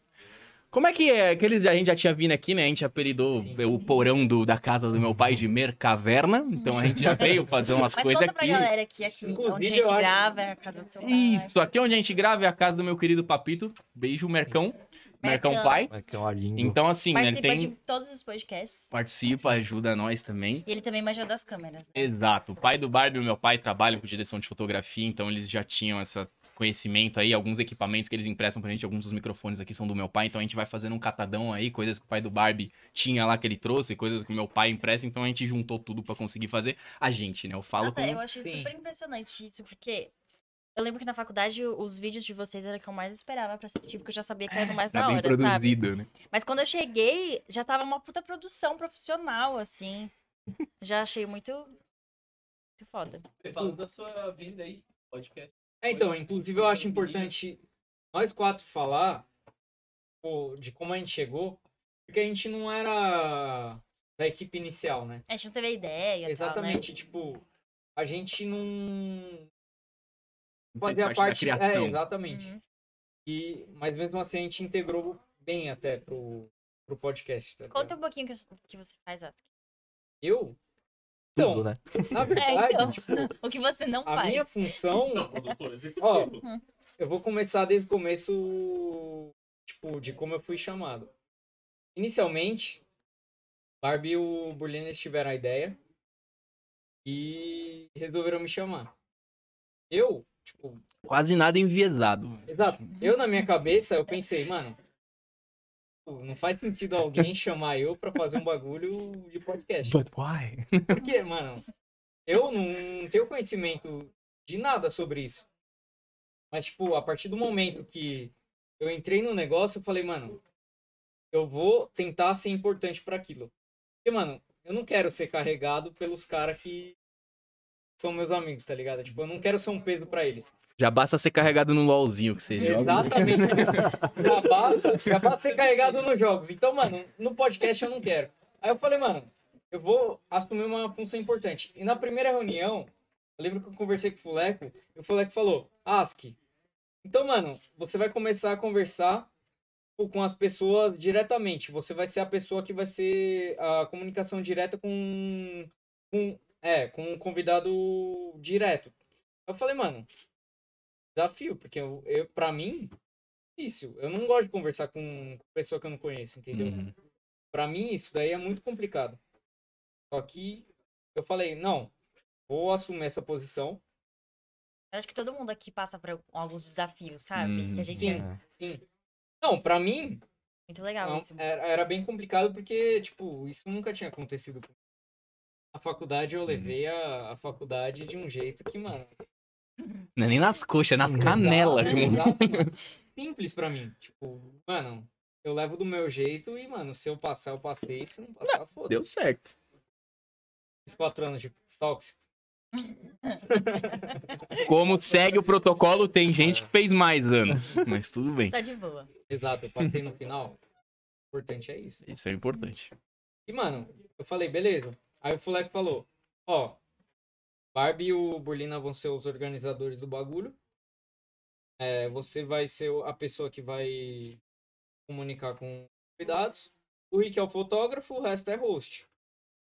[SPEAKER 7] Como é que é? Aqueles a gente já tinha vindo aqui, né? A gente apelidou o porão do- da casa do meu pai de Mercaverna. Então a gente já veio fazer umas
[SPEAKER 6] Mas
[SPEAKER 7] coisas
[SPEAKER 6] conta pra
[SPEAKER 7] aqui.
[SPEAKER 6] galera que aqui,
[SPEAKER 10] Inclusive,
[SPEAKER 6] onde a
[SPEAKER 10] eu
[SPEAKER 6] gente
[SPEAKER 10] acho-
[SPEAKER 6] grava, é a casa do seu pai.
[SPEAKER 7] Isso, aqui onde a gente grava é a casa do meu querido Papito. Beijo, Mercão. Mercão
[SPEAKER 6] Mercão.
[SPEAKER 7] Pai.
[SPEAKER 8] É que é uma língua.
[SPEAKER 7] Então, assim, ele
[SPEAKER 6] Participa
[SPEAKER 7] tem.
[SPEAKER 6] de todos os podcasts.
[SPEAKER 7] Participa, ajuda nós também.
[SPEAKER 6] E ele também me ajuda as câmeras. né?
[SPEAKER 7] Exato. O pai do Barbie e o meu pai trabalham com direção de fotografia, então eles já tinham esse conhecimento aí, alguns equipamentos que eles emprestam pra gente, alguns dos microfones aqui são do meu pai, então a gente vai fazendo um catadão aí, coisas que o pai do Barbie tinha lá que ele trouxe, coisas que o meu pai empresta, então a gente juntou tudo pra conseguir fazer. A gente, né? Eu falo
[SPEAKER 6] Nossa,
[SPEAKER 7] com...
[SPEAKER 6] eu achei
[SPEAKER 10] Sim.
[SPEAKER 6] super impressionante isso, porque eu lembro que na faculdade os vídeos de vocês eram o que eu mais esperava pra assistir, porque eu já sabia que era mais
[SPEAKER 7] Tá
[SPEAKER 6] na
[SPEAKER 7] bem
[SPEAKER 6] hora, sabe?
[SPEAKER 7] produzido, né?
[SPEAKER 6] Mas quando eu cheguei, já tava uma puta produção profissional, assim. Já achei muito. Muito foda.
[SPEAKER 10] Fala da sua vinda aí, podcast. É, então, inclusive eu acho importante nós quatro falar pô, de como a gente chegou, porque a gente não era da equipe inicial, né?
[SPEAKER 6] A gente não teve ideia. e né?
[SPEAKER 10] Exatamente, tipo, a gente não
[SPEAKER 7] Não fez
[SPEAKER 10] fazia
[SPEAKER 7] parte da
[SPEAKER 10] parte,
[SPEAKER 7] criação.
[SPEAKER 10] é, exatamente.
[SPEAKER 6] Uhum.
[SPEAKER 10] E mas mesmo assim a gente integrou bem até pro pro podcast,
[SPEAKER 6] Tal,
[SPEAKER 10] tá
[SPEAKER 6] né? Conta
[SPEAKER 10] ligado?
[SPEAKER 6] um pouquinho que, que você faz, Ask.
[SPEAKER 10] Eu? Então,
[SPEAKER 8] Tudo, né?
[SPEAKER 10] na verdade,
[SPEAKER 6] então.
[SPEAKER 10] tipo,
[SPEAKER 6] O que você não
[SPEAKER 10] a
[SPEAKER 6] faz. Uhum.
[SPEAKER 10] minha função é
[SPEAKER 2] produtor
[SPEAKER 10] Ó,
[SPEAKER 2] executivo.
[SPEAKER 10] eu vou começar desde o começo, tipo, de como eu fui chamado. Inicialmente, Barbie e o Burlina eles tiveram a ideia e resolveram me chamar. Eu, tipo,
[SPEAKER 7] Quase nada enviesado.
[SPEAKER 10] exato, eu na minha cabeça, eu pensei, mano, pô, não faz sentido alguém chamar eu pra fazer um bagulho de podcast.
[SPEAKER 7] But why?
[SPEAKER 10] Porque, mano, eu não tenho conhecimento de nada sobre isso. Mas, tipo, a partir do momento que eu entrei no negócio, eu falei, mano, eu vou tentar ser importante pra aquilo. Porque, mano, eu não quero ser carregado pelos caras que são meus amigos, tá ligado? Tipo, eu não quero ser um peso pra eles.
[SPEAKER 7] Já basta ser carregado no LOLzinho que você joga.
[SPEAKER 10] Exatamente. já, basta, já basta ser carregado nos jogos. Então, mano, no podcast eu não quero. Aí eu falei, mano, eu vou assumir uma função importante. E na primeira reunião, eu lembro que eu conversei com o Fuleco, e o Fuleco falou, Ask, então, mano, você vai começar a conversar tipo, com as pessoas diretamente. Você vai ser a pessoa que vai ser a comunicação direta com, com, é, com um convidado direto. Eu falei, mano, desafio, porque eu, eu para mim, difícil. Eu não gosto de conversar com pessoa que eu não conheço, entendeu?
[SPEAKER 7] Uhum.
[SPEAKER 10] Pra mim, isso daí é muito complicado. Só que eu falei, não, vou assumir essa posição.
[SPEAKER 6] Acho que todo mundo aqui passa por alguns desafios, sabe?
[SPEAKER 7] Uhum.
[SPEAKER 6] Que a gente
[SPEAKER 10] Sim,
[SPEAKER 6] é
[SPEAKER 10] sim. Não, pra mim,
[SPEAKER 6] muito legal
[SPEAKER 10] não,
[SPEAKER 6] isso.
[SPEAKER 10] Então, era, era bem complicado porque, tipo, isso nunca tinha acontecido. comigo. A faculdade, eu levei a, a faculdade de um jeito que, mano...
[SPEAKER 7] Não é nem nas coxas, é nas canelas.
[SPEAKER 10] exato,
[SPEAKER 7] irmão.
[SPEAKER 10] exato, mano. Simples pra mim. Tipo, mano, eu levo do meu jeito e, mano, se eu passar, eu passei. Se não passar,
[SPEAKER 7] Deu
[SPEAKER 10] foda-se.
[SPEAKER 7] certo.
[SPEAKER 10] Esses Quatro anos de tóxico.
[SPEAKER 7] Como segue o protocolo, tem gente que fez mais anos. Mas tudo bem.
[SPEAKER 6] Tá de boa.
[SPEAKER 10] Exato, eu passei no final. O importante é isso.
[SPEAKER 7] Isso é importante.
[SPEAKER 10] E, mano, eu falei, beleza. Aí o Fuleco falou, ó, Barbie e o Burlina vão ser os organizadores do bagulho. É, você vai ser o- a pessoa que vai comunicar com os convidados. O Rick é o fotógrafo, o resto é host.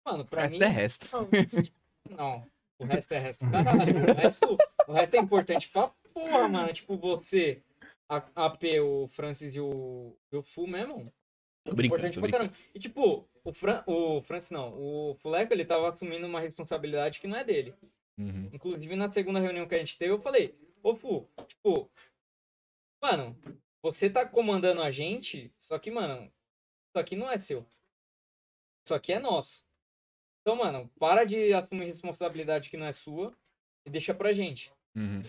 [SPEAKER 10] Mano,
[SPEAKER 7] O
[SPEAKER 10] pra
[SPEAKER 7] resto
[SPEAKER 10] mim...
[SPEAKER 7] é resto.
[SPEAKER 10] Não, o resto é resto. Caralho, o resto, o resto é importante pra porra, mano. Tipo, você, a, a P, o Francis e o, e o Fu mesmo,
[SPEAKER 7] Tô brincando,
[SPEAKER 10] importante
[SPEAKER 7] tô
[SPEAKER 10] pra
[SPEAKER 7] brincando.
[SPEAKER 10] caramba. E tipo, o, Fran... o Francis não, o Fuleco ele tava assumindo uma responsabilidade que não é dele.
[SPEAKER 7] Uhum.
[SPEAKER 10] Inclusive na segunda reunião que a gente teve, eu falei, ô Fu, tipo, mano, você tá comandando a gente, só que, mano, isso aqui não é seu. Isso aqui é nosso. Então, mano, para de assumir responsabilidade que não é sua e deixa pra gente.
[SPEAKER 7] Uhum.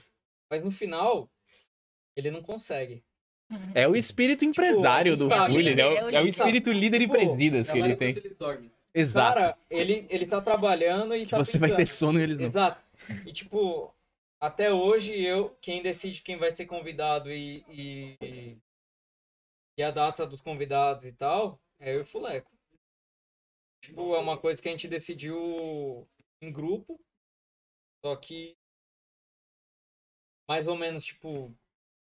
[SPEAKER 10] Mas no final, ele não consegue. Tipo,
[SPEAKER 7] É o espírito empresário do
[SPEAKER 10] sabe, Tipo, é
[SPEAKER 7] Fully, né? É o- É o
[SPEAKER 6] sabe.
[SPEAKER 7] espírito líder e
[SPEAKER 10] Pô,
[SPEAKER 7] presidas que ele
[SPEAKER 5] Trabalha
[SPEAKER 7] tem.
[SPEAKER 5] enquanto eles dormem.
[SPEAKER 7] Exato.
[SPEAKER 10] Cara, ele, ele tá trabalhando e
[SPEAKER 7] Que
[SPEAKER 10] tá
[SPEAKER 7] você
[SPEAKER 10] pensando.
[SPEAKER 7] vai ter sono e eles não.
[SPEAKER 10] Exato. E tipo, até hoje eu, quem decide quem vai ser convidado e, e, e a data dos convidados e tal, é eu e o Fuleco. Tipo, é uma coisa que a gente decidiu em grupo, só que mais ou menos, tipo,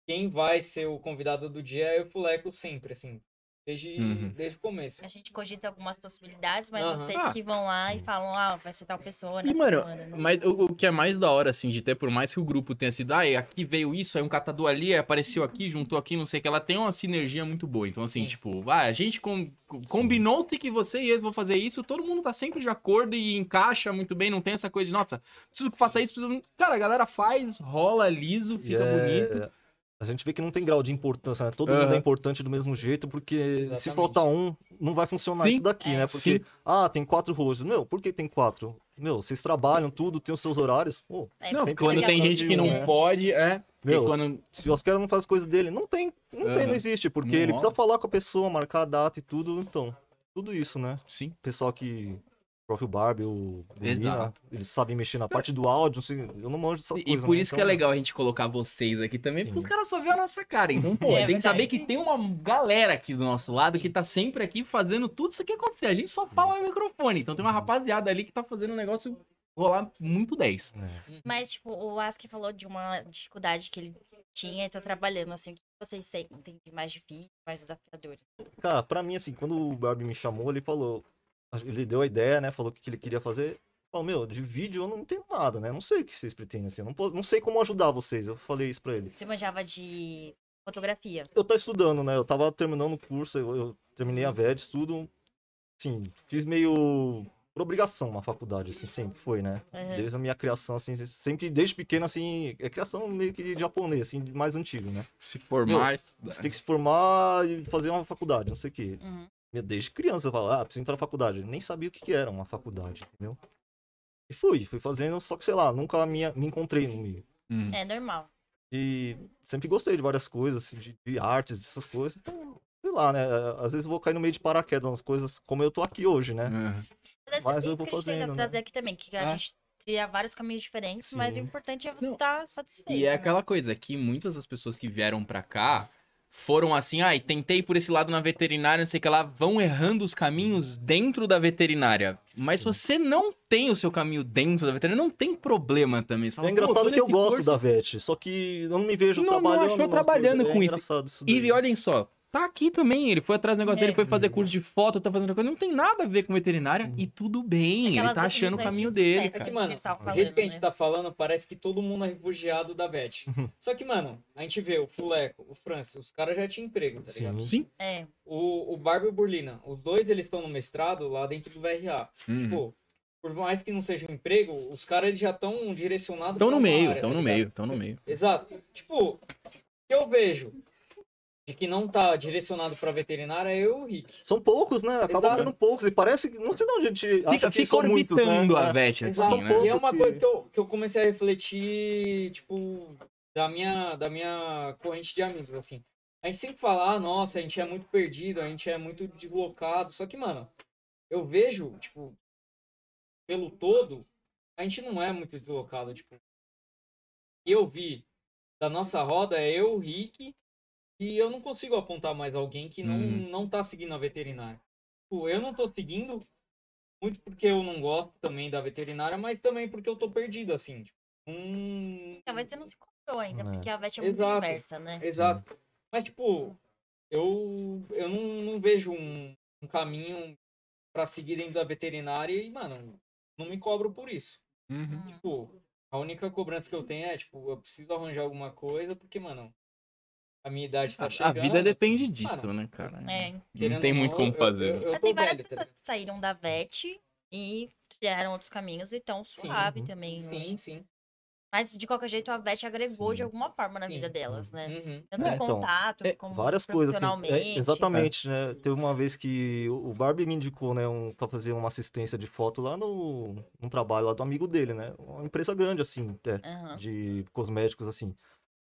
[SPEAKER 10] quem vai ser o convidado do dia é eu e o Fuleco sempre, assim. Desde,
[SPEAKER 7] Uhum.
[SPEAKER 10] desde o começo.
[SPEAKER 6] A gente cogita algumas possibilidades, mas
[SPEAKER 10] Aham.
[SPEAKER 6] vocês
[SPEAKER 7] Ah.
[SPEAKER 6] que vão lá e falam, ah, vai ser tal pessoa
[SPEAKER 7] E,
[SPEAKER 6] nessa
[SPEAKER 7] mano,
[SPEAKER 6] semana, né?
[SPEAKER 7] mas o, o que é mais da hora, assim, de ter, por mais que o grupo tenha sido, ah, aqui veio isso, aí um catador ali, aí apareceu aqui, juntou aqui, não sei o que, ela tem uma sinergia muito boa. Então, assim, tipo, ah, a gente com- com- combinou-se que você e eles vão fazer isso, todo mundo tá sempre de acordo e encaixa muito bem, não tem essa coisa de, nossa, preciso que faça isso, preciso... Cara, a galera faz, rola liso,
[SPEAKER 8] E
[SPEAKER 7] fica
[SPEAKER 8] é-
[SPEAKER 7] bonito.
[SPEAKER 8] A gente vê que não tem grau de importância, né? Todo mundo
[SPEAKER 7] Aham.
[SPEAKER 8] é importante do mesmo jeito, porque se
[SPEAKER 10] Exatamente.
[SPEAKER 8] faltar um, não vai funcionar
[SPEAKER 7] Sim.
[SPEAKER 8] isso daqui, né? Porque, ah, tem quatro rostos. Meu, por que tem quatro? Meu, vocês trabalham tudo, tem os seus horários. Pô,
[SPEAKER 6] É,
[SPEAKER 7] Não,
[SPEAKER 6] você
[SPEAKER 8] sempre
[SPEAKER 7] quando
[SPEAKER 6] liga
[SPEAKER 7] tem
[SPEAKER 6] pra
[SPEAKER 7] gente que
[SPEAKER 6] alguém,
[SPEAKER 7] não
[SPEAKER 6] né?
[SPEAKER 7] pode, é. Porque
[SPEAKER 8] meu,
[SPEAKER 7] quando
[SPEAKER 8] se os caras não fazem coisa dele, né? não tem, não tem,
[SPEAKER 7] Aham.
[SPEAKER 8] não existe, porque
[SPEAKER 7] Não
[SPEAKER 8] ele
[SPEAKER 7] rola.
[SPEAKER 8] precisa falar com a pessoa, marcar a data e tudo, então, tudo isso, né?
[SPEAKER 7] Sim.
[SPEAKER 8] Pessoal que o próprio Barbie, o Lumina,
[SPEAKER 7] Exato.
[SPEAKER 8] eles sabem mexer na parte do áudio, assim, eu não manjo dessas
[SPEAKER 7] E
[SPEAKER 8] coisas.
[SPEAKER 7] por
[SPEAKER 8] né?
[SPEAKER 7] isso
[SPEAKER 8] Então,
[SPEAKER 7] que é legal a gente colocar vocês aqui também, porque
[SPEAKER 8] Sim.
[SPEAKER 7] os caras só vê a nossa cara. Então, pô,
[SPEAKER 6] É
[SPEAKER 7] tem que
[SPEAKER 6] verdade.
[SPEAKER 7] saber que tem uma galera aqui do nosso lado que tá sempre aqui fazendo tudo isso aqui acontecer. A gente só fala no microfone. Então
[SPEAKER 8] Uhum.
[SPEAKER 7] tem uma rapaziada ali que tá fazendo um negócio rolar muito 10.
[SPEAKER 8] É.
[SPEAKER 6] Mas, tipo, o Aski falou de uma dificuldade que ele tinha e tá trabalhando, assim, o que vocês sentem de mais difícil, mais desafiador?
[SPEAKER 8] Cara, pra mim, assim, quando o Barbie me chamou, ele falou. Ele deu a ideia, né? Falou o que que ele queria fazer. Falou, meu, de vídeo eu não entendo nada, né? Não sei o que vocês pretendem, assim. Eu não, posso, não sei como ajudar vocês. Eu falei isso pra ele.
[SPEAKER 6] Você manjava de fotografia.
[SPEAKER 8] Eu tô estudando, né? Eu tava terminando o curso, eu, eu terminei a VEDS, tudo. Assim, fiz meio por obrigação uma faculdade, assim, sempre foi, né?
[SPEAKER 6] Uhum.
[SPEAKER 8] Desde a minha criação, assim, sempre, desde pequeno, assim, é criação meio que de japonês, assim, mais antigo, né?
[SPEAKER 7] Se
[SPEAKER 8] formar, Você tem que se formar e fazer uma faculdade, não sei o quê.
[SPEAKER 6] Uhum.
[SPEAKER 8] Meu, Desde criança eu falava, ah, preciso entrar na faculdade. Eu nem sabia o que, que era uma faculdade, entendeu? E fui, fui fazendo, só que sei lá, nunca me, me encontrei no meio.
[SPEAKER 7] Hum.
[SPEAKER 6] É normal.
[SPEAKER 8] E sempre gostei de várias coisas, assim, de, de artes, essas coisas. Então, sei lá, né? Às vezes eu vou cair no meio de paraquedas, umas coisas como eu tô aqui hoje, né?
[SPEAKER 6] Mas, é isso-
[SPEAKER 8] Mas
[SPEAKER 6] isso
[SPEAKER 8] eu vou
[SPEAKER 6] que a gente
[SPEAKER 8] fazendo,
[SPEAKER 6] tenta
[SPEAKER 8] né?
[SPEAKER 6] trazer aqui também, que a
[SPEAKER 7] É.
[SPEAKER 6] gente teria vários caminhos diferentes, mas o
[SPEAKER 8] Sim.
[SPEAKER 6] importante é você
[SPEAKER 7] Não.
[SPEAKER 6] estar satisfeito.
[SPEAKER 7] E é
[SPEAKER 6] né?
[SPEAKER 7] aquela coisa que muitas das pessoas que vieram pra cá foram assim, ai, tentei por esse lado na veterinária, não sei o que lá, vão errando os caminhos dentro da veterinária. Mas se você não tem o seu caminho dentro da veterinária, não tem problema também. Você fala,
[SPEAKER 8] é
[SPEAKER 7] "Pô,
[SPEAKER 8] engraçado
[SPEAKER 7] todo
[SPEAKER 8] que eu
[SPEAKER 7] esse
[SPEAKER 8] gosto
[SPEAKER 7] esforço
[SPEAKER 8] da VET, só que eu não me vejo
[SPEAKER 7] Não, não, acho que eu
[SPEAKER 8] trabalhando. nas coisas.
[SPEAKER 7] trabalhando com
[SPEAKER 8] é
[SPEAKER 7] isso.
[SPEAKER 8] engraçado isso. daí.
[SPEAKER 7] E olhem só, tá aqui também. Ele foi atrás do negócio
[SPEAKER 6] É.
[SPEAKER 7] dele, foi fazer curso de foto, tá fazendo outra coisa. Não tem nada a ver com veterinária
[SPEAKER 10] Hum.
[SPEAKER 7] e tudo bem.
[SPEAKER 6] Aquelas
[SPEAKER 7] ele tá achando o
[SPEAKER 6] definições
[SPEAKER 7] caminho
[SPEAKER 6] de
[SPEAKER 7] dele,
[SPEAKER 6] sucesso
[SPEAKER 7] cara.
[SPEAKER 6] que
[SPEAKER 10] Mano,
[SPEAKER 6] eles estavam
[SPEAKER 10] Do jeito que a
[SPEAKER 6] falando,
[SPEAKER 10] gente
[SPEAKER 6] né?
[SPEAKER 10] tá falando, parece que todo mundo é refugiado da VET.
[SPEAKER 7] Uhum.
[SPEAKER 10] Só que, mano, a gente vê o Fuleco, o Francis, os caras já tinham emprego, tá ligado?
[SPEAKER 8] Sim.
[SPEAKER 7] Sim.
[SPEAKER 6] É,
[SPEAKER 10] O, o Barba e o Burlina, os dois eles estão no mestrado lá dentro do VRA.
[SPEAKER 7] Uhum.
[SPEAKER 10] Pô, por mais que não seja um emprego, os caras eles já estão direcionados.
[SPEAKER 7] Estão
[SPEAKER 10] pra
[SPEAKER 7] no
[SPEAKER 10] uma
[SPEAKER 7] meio,
[SPEAKER 10] área,
[SPEAKER 7] estão
[SPEAKER 10] tá
[SPEAKER 7] no
[SPEAKER 10] ligado?
[SPEAKER 7] meio, estão no meio.
[SPEAKER 10] Exato. Tipo, o que eu vejo de que não tá direcionado pra veterinária é eu e o Rick.
[SPEAKER 8] São poucos, né? Acabam
[SPEAKER 10] Exato.
[SPEAKER 8] sendo poucos. E parece que. Não sei de onde a gente. acha
[SPEAKER 7] Fica,
[SPEAKER 8] que
[SPEAKER 7] fica
[SPEAKER 8] são muitos, né?
[SPEAKER 7] orbitando
[SPEAKER 8] É.
[SPEAKER 7] a Vete assim,
[SPEAKER 8] Exato.
[SPEAKER 7] né?
[SPEAKER 10] E é uma
[SPEAKER 8] Poucos que-
[SPEAKER 10] coisa que eu, que eu comecei a refletir, tipo, da minha, da minha corrente de amigos, assim. A gente sempre fala, ah, nossa, a gente é muito perdido, a gente é muito deslocado. Só que, mano, eu vejo, tipo, pelo todo, a gente não é muito deslocado, tipo. Eu vi da nossa roda é eu, o Rick, e eu não consigo apontar mais alguém que não,
[SPEAKER 7] Hum.
[SPEAKER 10] não tá seguindo a veterinária. Tipo, eu não tô seguindo muito porque eu não gosto também da veterinária, mas também porque eu tô perdido, assim. Tipo, hum...
[SPEAKER 6] talvez você não se encontrou ainda,
[SPEAKER 8] Né.
[SPEAKER 6] porque a Vete é muito
[SPEAKER 10] Exato.
[SPEAKER 6] diversa, né?
[SPEAKER 10] Exato. Mas, tipo, eu, eu não, não vejo um, um caminho pra seguir dentro da veterinária e, mano, não me cobro por isso.
[SPEAKER 7] Uhum.
[SPEAKER 10] Tipo, a única cobrança que eu tenho é, tipo, eu preciso arranjar alguma coisa porque, mano, a minha idade tá
[SPEAKER 7] A, a
[SPEAKER 10] chegando.
[SPEAKER 7] vida depende disso,
[SPEAKER 10] Mano,
[SPEAKER 7] né, cara?
[SPEAKER 6] É,
[SPEAKER 10] querendo
[SPEAKER 7] Não tem
[SPEAKER 10] ou
[SPEAKER 7] muito como
[SPEAKER 10] eu- eu-
[SPEAKER 7] fazer.
[SPEAKER 10] Eu, eu
[SPEAKER 6] Mas
[SPEAKER 10] tô
[SPEAKER 6] tem várias
[SPEAKER 10] velho, tá
[SPEAKER 6] pessoas que saíram da VET e criaram outros caminhos e tão
[SPEAKER 10] Sim,
[SPEAKER 6] suave
[SPEAKER 8] uhum.
[SPEAKER 6] também.
[SPEAKER 10] ligado?
[SPEAKER 6] hoje.
[SPEAKER 10] Sim, sim.
[SPEAKER 6] Mas de qualquer jeito a VET agregou
[SPEAKER 8] Sim.
[SPEAKER 6] de alguma forma na
[SPEAKER 10] Sim.
[SPEAKER 6] vida delas, né?
[SPEAKER 10] Uhum.
[SPEAKER 6] Tanto
[SPEAKER 8] É,
[SPEAKER 6] em
[SPEAKER 8] então,
[SPEAKER 6] contatos,
[SPEAKER 8] É,
[SPEAKER 6] como
[SPEAKER 8] várias coisas. Assim,
[SPEAKER 6] profissionalmente.
[SPEAKER 8] É, exatamente, né? Teve uma vez que o o Barbie me indicou, né, um, pra fazer uma assistência de foto lá no num trabalho lá do amigo dele, né? Uma empresa grande, assim, até,
[SPEAKER 6] Aham.
[SPEAKER 8] de cosméticos, assim.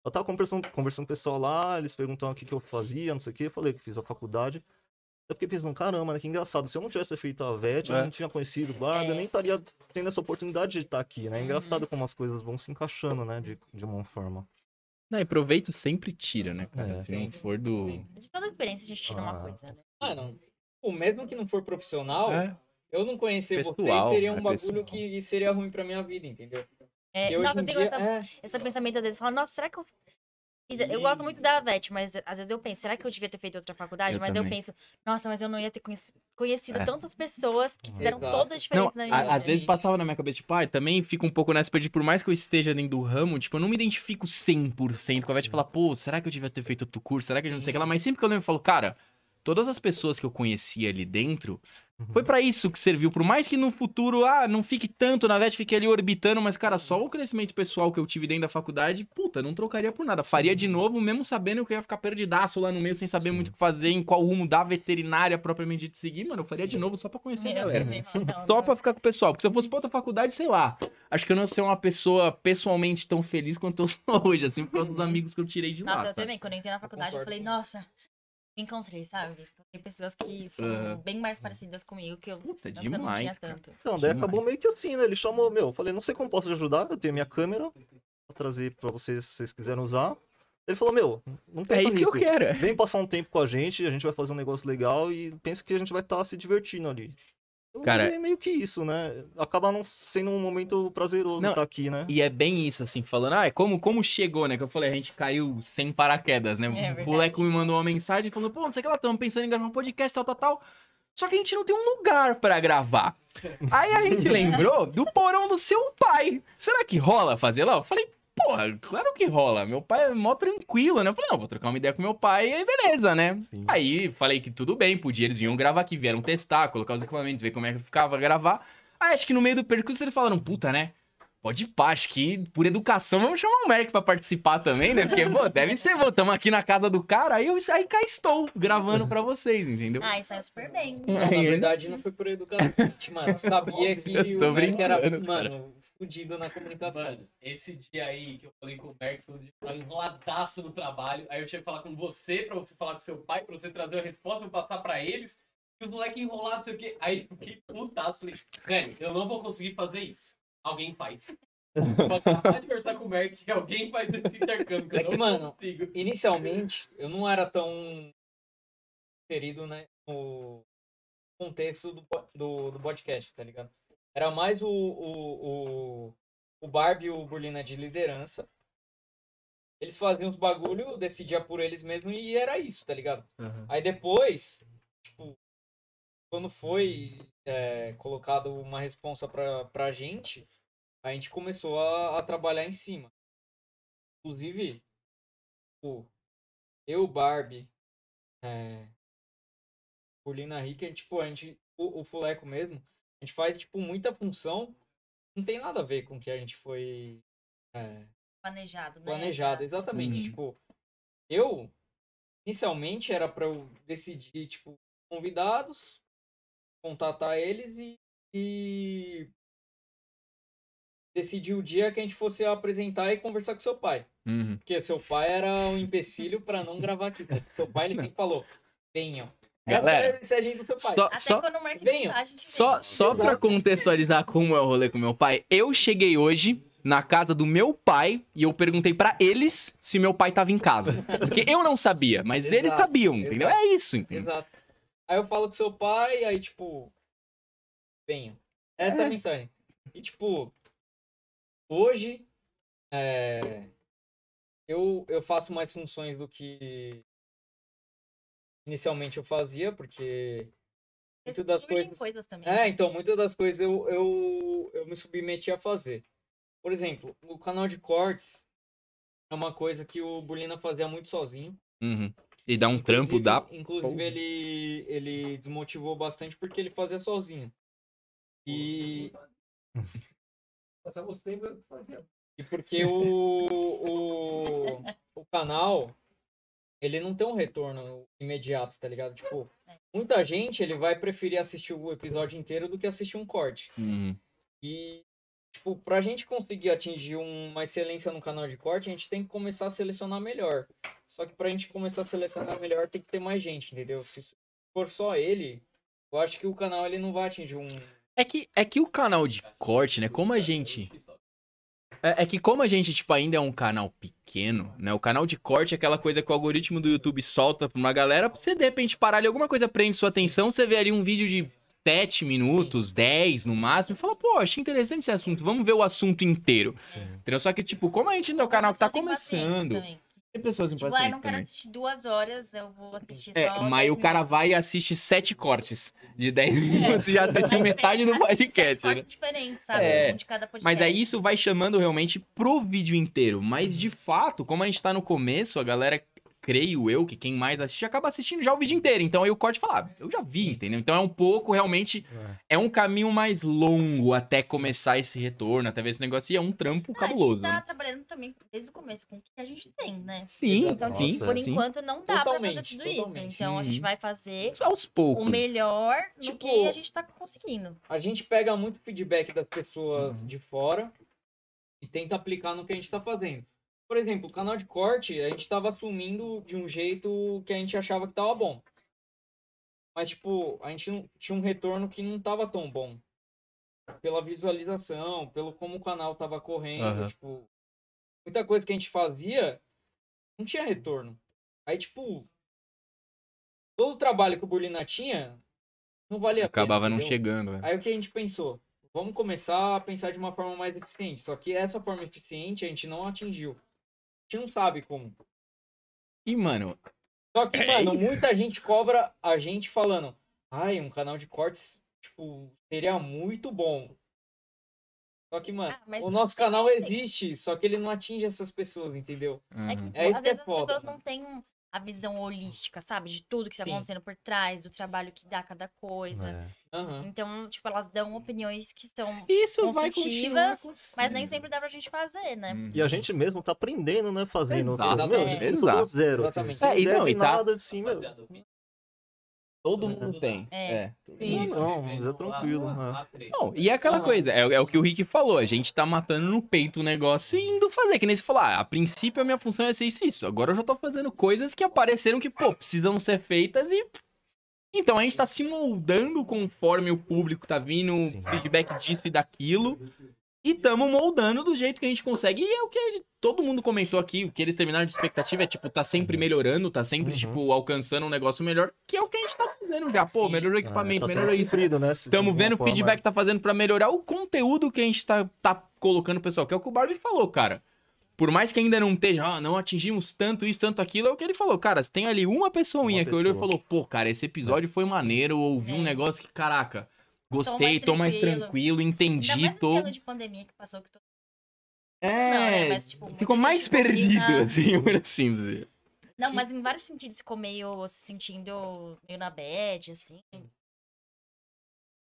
[SPEAKER 8] Eu tava conversando, conversando com o pessoal lá, eles perguntavam o que, que eu fazia, não sei o que, eu falei que fiz a faculdade. Eu fiquei pensando, caramba, né, que engraçado. Se eu não tivesse feito a VET,
[SPEAKER 7] É.
[SPEAKER 8] eu não tinha conhecido o Barbie,
[SPEAKER 6] É. Uhum.
[SPEAKER 8] eu nem estaria tendo essa oportunidade de estar aqui, né? É engraçado como as coisas vão se encaixando, né, de, de uma forma.
[SPEAKER 7] Não, e proveito sempre tira, né, cara?
[SPEAKER 8] É.
[SPEAKER 7] Se não for do.
[SPEAKER 6] De toda a experiência a gente tira uma
[SPEAKER 8] Ah.
[SPEAKER 6] coisa, né?
[SPEAKER 10] Mano, o mesmo que não for profissional,
[SPEAKER 7] É.
[SPEAKER 10] eu não conhecer
[SPEAKER 7] Pessoal,
[SPEAKER 10] vocês seria
[SPEAKER 7] é
[SPEAKER 10] um bagulho
[SPEAKER 7] pessoal.
[SPEAKER 10] que seria ruim pra minha vida, entendeu?
[SPEAKER 6] É,
[SPEAKER 10] E hoje
[SPEAKER 6] nossa,
[SPEAKER 10] em
[SPEAKER 6] eu tenho
[SPEAKER 10] dia-
[SPEAKER 6] essa-
[SPEAKER 10] é,
[SPEAKER 6] esse pensamento às vezes, eu falo, nossa, será que eu Isa, Eu gosto muito da Avete, mas às vezes eu penso, será que eu devia ter feito outra faculdade?
[SPEAKER 7] Eu
[SPEAKER 6] mas eu
[SPEAKER 7] também.
[SPEAKER 6] penso, nossa, mas eu não ia ter conheci- conhecido
[SPEAKER 7] É.
[SPEAKER 6] tantas pessoas que fizeram
[SPEAKER 10] Exato.
[SPEAKER 6] toda a diferença
[SPEAKER 7] Não,
[SPEAKER 6] na
[SPEAKER 7] a-
[SPEAKER 6] minha vida. né?
[SPEAKER 7] às vezes passava na minha cabeça, tipo, ah, também fico um pouco nessa, porque por mais que eu esteja dentro do ramo, tipo, eu não me identifico 100% com a Vete falar, pô, será que eu devia ter feito outro curso? Será que eu não sei o que lá? Mas sempre que eu lembro, eu falo, cara, todas as pessoas que eu conhecia ali dentro, foi pra isso que serviu. Por mais que no futuro, ah, não fique tanto na Vete, fique ali orbitando, mas, cara, só o crescimento pessoal que eu tive dentro da faculdade, puta, não trocaria por nada. Faria de novo, mesmo sabendo que eu ia ficar perdidaço lá no meio, sem saber muito o que fazer, em qual rumo da veterinária propriamente de seguir, mano, eu faria de novo só pra conhecer a
[SPEAKER 6] Meu
[SPEAKER 7] galera.
[SPEAKER 6] Deus, não, não,
[SPEAKER 7] Só
[SPEAKER 6] não.
[SPEAKER 7] pra ficar com o pessoal. Porque se eu fosse pra outra faculdade, sei lá. Acho que eu não ia ser uma pessoa pessoalmente tão feliz quanto eu sou hoje, assim, por causa dos amigos que eu tirei de lá.
[SPEAKER 6] Nossa, eu
[SPEAKER 7] sabe?
[SPEAKER 6] também, quando eu entrei na faculdade, eu
[SPEAKER 10] concordo
[SPEAKER 6] falei,
[SPEAKER 10] com
[SPEAKER 6] nossa, me encontrei, sabe? Tem pessoas que são
[SPEAKER 7] Aham.
[SPEAKER 6] bem mais parecidas comigo que eu
[SPEAKER 7] Puta,
[SPEAKER 6] antes eu não tinha
[SPEAKER 7] demais. Cara.
[SPEAKER 6] tanto.
[SPEAKER 8] Então, daí
[SPEAKER 7] Demais.
[SPEAKER 8] acabou meio que assim, né? Ele chamou, meu, eu falei, não sei como posso te ajudar, eu tenho minha câmera, vou trazer pra vocês se vocês quiserem usar. Ele falou, meu, não
[SPEAKER 7] É
[SPEAKER 8] pensa
[SPEAKER 7] isso que eu
[SPEAKER 8] nisso.
[SPEAKER 7] quero.
[SPEAKER 8] Vem passar um tempo com a gente, a gente vai fazer um negócio legal e pensa que a gente vai estar se divertindo ali. Então,
[SPEAKER 7] Cara-
[SPEAKER 8] é meio que isso, né? Acaba não sendo um momento prazeroso
[SPEAKER 7] Não,
[SPEAKER 8] estar aqui, né?
[SPEAKER 7] E é bem isso, assim, falando, ah, é como, como chegou, né? Que eu falei, a gente caiu sem paraquedas, né?
[SPEAKER 6] verdade.
[SPEAKER 7] o moleque me mandou uma mensagem falando, pô, não sei o que lá, estamos pensando em gravar um podcast, tal, tal, tal. Só que a gente não tem um lugar pra gravar. Aí a gente lembrou do porão do seu pai. Será que rola fazer lá? Eu falei, porra, claro que rola. Meu pai é mó tranquilo, né? Eu falei, não, vou trocar uma ideia com meu pai e aí beleza, né? Aí falei que tudo bem, podia, eles vinham gravar aqui, vieram testar, colocar os equipamentos, ver como é que ficava, gravar. Aí acho que no meio do percurso eles falaram, puta, né? Pode pá, acho que por educação vamos chamar o Merck pra participar também, né? Porque, pô, deve ser, pô, tamo aqui na casa do cara, aí, eu, aí cá estou gravando pra vocês, entendeu?
[SPEAKER 6] Ah, e saiu super
[SPEAKER 7] É,
[SPEAKER 6] bem.
[SPEAKER 10] Não, na verdade, não foi por educação. Mano, eu sabia que
[SPEAKER 7] Eu tô
[SPEAKER 10] o Merck era,
[SPEAKER 7] brincando, cara.
[SPEAKER 10] mano, fudido na comunicação.
[SPEAKER 11] Mano, esse dia aí que eu falei com o Merck, foi um dia que eu tava enroladaço no trabalho. Aí eu tinha que falar com você, pra você falar com seu pai, pra você trazer a resposta, pra eu passar pra eles. E os moleques enrolados, sei o quê. Aí eu fiquei putaço. Falei, velho, eu não vou conseguir fazer isso. Alguém faz. Tipo, Eu vou acabar de conversar com o Merck e alguém faz esse intercâmbio. que eu
[SPEAKER 10] É que,
[SPEAKER 11] não
[SPEAKER 10] mano,
[SPEAKER 11] consigo.
[SPEAKER 10] Inicialmente, eu não era tão inserido, né, no contexto do, po- do, do podcast, tá ligado? Era mais o, o, o, o Barbie e o Burlina de liderança. Eles faziam os bagulho, decidia por eles mesmos e era isso, tá ligado? Aí depois, tipo, quando foi é, colocado uma responsa pra, pra gente, a gente começou a, a trabalhar em cima. Inclusive, tipo, eu, Barbie, é, Polina Rica, a gente, tipo, a gente, o, o Fuleco mesmo, a gente faz, tipo, muita função, não tem nada a ver com o que a gente foi é,
[SPEAKER 6] Planejado, né?
[SPEAKER 10] planejado, exatamente.
[SPEAKER 7] Uhum.
[SPEAKER 10] Tipo, eu inicialmente era pra eu decidir, tipo, convidados, contatar eles e, e decidir o dia que a gente fosse apresentar e conversar com seu pai.
[SPEAKER 7] Uhum.
[SPEAKER 10] Porque seu pai era um empecilho pra não gravar aqui. porque Seu pai ele sempre falou: venham.
[SPEAKER 7] Galera,
[SPEAKER 10] Até esse agente do seu pai.
[SPEAKER 7] Só,
[SPEAKER 6] Até
[SPEAKER 7] só,
[SPEAKER 6] quando o Mark
[SPEAKER 10] Venham.
[SPEAKER 6] não tá, a gente
[SPEAKER 7] só, só pra contextualizar como é o rolê com meu pai, eu cheguei hoje na casa do meu pai e eu perguntei pra eles se meu pai tava em casa. Porque eu não sabia, mas eles
[SPEAKER 10] Exato,
[SPEAKER 7] sabiam, entendeu?
[SPEAKER 10] exato.
[SPEAKER 7] É isso, entendeu?
[SPEAKER 10] Exato. Aí eu falo com seu pai, aí tipo. Venham. Essa é a mensagem. E tipo. Hoje. é, eu, eu faço mais funções do que. Inicialmente eu fazia, porque.
[SPEAKER 6] Muitas
[SPEAKER 10] das coisas-
[SPEAKER 6] coisas também. Tipo,
[SPEAKER 10] É, então, muitas das coisas eu, eu, eu me submeti a fazer. Por exemplo, o canal de cortes é uma coisa que o Burlina fazia muito sozinho.
[SPEAKER 7] Uhum. E dá um trampo,
[SPEAKER 10] Inclusive-
[SPEAKER 7] dá.
[SPEAKER 10] Inclusive, ele, ele desmotivou bastante porque ele fazia sozinho. E,
[SPEAKER 4] Passar os tempos, eu fazia.
[SPEAKER 10] e porque o, o, o canal, ele não tem um retorno imediato, tá ligado? Tipo, muita gente, ele vai preferir assistir o episódio inteiro do que assistir um corte.
[SPEAKER 7] Uhum.
[SPEAKER 10] E, tipo, pra gente conseguir atingir uma excelência no canal de corte, a gente tem que começar a selecionar melhor. Só que pra gente começar a selecionar melhor, tem que ter mais gente, entendeu? Se for só ele, eu acho que o canal ele não vai atingir um.
[SPEAKER 7] É que, é que o canal de corte, né? Como a gente. É, é que como a gente, tipo, ainda é um canal pequeno, né? O canal de corte é aquela coisa que o algoritmo do YouTube solta pra uma galera. pra Você de repente parar ali, alguma coisa prende sua atenção, você vê ali um vídeo de 7 minutos, 10 no máximo, e fala, pô, achei interessante esse assunto, vamos ver o assunto inteiro. Entendeu? Só que, tipo, como a gente ainda é um canal que tá
[SPEAKER 6] Pessoas sem paciência
[SPEAKER 7] começando.
[SPEAKER 6] também.
[SPEAKER 7] Tem pessoas
[SPEAKER 6] Tipo, ah, eu
[SPEAKER 7] impacientes
[SPEAKER 6] não quero
[SPEAKER 7] também.
[SPEAKER 6] assistir duas horas, eu vou assistir só.
[SPEAKER 7] assim, É, mas
[SPEAKER 6] 10
[SPEAKER 7] o cara
[SPEAKER 6] minutos.
[SPEAKER 7] vai e assiste sete cortes de 10
[SPEAKER 6] É.
[SPEAKER 7] minutos e já assistiu
[SPEAKER 6] Mas
[SPEAKER 7] metade
[SPEAKER 6] tem
[SPEAKER 7] do
[SPEAKER 6] vários
[SPEAKER 7] podcast, né?
[SPEAKER 6] cortes diferentes, sabe?
[SPEAKER 7] É.
[SPEAKER 6] Um de cada podcast.
[SPEAKER 7] Mas aí isso é vai chamando realmente pro vídeo inteiro. Mas de fato, como a gente tá no começo, a galera, creio eu, que quem mais assiste acaba assistindo já o vídeo inteiro. Então aí o corte fala, ah, eu já vi, entendeu? Então é um pouco realmente. É um caminho mais longo até começar esse retorno, até ver esse negócio. E é um trampo
[SPEAKER 6] Ah,
[SPEAKER 7] cabuloso.
[SPEAKER 6] A gente tá
[SPEAKER 7] né?
[SPEAKER 6] trabalhando também desde o começo com o que a gente tem, né?
[SPEAKER 7] Sim,
[SPEAKER 6] Então,
[SPEAKER 7] sim,
[SPEAKER 6] tipo, por
[SPEAKER 7] sim.
[SPEAKER 6] enquanto não dá pra
[SPEAKER 10] Totalmente,
[SPEAKER 6] fazer tudo
[SPEAKER 10] totalmente.
[SPEAKER 6] isso. Então a gente
[SPEAKER 7] Uhum.
[SPEAKER 6] vai fazer
[SPEAKER 7] Aos
[SPEAKER 6] o
[SPEAKER 7] poucos.
[SPEAKER 6] melhor do
[SPEAKER 10] Tipo,
[SPEAKER 6] que a gente tá conseguindo.
[SPEAKER 10] A gente pega muito feedback das pessoas de fora e tenta aplicar no que a gente tá fazendo. Por exemplo, o canal de corte, a gente tava assumindo de um jeito que a gente achava que tava bom. Mas, tipo, a gente não- tinha um retorno que não tava tão bom. Pela visualização, pelo como o canal tava correndo,
[SPEAKER 7] Aham.
[SPEAKER 10] tipo... Muita coisa que a gente fazia não tinha retorno. Aí, tipo... Todo o trabalho que o Burlina tinha não valia a pena.
[SPEAKER 7] Acabava não
[SPEAKER 10] entendeu?
[SPEAKER 7] chegando, né?
[SPEAKER 10] Aí o que a gente pensou? Vamos começar a pensar de uma forma mais eficiente. Só que essa forma eficiente a gente não atingiu. A gente não sabe como.
[SPEAKER 7] E, mano,
[SPEAKER 10] Só que,
[SPEAKER 7] É,
[SPEAKER 10] mano, muita gente cobra a gente falando: ai, um canal de cortes, tipo, seria muito bom. Só que, mano,
[SPEAKER 6] Ah, mas
[SPEAKER 10] o nosso
[SPEAKER 6] você
[SPEAKER 10] canal
[SPEAKER 6] tem-
[SPEAKER 10] existe, só que ele não atinge essas pessoas, entendeu?
[SPEAKER 7] Uhum.
[SPEAKER 6] É que,
[SPEAKER 10] É
[SPEAKER 6] pô,
[SPEAKER 10] isso
[SPEAKER 6] às
[SPEAKER 10] que é
[SPEAKER 6] vezes as
[SPEAKER 10] foda,
[SPEAKER 6] pessoas
[SPEAKER 10] mano.
[SPEAKER 6] não têm um- a visão holística, sabe? De tudo que tá
[SPEAKER 10] Sim. É.
[SPEAKER 6] acontecendo por trás, do trabalho que dá cada coisa.
[SPEAKER 10] Aham.
[SPEAKER 6] Então, tipo, elas dão opiniões que são.
[SPEAKER 7] isso vai continuar
[SPEAKER 6] conflitivas, mas nem
[SPEAKER 7] acontecendo.
[SPEAKER 6] sempre dá pra gente fazer, né?
[SPEAKER 7] Uhum.
[SPEAKER 8] E a gente mesmo tá aprendendo, né? Fazendo.
[SPEAKER 7] Exato.
[SPEAKER 8] Meu, a gente
[SPEAKER 7] É.
[SPEAKER 8] começou do
[SPEAKER 7] Exato.
[SPEAKER 8] zero.
[SPEAKER 10] Exatamente.
[SPEAKER 8] Assim, sem
[SPEAKER 7] É, e
[SPEAKER 8] ideia
[SPEAKER 7] não,
[SPEAKER 8] de
[SPEAKER 7] e tá-
[SPEAKER 8] nada, assim, meu.
[SPEAKER 7] Todo mundo tem.
[SPEAKER 6] É.
[SPEAKER 7] é.
[SPEAKER 8] Não, não, mas é tranquilo. né?
[SPEAKER 7] Não, e é aquela
[SPEAKER 10] Aham.
[SPEAKER 7] coisa, é, é o que o Rick falou, a gente tá matando no peito o negócio e indo fazer, que nem se falou, ah, a princípio a minha função é ser isso, e isso, agora eu já tô fazendo coisas que apareceram que, pô, precisam ser feitas e... Então a gente tá se moldando conforme o público tá vindo,
[SPEAKER 8] Sim.
[SPEAKER 7] feedback disso e daquilo, e tamo moldando do jeito que a gente consegue, e é o que a gente- todo mundo comentou aqui, o que eles terminaram de expectativa é, tipo, tá sempre melhorando, tá sempre,
[SPEAKER 8] Uhum.
[SPEAKER 7] tipo, alcançando um negócio melhor, que é o que a gente tá fazendo já, pô, melhorou o equipamento,
[SPEAKER 8] tá sendo
[SPEAKER 7] melhorou isso,
[SPEAKER 8] cumprido, né? de
[SPEAKER 7] Estamos
[SPEAKER 8] alguma
[SPEAKER 7] vendo o
[SPEAKER 8] forma,
[SPEAKER 7] feedback que tá fazendo pra melhorar o conteúdo que a gente tá, tá colocando, pessoal. Que é o que o Barbie falou, cara. Por mais que ainda não esteja, ah, não atingimos tanto isso, tanto aquilo, é o que ele falou. Cara, se tem ali uma pessoinha
[SPEAKER 8] Uma
[SPEAKER 7] que olhou e
[SPEAKER 8] pessoa. É,
[SPEAKER 7] falou, pô, cara, esse episódio foi maneiro, ouvi um
[SPEAKER 6] É.
[SPEAKER 7] negócio que, caraca,
[SPEAKER 6] Estou
[SPEAKER 7] gostei,
[SPEAKER 6] mais
[SPEAKER 7] tô mais
[SPEAKER 6] tranquilo.
[SPEAKER 7] tranquilo,
[SPEAKER 6] Ainda
[SPEAKER 7] entendi,
[SPEAKER 6] mais esse
[SPEAKER 7] tô...
[SPEAKER 6] ano de pandemia que passou, que todo
[SPEAKER 7] É,
[SPEAKER 6] Não, né, mas, tipo, muita
[SPEAKER 7] ficou mais
[SPEAKER 6] gente
[SPEAKER 7] perdido,
[SPEAKER 6] combina-
[SPEAKER 7] assim, por assim dizer.
[SPEAKER 6] Não, mas em vários sentidos ficou meio se sentindo meio na bad, assim.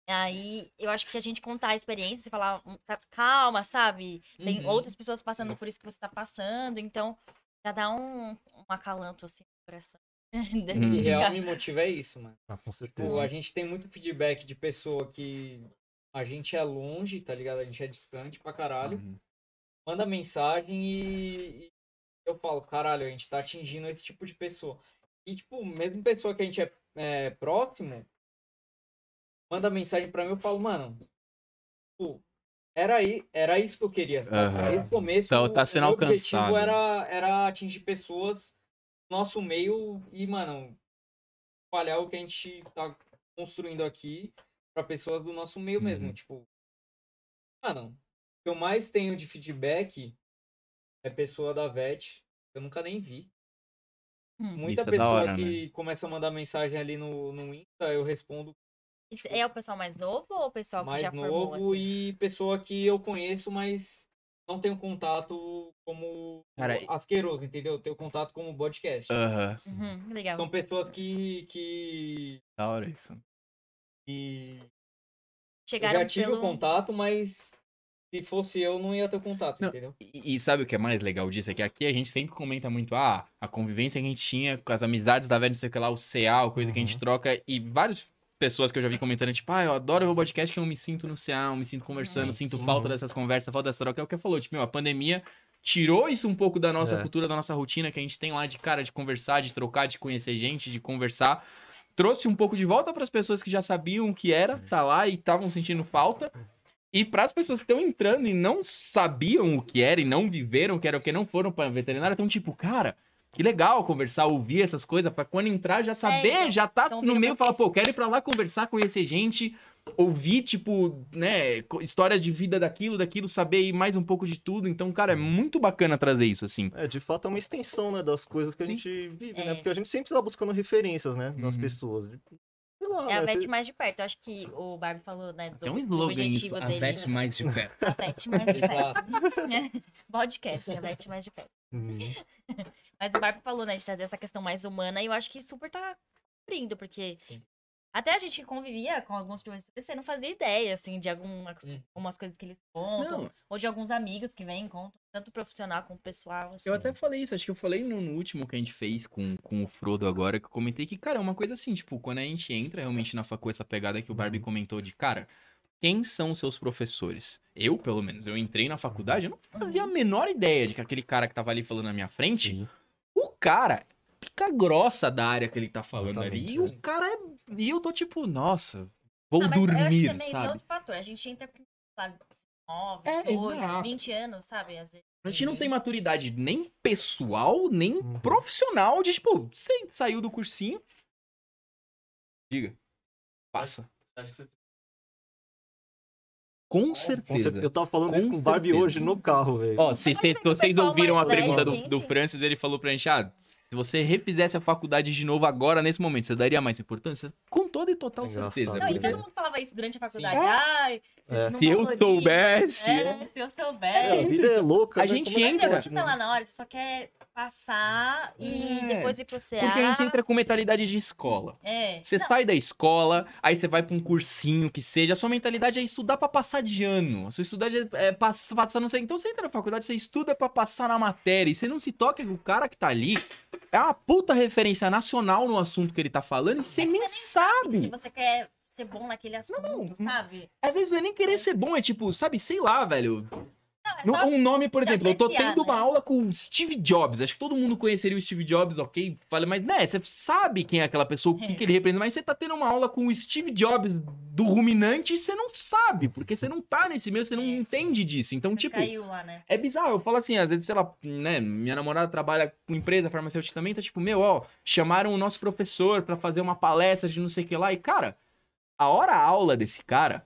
[SPEAKER 6] Aí eu acho que a gente contar a experiência e falar, "Hum, tá- calma, sabe? Tem
[SPEAKER 10] Uhum.
[SPEAKER 6] outras pessoas passando por isso que você tá passando, então já dá um, um acalanto assim no coração. Da gente
[SPEAKER 7] Uhum.
[SPEAKER 10] O que real
[SPEAKER 6] ficar-
[SPEAKER 10] me motiva é isso, mano.
[SPEAKER 8] Ah, com certeza.
[SPEAKER 10] Tipo, a gente tem muito feedback de pessoa que a gente é longe, tá ligado? A gente é distante pra caralho.
[SPEAKER 8] Uhum.
[SPEAKER 10] Manda mensagem e, e eu falo, caralho, a gente tá atingindo esse tipo de pessoa. E, tipo, mesmo pessoa que a gente é, é, próximo, manda mensagem pra mim, eu falo, mano, tipo, era, aí, era isso que eu queria, sabe?
[SPEAKER 7] Aham.
[SPEAKER 10] Desde o começo,
[SPEAKER 7] Tá- tá sendo
[SPEAKER 10] o meu objetivo
[SPEAKER 7] alcançado.
[SPEAKER 10] era, era atingir pessoas do nosso meio e, mano, espalhar o que a gente tá construindo aqui pra pessoas do nosso meio mesmo.
[SPEAKER 7] Uhum.
[SPEAKER 10] Tipo, mano, o que eu mais tenho de feedback é pessoa da VET. Eu nunca nem vi.
[SPEAKER 6] Hum.
[SPEAKER 10] Muita
[SPEAKER 7] Isso é da
[SPEAKER 10] pessoa
[SPEAKER 7] hora,
[SPEAKER 10] que começa a mandar mensagem ali no, no Insta, eu respondo
[SPEAKER 6] Isso é o pessoal mais novo ou o pessoal que já
[SPEAKER 10] mais
[SPEAKER 6] formou
[SPEAKER 10] novo
[SPEAKER 6] assim?
[SPEAKER 10] e pessoa que eu conheço, mas não tenho contato como
[SPEAKER 7] Cara,
[SPEAKER 10] asqueroso, entendeu? Eu Tenho contato como podcast.
[SPEAKER 7] Aham,
[SPEAKER 6] Uhum, legal.
[SPEAKER 10] São pessoas que, que,
[SPEAKER 7] da hora isso.
[SPEAKER 10] que eu
[SPEAKER 6] Chegaram
[SPEAKER 10] já tive
[SPEAKER 6] pelo...
[SPEAKER 10] o contato, mas se fosse eu, não ia ter o contato,
[SPEAKER 7] Não,
[SPEAKER 10] entendeu?
[SPEAKER 7] E, e sabe o que é mais legal disso? É que aqui a gente sempre comenta muito, ah, a convivência que a gente tinha com as amizades da velha, não sei o que lá, o CA, a coisa que a gente troca, e várias pessoas que eu já vi comentando, tipo, ah, eu adoro o podcast que eu me sinto no CA, eu me sinto conversando, eu sinto falta dessas conversas, falta dessa troca, é o que eu falou, tipo, meu, a pandemia tirou isso um pouco da nossa
[SPEAKER 8] É.
[SPEAKER 7] cultura, da nossa rotina que a gente tem lá de cara, de conversar, de trocar, de conhecer gente, de conversar. Trouxe um pouco de volta para as pessoas que já sabiam o que era, tá lá e estavam sentindo falta. E para as pessoas que estão entrando e não sabiam o que era e não viveram o que era, o que não foram para veterinária, estão tipo, cara, que legal conversar, ouvir essas coisas, para quando entrar já saber,
[SPEAKER 6] então,
[SPEAKER 7] já tá
[SPEAKER 6] então
[SPEAKER 7] no
[SPEAKER 6] vira
[SPEAKER 7] meio e
[SPEAKER 6] mais
[SPEAKER 7] falar,
[SPEAKER 6] fácil.
[SPEAKER 7] pô, quero ir para lá conversar, conhecer gente, ouvir, tipo, né, co- histórias de vida daquilo, daquilo, saber mais um pouco de tudo. Então, cara, é muito bacana trazer isso, assim.
[SPEAKER 8] É, de fato é uma extensão, né, das coisas que a gente vive,
[SPEAKER 6] É.
[SPEAKER 8] né? Porque a gente sempre tá buscando referências, né, das
[SPEAKER 7] Uhum.
[SPEAKER 8] pessoas. De- Sei lá,
[SPEAKER 6] É a
[SPEAKER 8] né,
[SPEAKER 6] Beth
[SPEAKER 8] cê-
[SPEAKER 6] mais de perto. Eu acho que o Barbie falou, né?
[SPEAKER 7] Tem um slogan
[SPEAKER 6] objetivo
[SPEAKER 7] isso, a
[SPEAKER 6] dele,
[SPEAKER 7] bet
[SPEAKER 6] né?
[SPEAKER 7] mais de perto.
[SPEAKER 6] A Beth mais de perto. Podcast, a Beth mais de perto.
[SPEAKER 8] Hum.
[SPEAKER 6] Mas o Barbie falou, né, de trazer essa questão mais humana, e eu acho que super tá cumprindo, porque até a gente que convivia com alguns professores, você não fazia ideia, assim, de alguma, algumas coisas que eles contam,
[SPEAKER 7] Hum. Não,
[SPEAKER 6] ou de alguns amigos que vêm e contam, tanto profissional como pessoal, assim.
[SPEAKER 7] Eu até falei isso, acho que eu falei no, no último que a gente fez com, com o Frodo agora, que eu comentei que, cara, é uma coisa assim, tipo, quando a gente entra realmente na facul, essa pegada que o Barbie
[SPEAKER 6] Uhum.
[SPEAKER 7] comentou de, cara, quem são os seus professores? Eu, pelo menos, eu entrei na faculdade, eu
[SPEAKER 6] Uhum.
[SPEAKER 7] não fazia a menor ideia de que aquele cara que tava ali falando na minha frente, o cara pica grossa da área que ele tá falando ali, e o cara é... E eu tô tipo, nossa, vou
[SPEAKER 6] Ah, mas eu acho que
[SPEAKER 7] dormir,
[SPEAKER 6] também tem
[SPEAKER 7] sabe?
[SPEAKER 6] outro fator, a gente entra com, sei lá, 19,
[SPEAKER 7] É,
[SPEAKER 6] 18,
[SPEAKER 7] exato.
[SPEAKER 6] 20 anos, sabe, às vezes.
[SPEAKER 7] A
[SPEAKER 8] Uhum.
[SPEAKER 7] gente não tem maturidade nem pessoal, nem profissional de, tipo, você saiu do cursinho. Diga. Passa.
[SPEAKER 11] Acho que você
[SPEAKER 7] Com
[SPEAKER 8] Com cer-
[SPEAKER 7] certeza.
[SPEAKER 8] Eu tava falando
[SPEAKER 7] Com
[SPEAKER 8] isso com o Barbie
[SPEAKER 7] certeza.
[SPEAKER 8] hoje no carro, velho.
[SPEAKER 7] Ó, se vocês,
[SPEAKER 6] tem um
[SPEAKER 7] vocês
[SPEAKER 6] pessoal
[SPEAKER 7] ouviram a
[SPEAKER 6] mais velho,
[SPEAKER 7] pergunta do,
[SPEAKER 6] gente.
[SPEAKER 7] do Francis, ele falou pra gente, ah, se você refizesse a faculdade de novo agora, nesse momento, você daria mais importância? Com toda e total
[SPEAKER 8] É engraçado,
[SPEAKER 7] certeza.
[SPEAKER 8] né?
[SPEAKER 6] Não, e
[SPEAKER 7] porque
[SPEAKER 6] todo mundo falava isso durante a faculdade, ai, vocês
[SPEAKER 8] É.
[SPEAKER 6] não
[SPEAKER 7] Se eu
[SPEAKER 6] valorizam,
[SPEAKER 7] soubesse... né?
[SPEAKER 6] é, se eu
[SPEAKER 8] É, a
[SPEAKER 6] soubesse.
[SPEAKER 8] vida é louca,
[SPEAKER 7] A
[SPEAKER 8] né?
[SPEAKER 7] gente
[SPEAKER 8] Como é que
[SPEAKER 7] entra.
[SPEAKER 6] Meu,
[SPEAKER 8] pode,
[SPEAKER 6] você
[SPEAKER 8] né?
[SPEAKER 6] tá lá na hora, você só quer passar e
[SPEAKER 7] É.
[SPEAKER 6] depois ir pro CA.
[SPEAKER 7] Porque a gente entra com mentalidade de escola.
[SPEAKER 6] É.
[SPEAKER 7] Você sai da escola, aí você vai pra um cursinho que seja, a sua mentalidade é estudar pra passar de ano. A sua estudade é é pass- passar, não sei. Então você entra na faculdade, você estuda pra passar na matéria e você não se toca que o cara que tá ali é uma puta referência nacional no assunto que ele tá falando e você
[SPEAKER 6] É que
[SPEAKER 7] nem
[SPEAKER 6] você Se
[SPEAKER 7] sabe.
[SPEAKER 6] você quer ser bom naquele assunto, sabe?
[SPEAKER 7] Às vezes não é nem querer ser bom, é tipo, sabe, sei lá, velho.
[SPEAKER 6] Não, é
[SPEAKER 7] No-
[SPEAKER 6] só...
[SPEAKER 7] Um nome, por
[SPEAKER 6] de
[SPEAKER 7] exemplo, eu tô
[SPEAKER 6] apreciar,
[SPEAKER 7] tendo uma
[SPEAKER 6] né?
[SPEAKER 7] aula com o Steve Jobs. Acho que todo mundo conheceria o Steve Jobs, ok? Fala, mas né, você sabe quem é aquela pessoa, o que,
[SPEAKER 6] É.
[SPEAKER 7] que ele representa, mas você tá tendo uma aula com o Steve Jobs do ruminante e você não sabe, porque você não tá nesse meio, você não
[SPEAKER 6] É, sim.
[SPEAKER 7] entende disso. Então,
[SPEAKER 6] você
[SPEAKER 7] tipo.
[SPEAKER 6] caiu lá, né?
[SPEAKER 7] É bizarro, eu falo assim, às vezes, sei lá, né, minha namorada trabalha com empresa farmacêutica também, tá tipo, meu, ó, chamaram o nosso professor pra fazer uma palestra de não sei o que lá, e cara, a hora aula desse cara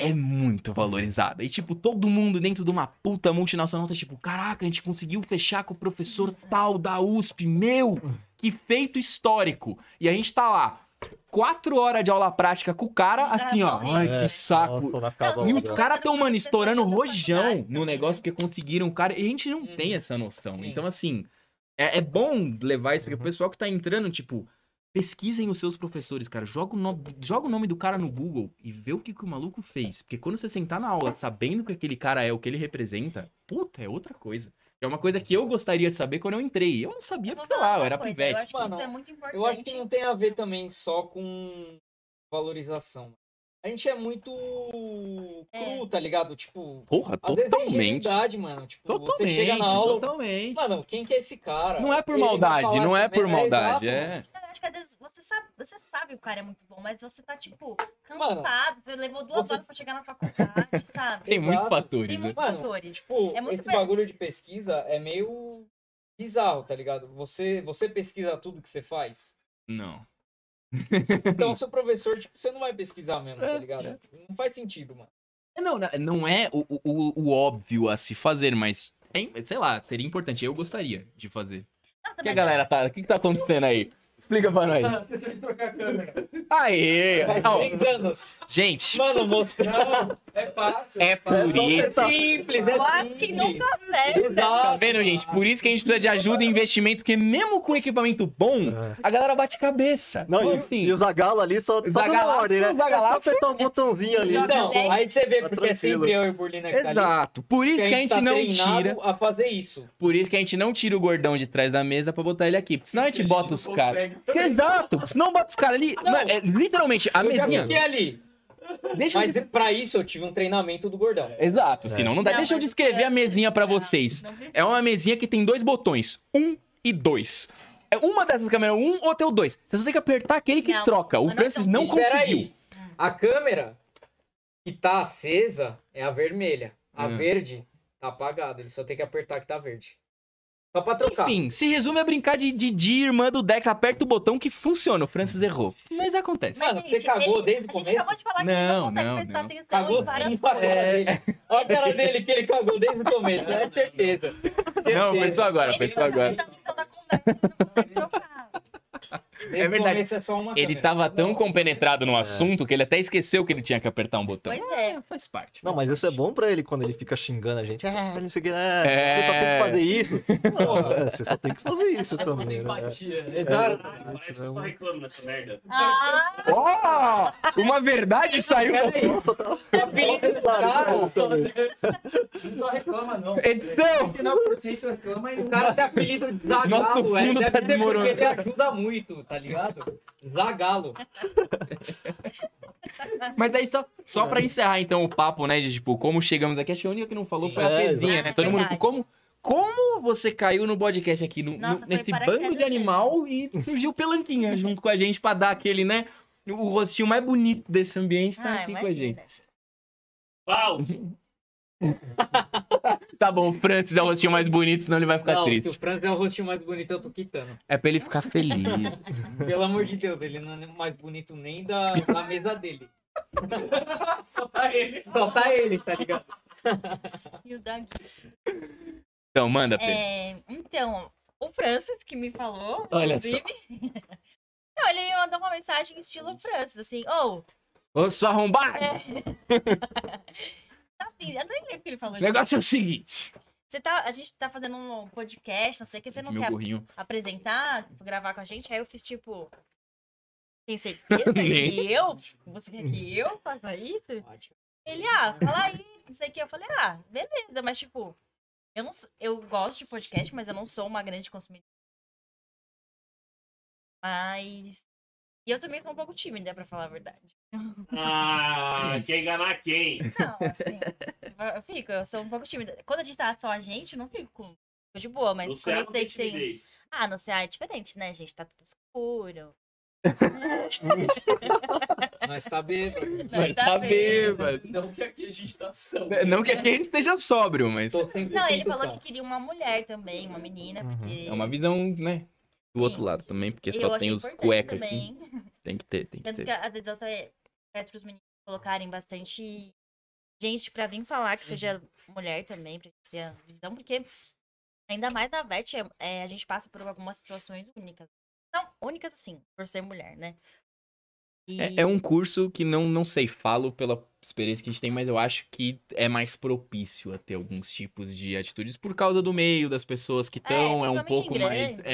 [SPEAKER 7] é muito valorizada. E tipo, todo mundo dentro de uma puta multinacional tá tipo, caraca, a gente conseguiu fechar com o professor tal da USP, meu, que feito histórico. E a gente tá lá, quatro horas de aula prática com o cara,
[SPEAKER 6] Ah,
[SPEAKER 7] assim, ó,
[SPEAKER 6] morrendo.
[SPEAKER 7] ai,
[SPEAKER 8] É,
[SPEAKER 7] que saco.
[SPEAKER 8] Nossa, não acaba
[SPEAKER 7] E
[SPEAKER 6] Não,
[SPEAKER 7] os
[SPEAKER 8] logo.
[SPEAKER 6] Agora.
[SPEAKER 7] caras tão, mano, estourando Uhum.
[SPEAKER 6] Essas
[SPEAKER 7] rojão
[SPEAKER 6] faculdades
[SPEAKER 7] no
[SPEAKER 6] também,
[SPEAKER 7] negócio
[SPEAKER 6] né?
[SPEAKER 7] porque conseguiram o cara. E a gente não tem essa noção. Então, assim, é, é bom levar isso, porque o pessoal que tá entrando, tipo, pesquisem os seus professores, cara. Joga o, no- joga o nome do cara no Google e vê o que, que o maluco fez. Porque quando você sentar na aula sabendo o que aquele cara é, o que ele representa, puta, é outra coisa. É uma coisa que eu gostaria de saber quando eu entrei. Eu não sabia,
[SPEAKER 6] Eu vou
[SPEAKER 7] porque, sei
[SPEAKER 6] falar
[SPEAKER 7] lá, eu
[SPEAKER 6] uma
[SPEAKER 7] era
[SPEAKER 6] coisa, Eu
[SPEAKER 7] pivete.
[SPEAKER 6] acho que isso
[SPEAKER 10] Mano,
[SPEAKER 6] é muito importante.
[SPEAKER 10] Eu acho que não tem a ver também só com valorização. A gente é muito
[SPEAKER 6] É.
[SPEAKER 10] cru, tá ligado? Tipo,
[SPEAKER 7] Porra,
[SPEAKER 10] às vezes é
[SPEAKER 7] Ah, totalmente.
[SPEAKER 10] ingenuidade, mano. Tipo, você
[SPEAKER 7] Totalmente.
[SPEAKER 10] chega na aula,
[SPEAKER 7] Totalmente.
[SPEAKER 10] mano, quem que é esse cara?
[SPEAKER 7] Não é por
[SPEAKER 10] Ele vai
[SPEAKER 7] maldade,
[SPEAKER 10] falar
[SPEAKER 7] não é
[SPEAKER 10] essa
[SPEAKER 7] por
[SPEAKER 10] merda,
[SPEAKER 7] maldade.
[SPEAKER 10] exato,
[SPEAKER 7] É.
[SPEAKER 6] Então, Eu acho que às vezes você sabe, você sabe que o cara é muito bom, mas você tá, tipo, cansado.
[SPEAKER 10] Mano,
[SPEAKER 6] você levou duas
[SPEAKER 10] você-
[SPEAKER 6] horas pra chegar na faculdade, sabe?
[SPEAKER 7] Tem muitos
[SPEAKER 10] Exato.
[SPEAKER 7] fatores,
[SPEAKER 6] Tem
[SPEAKER 7] né?
[SPEAKER 6] muitos
[SPEAKER 10] Mano,
[SPEAKER 6] fatores.
[SPEAKER 10] Tipo,
[SPEAKER 6] É muito
[SPEAKER 10] esse
[SPEAKER 6] bem.
[SPEAKER 10] bagulho de pesquisa é meio bizarro, tá ligado? Você, você pesquisa tudo que você faz.
[SPEAKER 7] Não.
[SPEAKER 10] Então, seu professor, tipo, você não vai pesquisar mesmo, tá ligado? Não faz sentido, mano.
[SPEAKER 7] É, Não, na- não é o, o- o- o óbvio a se fazer, mas é im- sei lá, seria importante. Eu gostaria de fazer.
[SPEAKER 6] Nossa,
[SPEAKER 7] O que a
[SPEAKER 6] mas-
[SPEAKER 7] galera tá. O que, que tá acontecendo aí? Explica pra nós.
[SPEAKER 5] Você tem que trocar a câmera.
[SPEAKER 7] Aê!
[SPEAKER 10] Faz
[SPEAKER 7] Ó,
[SPEAKER 10] três anos.
[SPEAKER 7] gente,
[SPEAKER 10] Mano, mostrar.
[SPEAKER 5] É fácil.
[SPEAKER 7] é por isso.
[SPEAKER 10] Simples, é
[SPEAKER 6] Eu acho que
[SPEAKER 10] simples.
[SPEAKER 6] nunca serve.
[SPEAKER 7] Tá
[SPEAKER 10] Exato.
[SPEAKER 7] vendo, gente? Por isso que a gente precisa de ajuda e investimento, porque mesmo com equipamento bom,
[SPEAKER 8] É.
[SPEAKER 7] a galera bate cabeça.
[SPEAKER 8] Não,
[SPEAKER 7] Então,
[SPEAKER 8] e, e o Zagalo ali só, só dando
[SPEAKER 7] Zagalo-
[SPEAKER 8] ordem, né?
[SPEAKER 7] o Zagalo-
[SPEAKER 8] é só apertar um botãozinho ali.
[SPEAKER 10] Então,
[SPEAKER 6] Tá
[SPEAKER 10] aí você vê
[SPEAKER 8] Tá
[SPEAKER 10] porque
[SPEAKER 8] tranquilo.
[SPEAKER 10] é sempre eu e o Burlina que tá ali.
[SPEAKER 7] Exato. Por isso que a gente
[SPEAKER 10] tá
[SPEAKER 7] não
[SPEAKER 10] treinado
[SPEAKER 7] tira.
[SPEAKER 10] a fazer isso.
[SPEAKER 7] Por isso que a gente não tira o gordão de trás da mesa pra botar ele aqui. Porque senão a gente bota os caras. Exato! Porque senão bota os caras ali. Não, é, literalmente, a
[SPEAKER 10] Eu já
[SPEAKER 7] mesinha.
[SPEAKER 10] fiquei ali.
[SPEAKER 7] Deixa eu
[SPEAKER 10] Mas pra isso eu tive um treinamento do gordão.
[SPEAKER 7] Exato, senão não dá.
[SPEAKER 6] Não,
[SPEAKER 7] Deixa eu
[SPEAKER 6] mas
[SPEAKER 7] descrever a
[SPEAKER 6] precisa,
[SPEAKER 7] mesinha pra
[SPEAKER 6] não,
[SPEAKER 7] vocês.
[SPEAKER 6] não precisa.
[SPEAKER 7] É uma mesinha que tem dois botões, um e dois. É uma dessas câmeras, um ou teu dois. Você só tem que apertar aquele que
[SPEAKER 6] Não,
[SPEAKER 7] troca. O
[SPEAKER 6] mas não
[SPEAKER 7] Francis
[SPEAKER 6] é tão
[SPEAKER 7] não
[SPEAKER 10] Espera
[SPEAKER 7] conseguiu.
[SPEAKER 10] aí. A câmera que tá acesa é a vermelha. A
[SPEAKER 7] Hum.
[SPEAKER 10] verde tá apagada. Ele só tem que apertar que tá verde. Só pra trocar.
[SPEAKER 7] Enfim, se resume a brincar de Didi, irmã do Dex, aperta o botão que funciona. O Francis errou. Mas acontece.
[SPEAKER 10] Mano, você cagou desde o
[SPEAKER 6] A gente
[SPEAKER 10] começo?
[SPEAKER 6] acabou de um falar que ele
[SPEAKER 7] Não,
[SPEAKER 6] não consegue
[SPEAKER 7] não,
[SPEAKER 6] prestar
[SPEAKER 7] não. É.
[SPEAKER 6] atenção
[SPEAKER 10] Cagou
[SPEAKER 6] em várias
[SPEAKER 10] sim pra cara dele. Olha a cara dele que ele cagou desde o começo, é certeza.
[SPEAKER 7] Não, pensou agora,
[SPEAKER 6] Ele tá
[SPEAKER 7] pensou
[SPEAKER 6] não
[SPEAKER 7] agora.
[SPEAKER 6] presta atenção na conversa, ele não consegue trocar.
[SPEAKER 10] Desde o
[SPEAKER 7] verdade.
[SPEAKER 10] começo é só uma
[SPEAKER 7] Ele
[SPEAKER 10] câmera.
[SPEAKER 7] tava tão compenetrado no assunto que ele até esqueceu que ele tinha que apertar um botão.
[SPEAKER 6] Pois é.
[SPEAKER 7] faz parte.
[SPEAKER 8] Não, mas isso é bom pra ele quando ele fica xingando a gente. É, não sei o que.
[SPEAKER 7] É. É
[SPEAKER 8] É, você só tem que fazer isso. Porra, é, você só tem que fazer isso também. Né?
[SPEAKER 11] Empatia. né?
[SPEAKER 8] Exato.
[SPEAKER 9] É, Parece que eu só reclamo dessa merda.
[SPEAKER 6] Ah,
[SPEAKER 7] Oh, uma verdade saiu da
[SPEAKER 10] Peraí,
[SPEAKER 8] Nossa, tá.
[SPEAKER 10] Apelido do cara.
[SPEAKER 7] tá
[SPEAKER 5] Não reclama, não.
[SPEAKER 7] edição.
[SPEAKER 5] 99% reclama e
[SPEAKER 10] O cara tem apelido de
[SPEAKER 7] Nosso
[SPEAKER 10] Zagalo,
[SPEAKER 7] fundo
[SPEAKER 10] é.
[SPEAKER 7] tá
[SPEAKER 10] Deve ser
[SPEAKER 7] desmoronando.
[SPEAKER 10] porque ele ajuda muito, tá ligado? Zagalo.
[SPEAKER 7] Tá Mas aí só, só
[SPEAKER 8] É.
[SPEAKER 7] pra encerrar então o papo, né, de tipo, como chegamos aqui, acho que a única que não falou
[SPEAKER 8] Sim.
[SPEAKER 7] foi a
[SPEAKER 8] É,
[SPEAKER 7] pezinha, né?
[SPEAKER 6] exato.
[SPEAKER 7] Todo mundo,
[SPEAKER 6] Verdade.
[SPEAKER 7] como, como você caiu no podcast aqui, no,
[SPEAKER 6] Nossa,
[SPEAKER 7] no-
[SPEAKER 6] foi
[SPEAKER 7] nesse
[SPEAKER 6] paraquedas
[SPEAKER 7] bando de
[SPEAKER 6] mesmo.
[SPEAKER 7] animal e surgiu Pelanquinha junto com a gente pra dar aquele, né, o rostinho mais bonito desse ambiente tá
[SPEAKER 6] ah,
[SPEAKER 7] aqui com a gente.
[SPEAKER 6] imagina.
[SPEAKER 9] Pau!
[SPEAKER 7] Tá bom, Francis é o rostinho mais bonito, senão ele vai ficar
[SPEAKER 10] Não, se o
[SPEAKER 7] triste.
[SPEAKER 10] Franz é o rostinho mais bonito, eu tô quitando.
[SPEAKER 7] É pra ele ficar feliz.
[SPEAKER 10] Pelo amor de Deus, ele não é mais bonito nem da, da mesa dele.
[SPEAKER 11] Só tá ele.
[SPEAKER 10] Só tá ele, tá ligado?
[SPEAKER 6] E os dogs.
[SPEAKER 7] Então, manda, Pedro.
[SPEAKER 6] É, então, o Francis que me falou,
[SPEAKER 7] Olha só.
[SPEAKER 6] inclusive. Não, ele mandou uma mensagem estilo Francis, assim, ou,
[SPEAKER 7] Ô, só arrombado!
[SPEAKER 6] É. tá afim, eu nem lembro o que ele falou.
[SPEAKER 7] O negócio é o seguinte.
[SPEAKER 6] Você tá, a gente tá fazendo um podcast, não sei o que, você não
[SPEAKER 7] Meu
[SPEAKER 6] quer
[SPEAKER 7] gorrinho.
[SPEAKER 6] apresentar, gravar com a gente, aí eu fiz tipo. Tem certeza
[SPEAKER 7] Nem.
[SPEAKER 6] que eu? Você quer que eu faça isso? Ele, ah, fala aí, não sei o que. Eu falei, ah, beleza, mas tipo, eu não sou- eu gosto de podcast, mas eu não sou uma grande consumidora. Mas. E eu também sou um pouco tímida, pra falar a verdade.
[SPEAKER 9] Ah, quer enganar quem?
[SPEAKER 6] Não, assim, eu fico, eu sou um pouco tímida. Quando a gente tá só a gente, eu não fico com. Tô de boa, mas quando
[SPEAKER 9] Luciano
[SPEAKER 6] eu sei que tem.
[SPEAKER 9] timidez.
[SPEAKER 6] Ah, no CA é diferente, né, gente? Tá tudo escuro.
[SPEAKER 5] Ah,
[SPEAKER 10] Nós tá bêbado.
[SPEAKER 6] Nós
[SPEAKER 7] Mas tá bêbado.
[SPEAKER 11] Não que aqui a gente tá são.
[SPEAKER 7] né, Não que aqui a gente esteja sóbrio, mas
[SPEAKER 10] Tô sem
[SPEAKER 6] Não, ele
[SPEAKER 10] sem
[SPEAKER 6] falou
[SPEAKER 10] buscar.
[SPEAKER 6] que queria uma mulher também, uma menina, porque.
[SPEAKER 7] é uma visão, né? Do outro
[SPEAKER 6] Sim.
[SPEAKER 7] lado também, porque
[SPEAKER 6] eu
[SPEAKER 7] só
[SPEAKER 6] acho
[SPEAKER 7] tem os
[SPEAKER 6] importante
[SPEAKER 7] cueca aqui.
[SPEAKER 6] também.
[SPEAKER 7] Tem que ter, tem que
[SPEAKER 6] Tanto
[SPEAKER 7] ter.
[SPEAKER 6] que às vezes eu até peço pros meninos colocarem bastante gente pra vir falar que seja mulher também, pra gente ter a visão, porque ainda mais na VET é- é, a gente passa por algumas situações únicas. Não, únicas assim, por ser mulher, né? E-
[SPEAKER 7] É, é um curso que não, não sei, falo pela experiência que a gente tem, mas eu acho que é mais propício a ter alguns tipos de atitudes por causa do meio das pessoas que estão, é, um
[SPEAKER 6] principalmente
[SPEAKER 7] pouco
[SPEAKER 6] em
[SPEAKER 7] mais.
[SPEAKER 6] grandes,
[SPEAKER 7] É,
[SPEAKER 6] assim,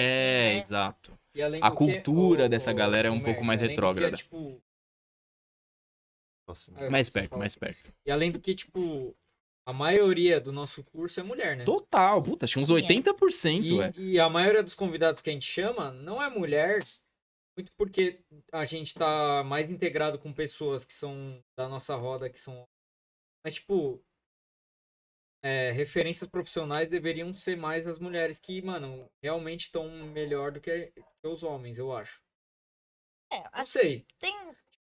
[SPEAKER 6] né?
[SPEAKER 7] exato.
[SPEAKER 10] E além
[SPEAKER 7] A
[SPEAKER 10] do que,
[SPEAKER 7] cultura
[SPEAKER 10] o-
[SPEAKER 7] dessa
[SPEAKER 10] o-
[SPEAKER 7] galera é um
[SPEAKER 10] o
[SPEAKER 7] pouco
[SPEAKER 10] Merck,
[SPEAKER 7] mais
[SPEAKER 10] além do que,
[SPEAKER 7] retrógrada.
[SPEAKER 10] tipo,
[SPEAKER 8] Nossa,
[SPEAKER 10] é,
[SPEAKER 7] Mais
[SPEAKER 10] você
[SPEAKER 7] perto,
[SPEAKER 10] fala.
[SPEAKER 7] mais perto.
[SPEAKER 10] E além do que, tipo, a maioria do nosso curso é mulher, né?
[SPEAKER 7] Total, puta, acho que uns
[SPEAKER 6] Sim, é.
[SPEAKER 7] 80%, é.
[SPEAKER 10] E, e a maioria dos convidados que a gente chama não é mulher, muito porque a gente tá mais integrado com pessoas que são da nossa roda, que são. Mas, tipo, é, referências profissionais deveriam ser mais as mulheres que, mano, realmente estão melhor do que, que os homens, eu acho.
[SPEAKER 6] É,
[SPEAKER 10] Não
[SPEAKER 6] assim,
[SPEAKER 10] sei.
[SPEAKER 6] tem.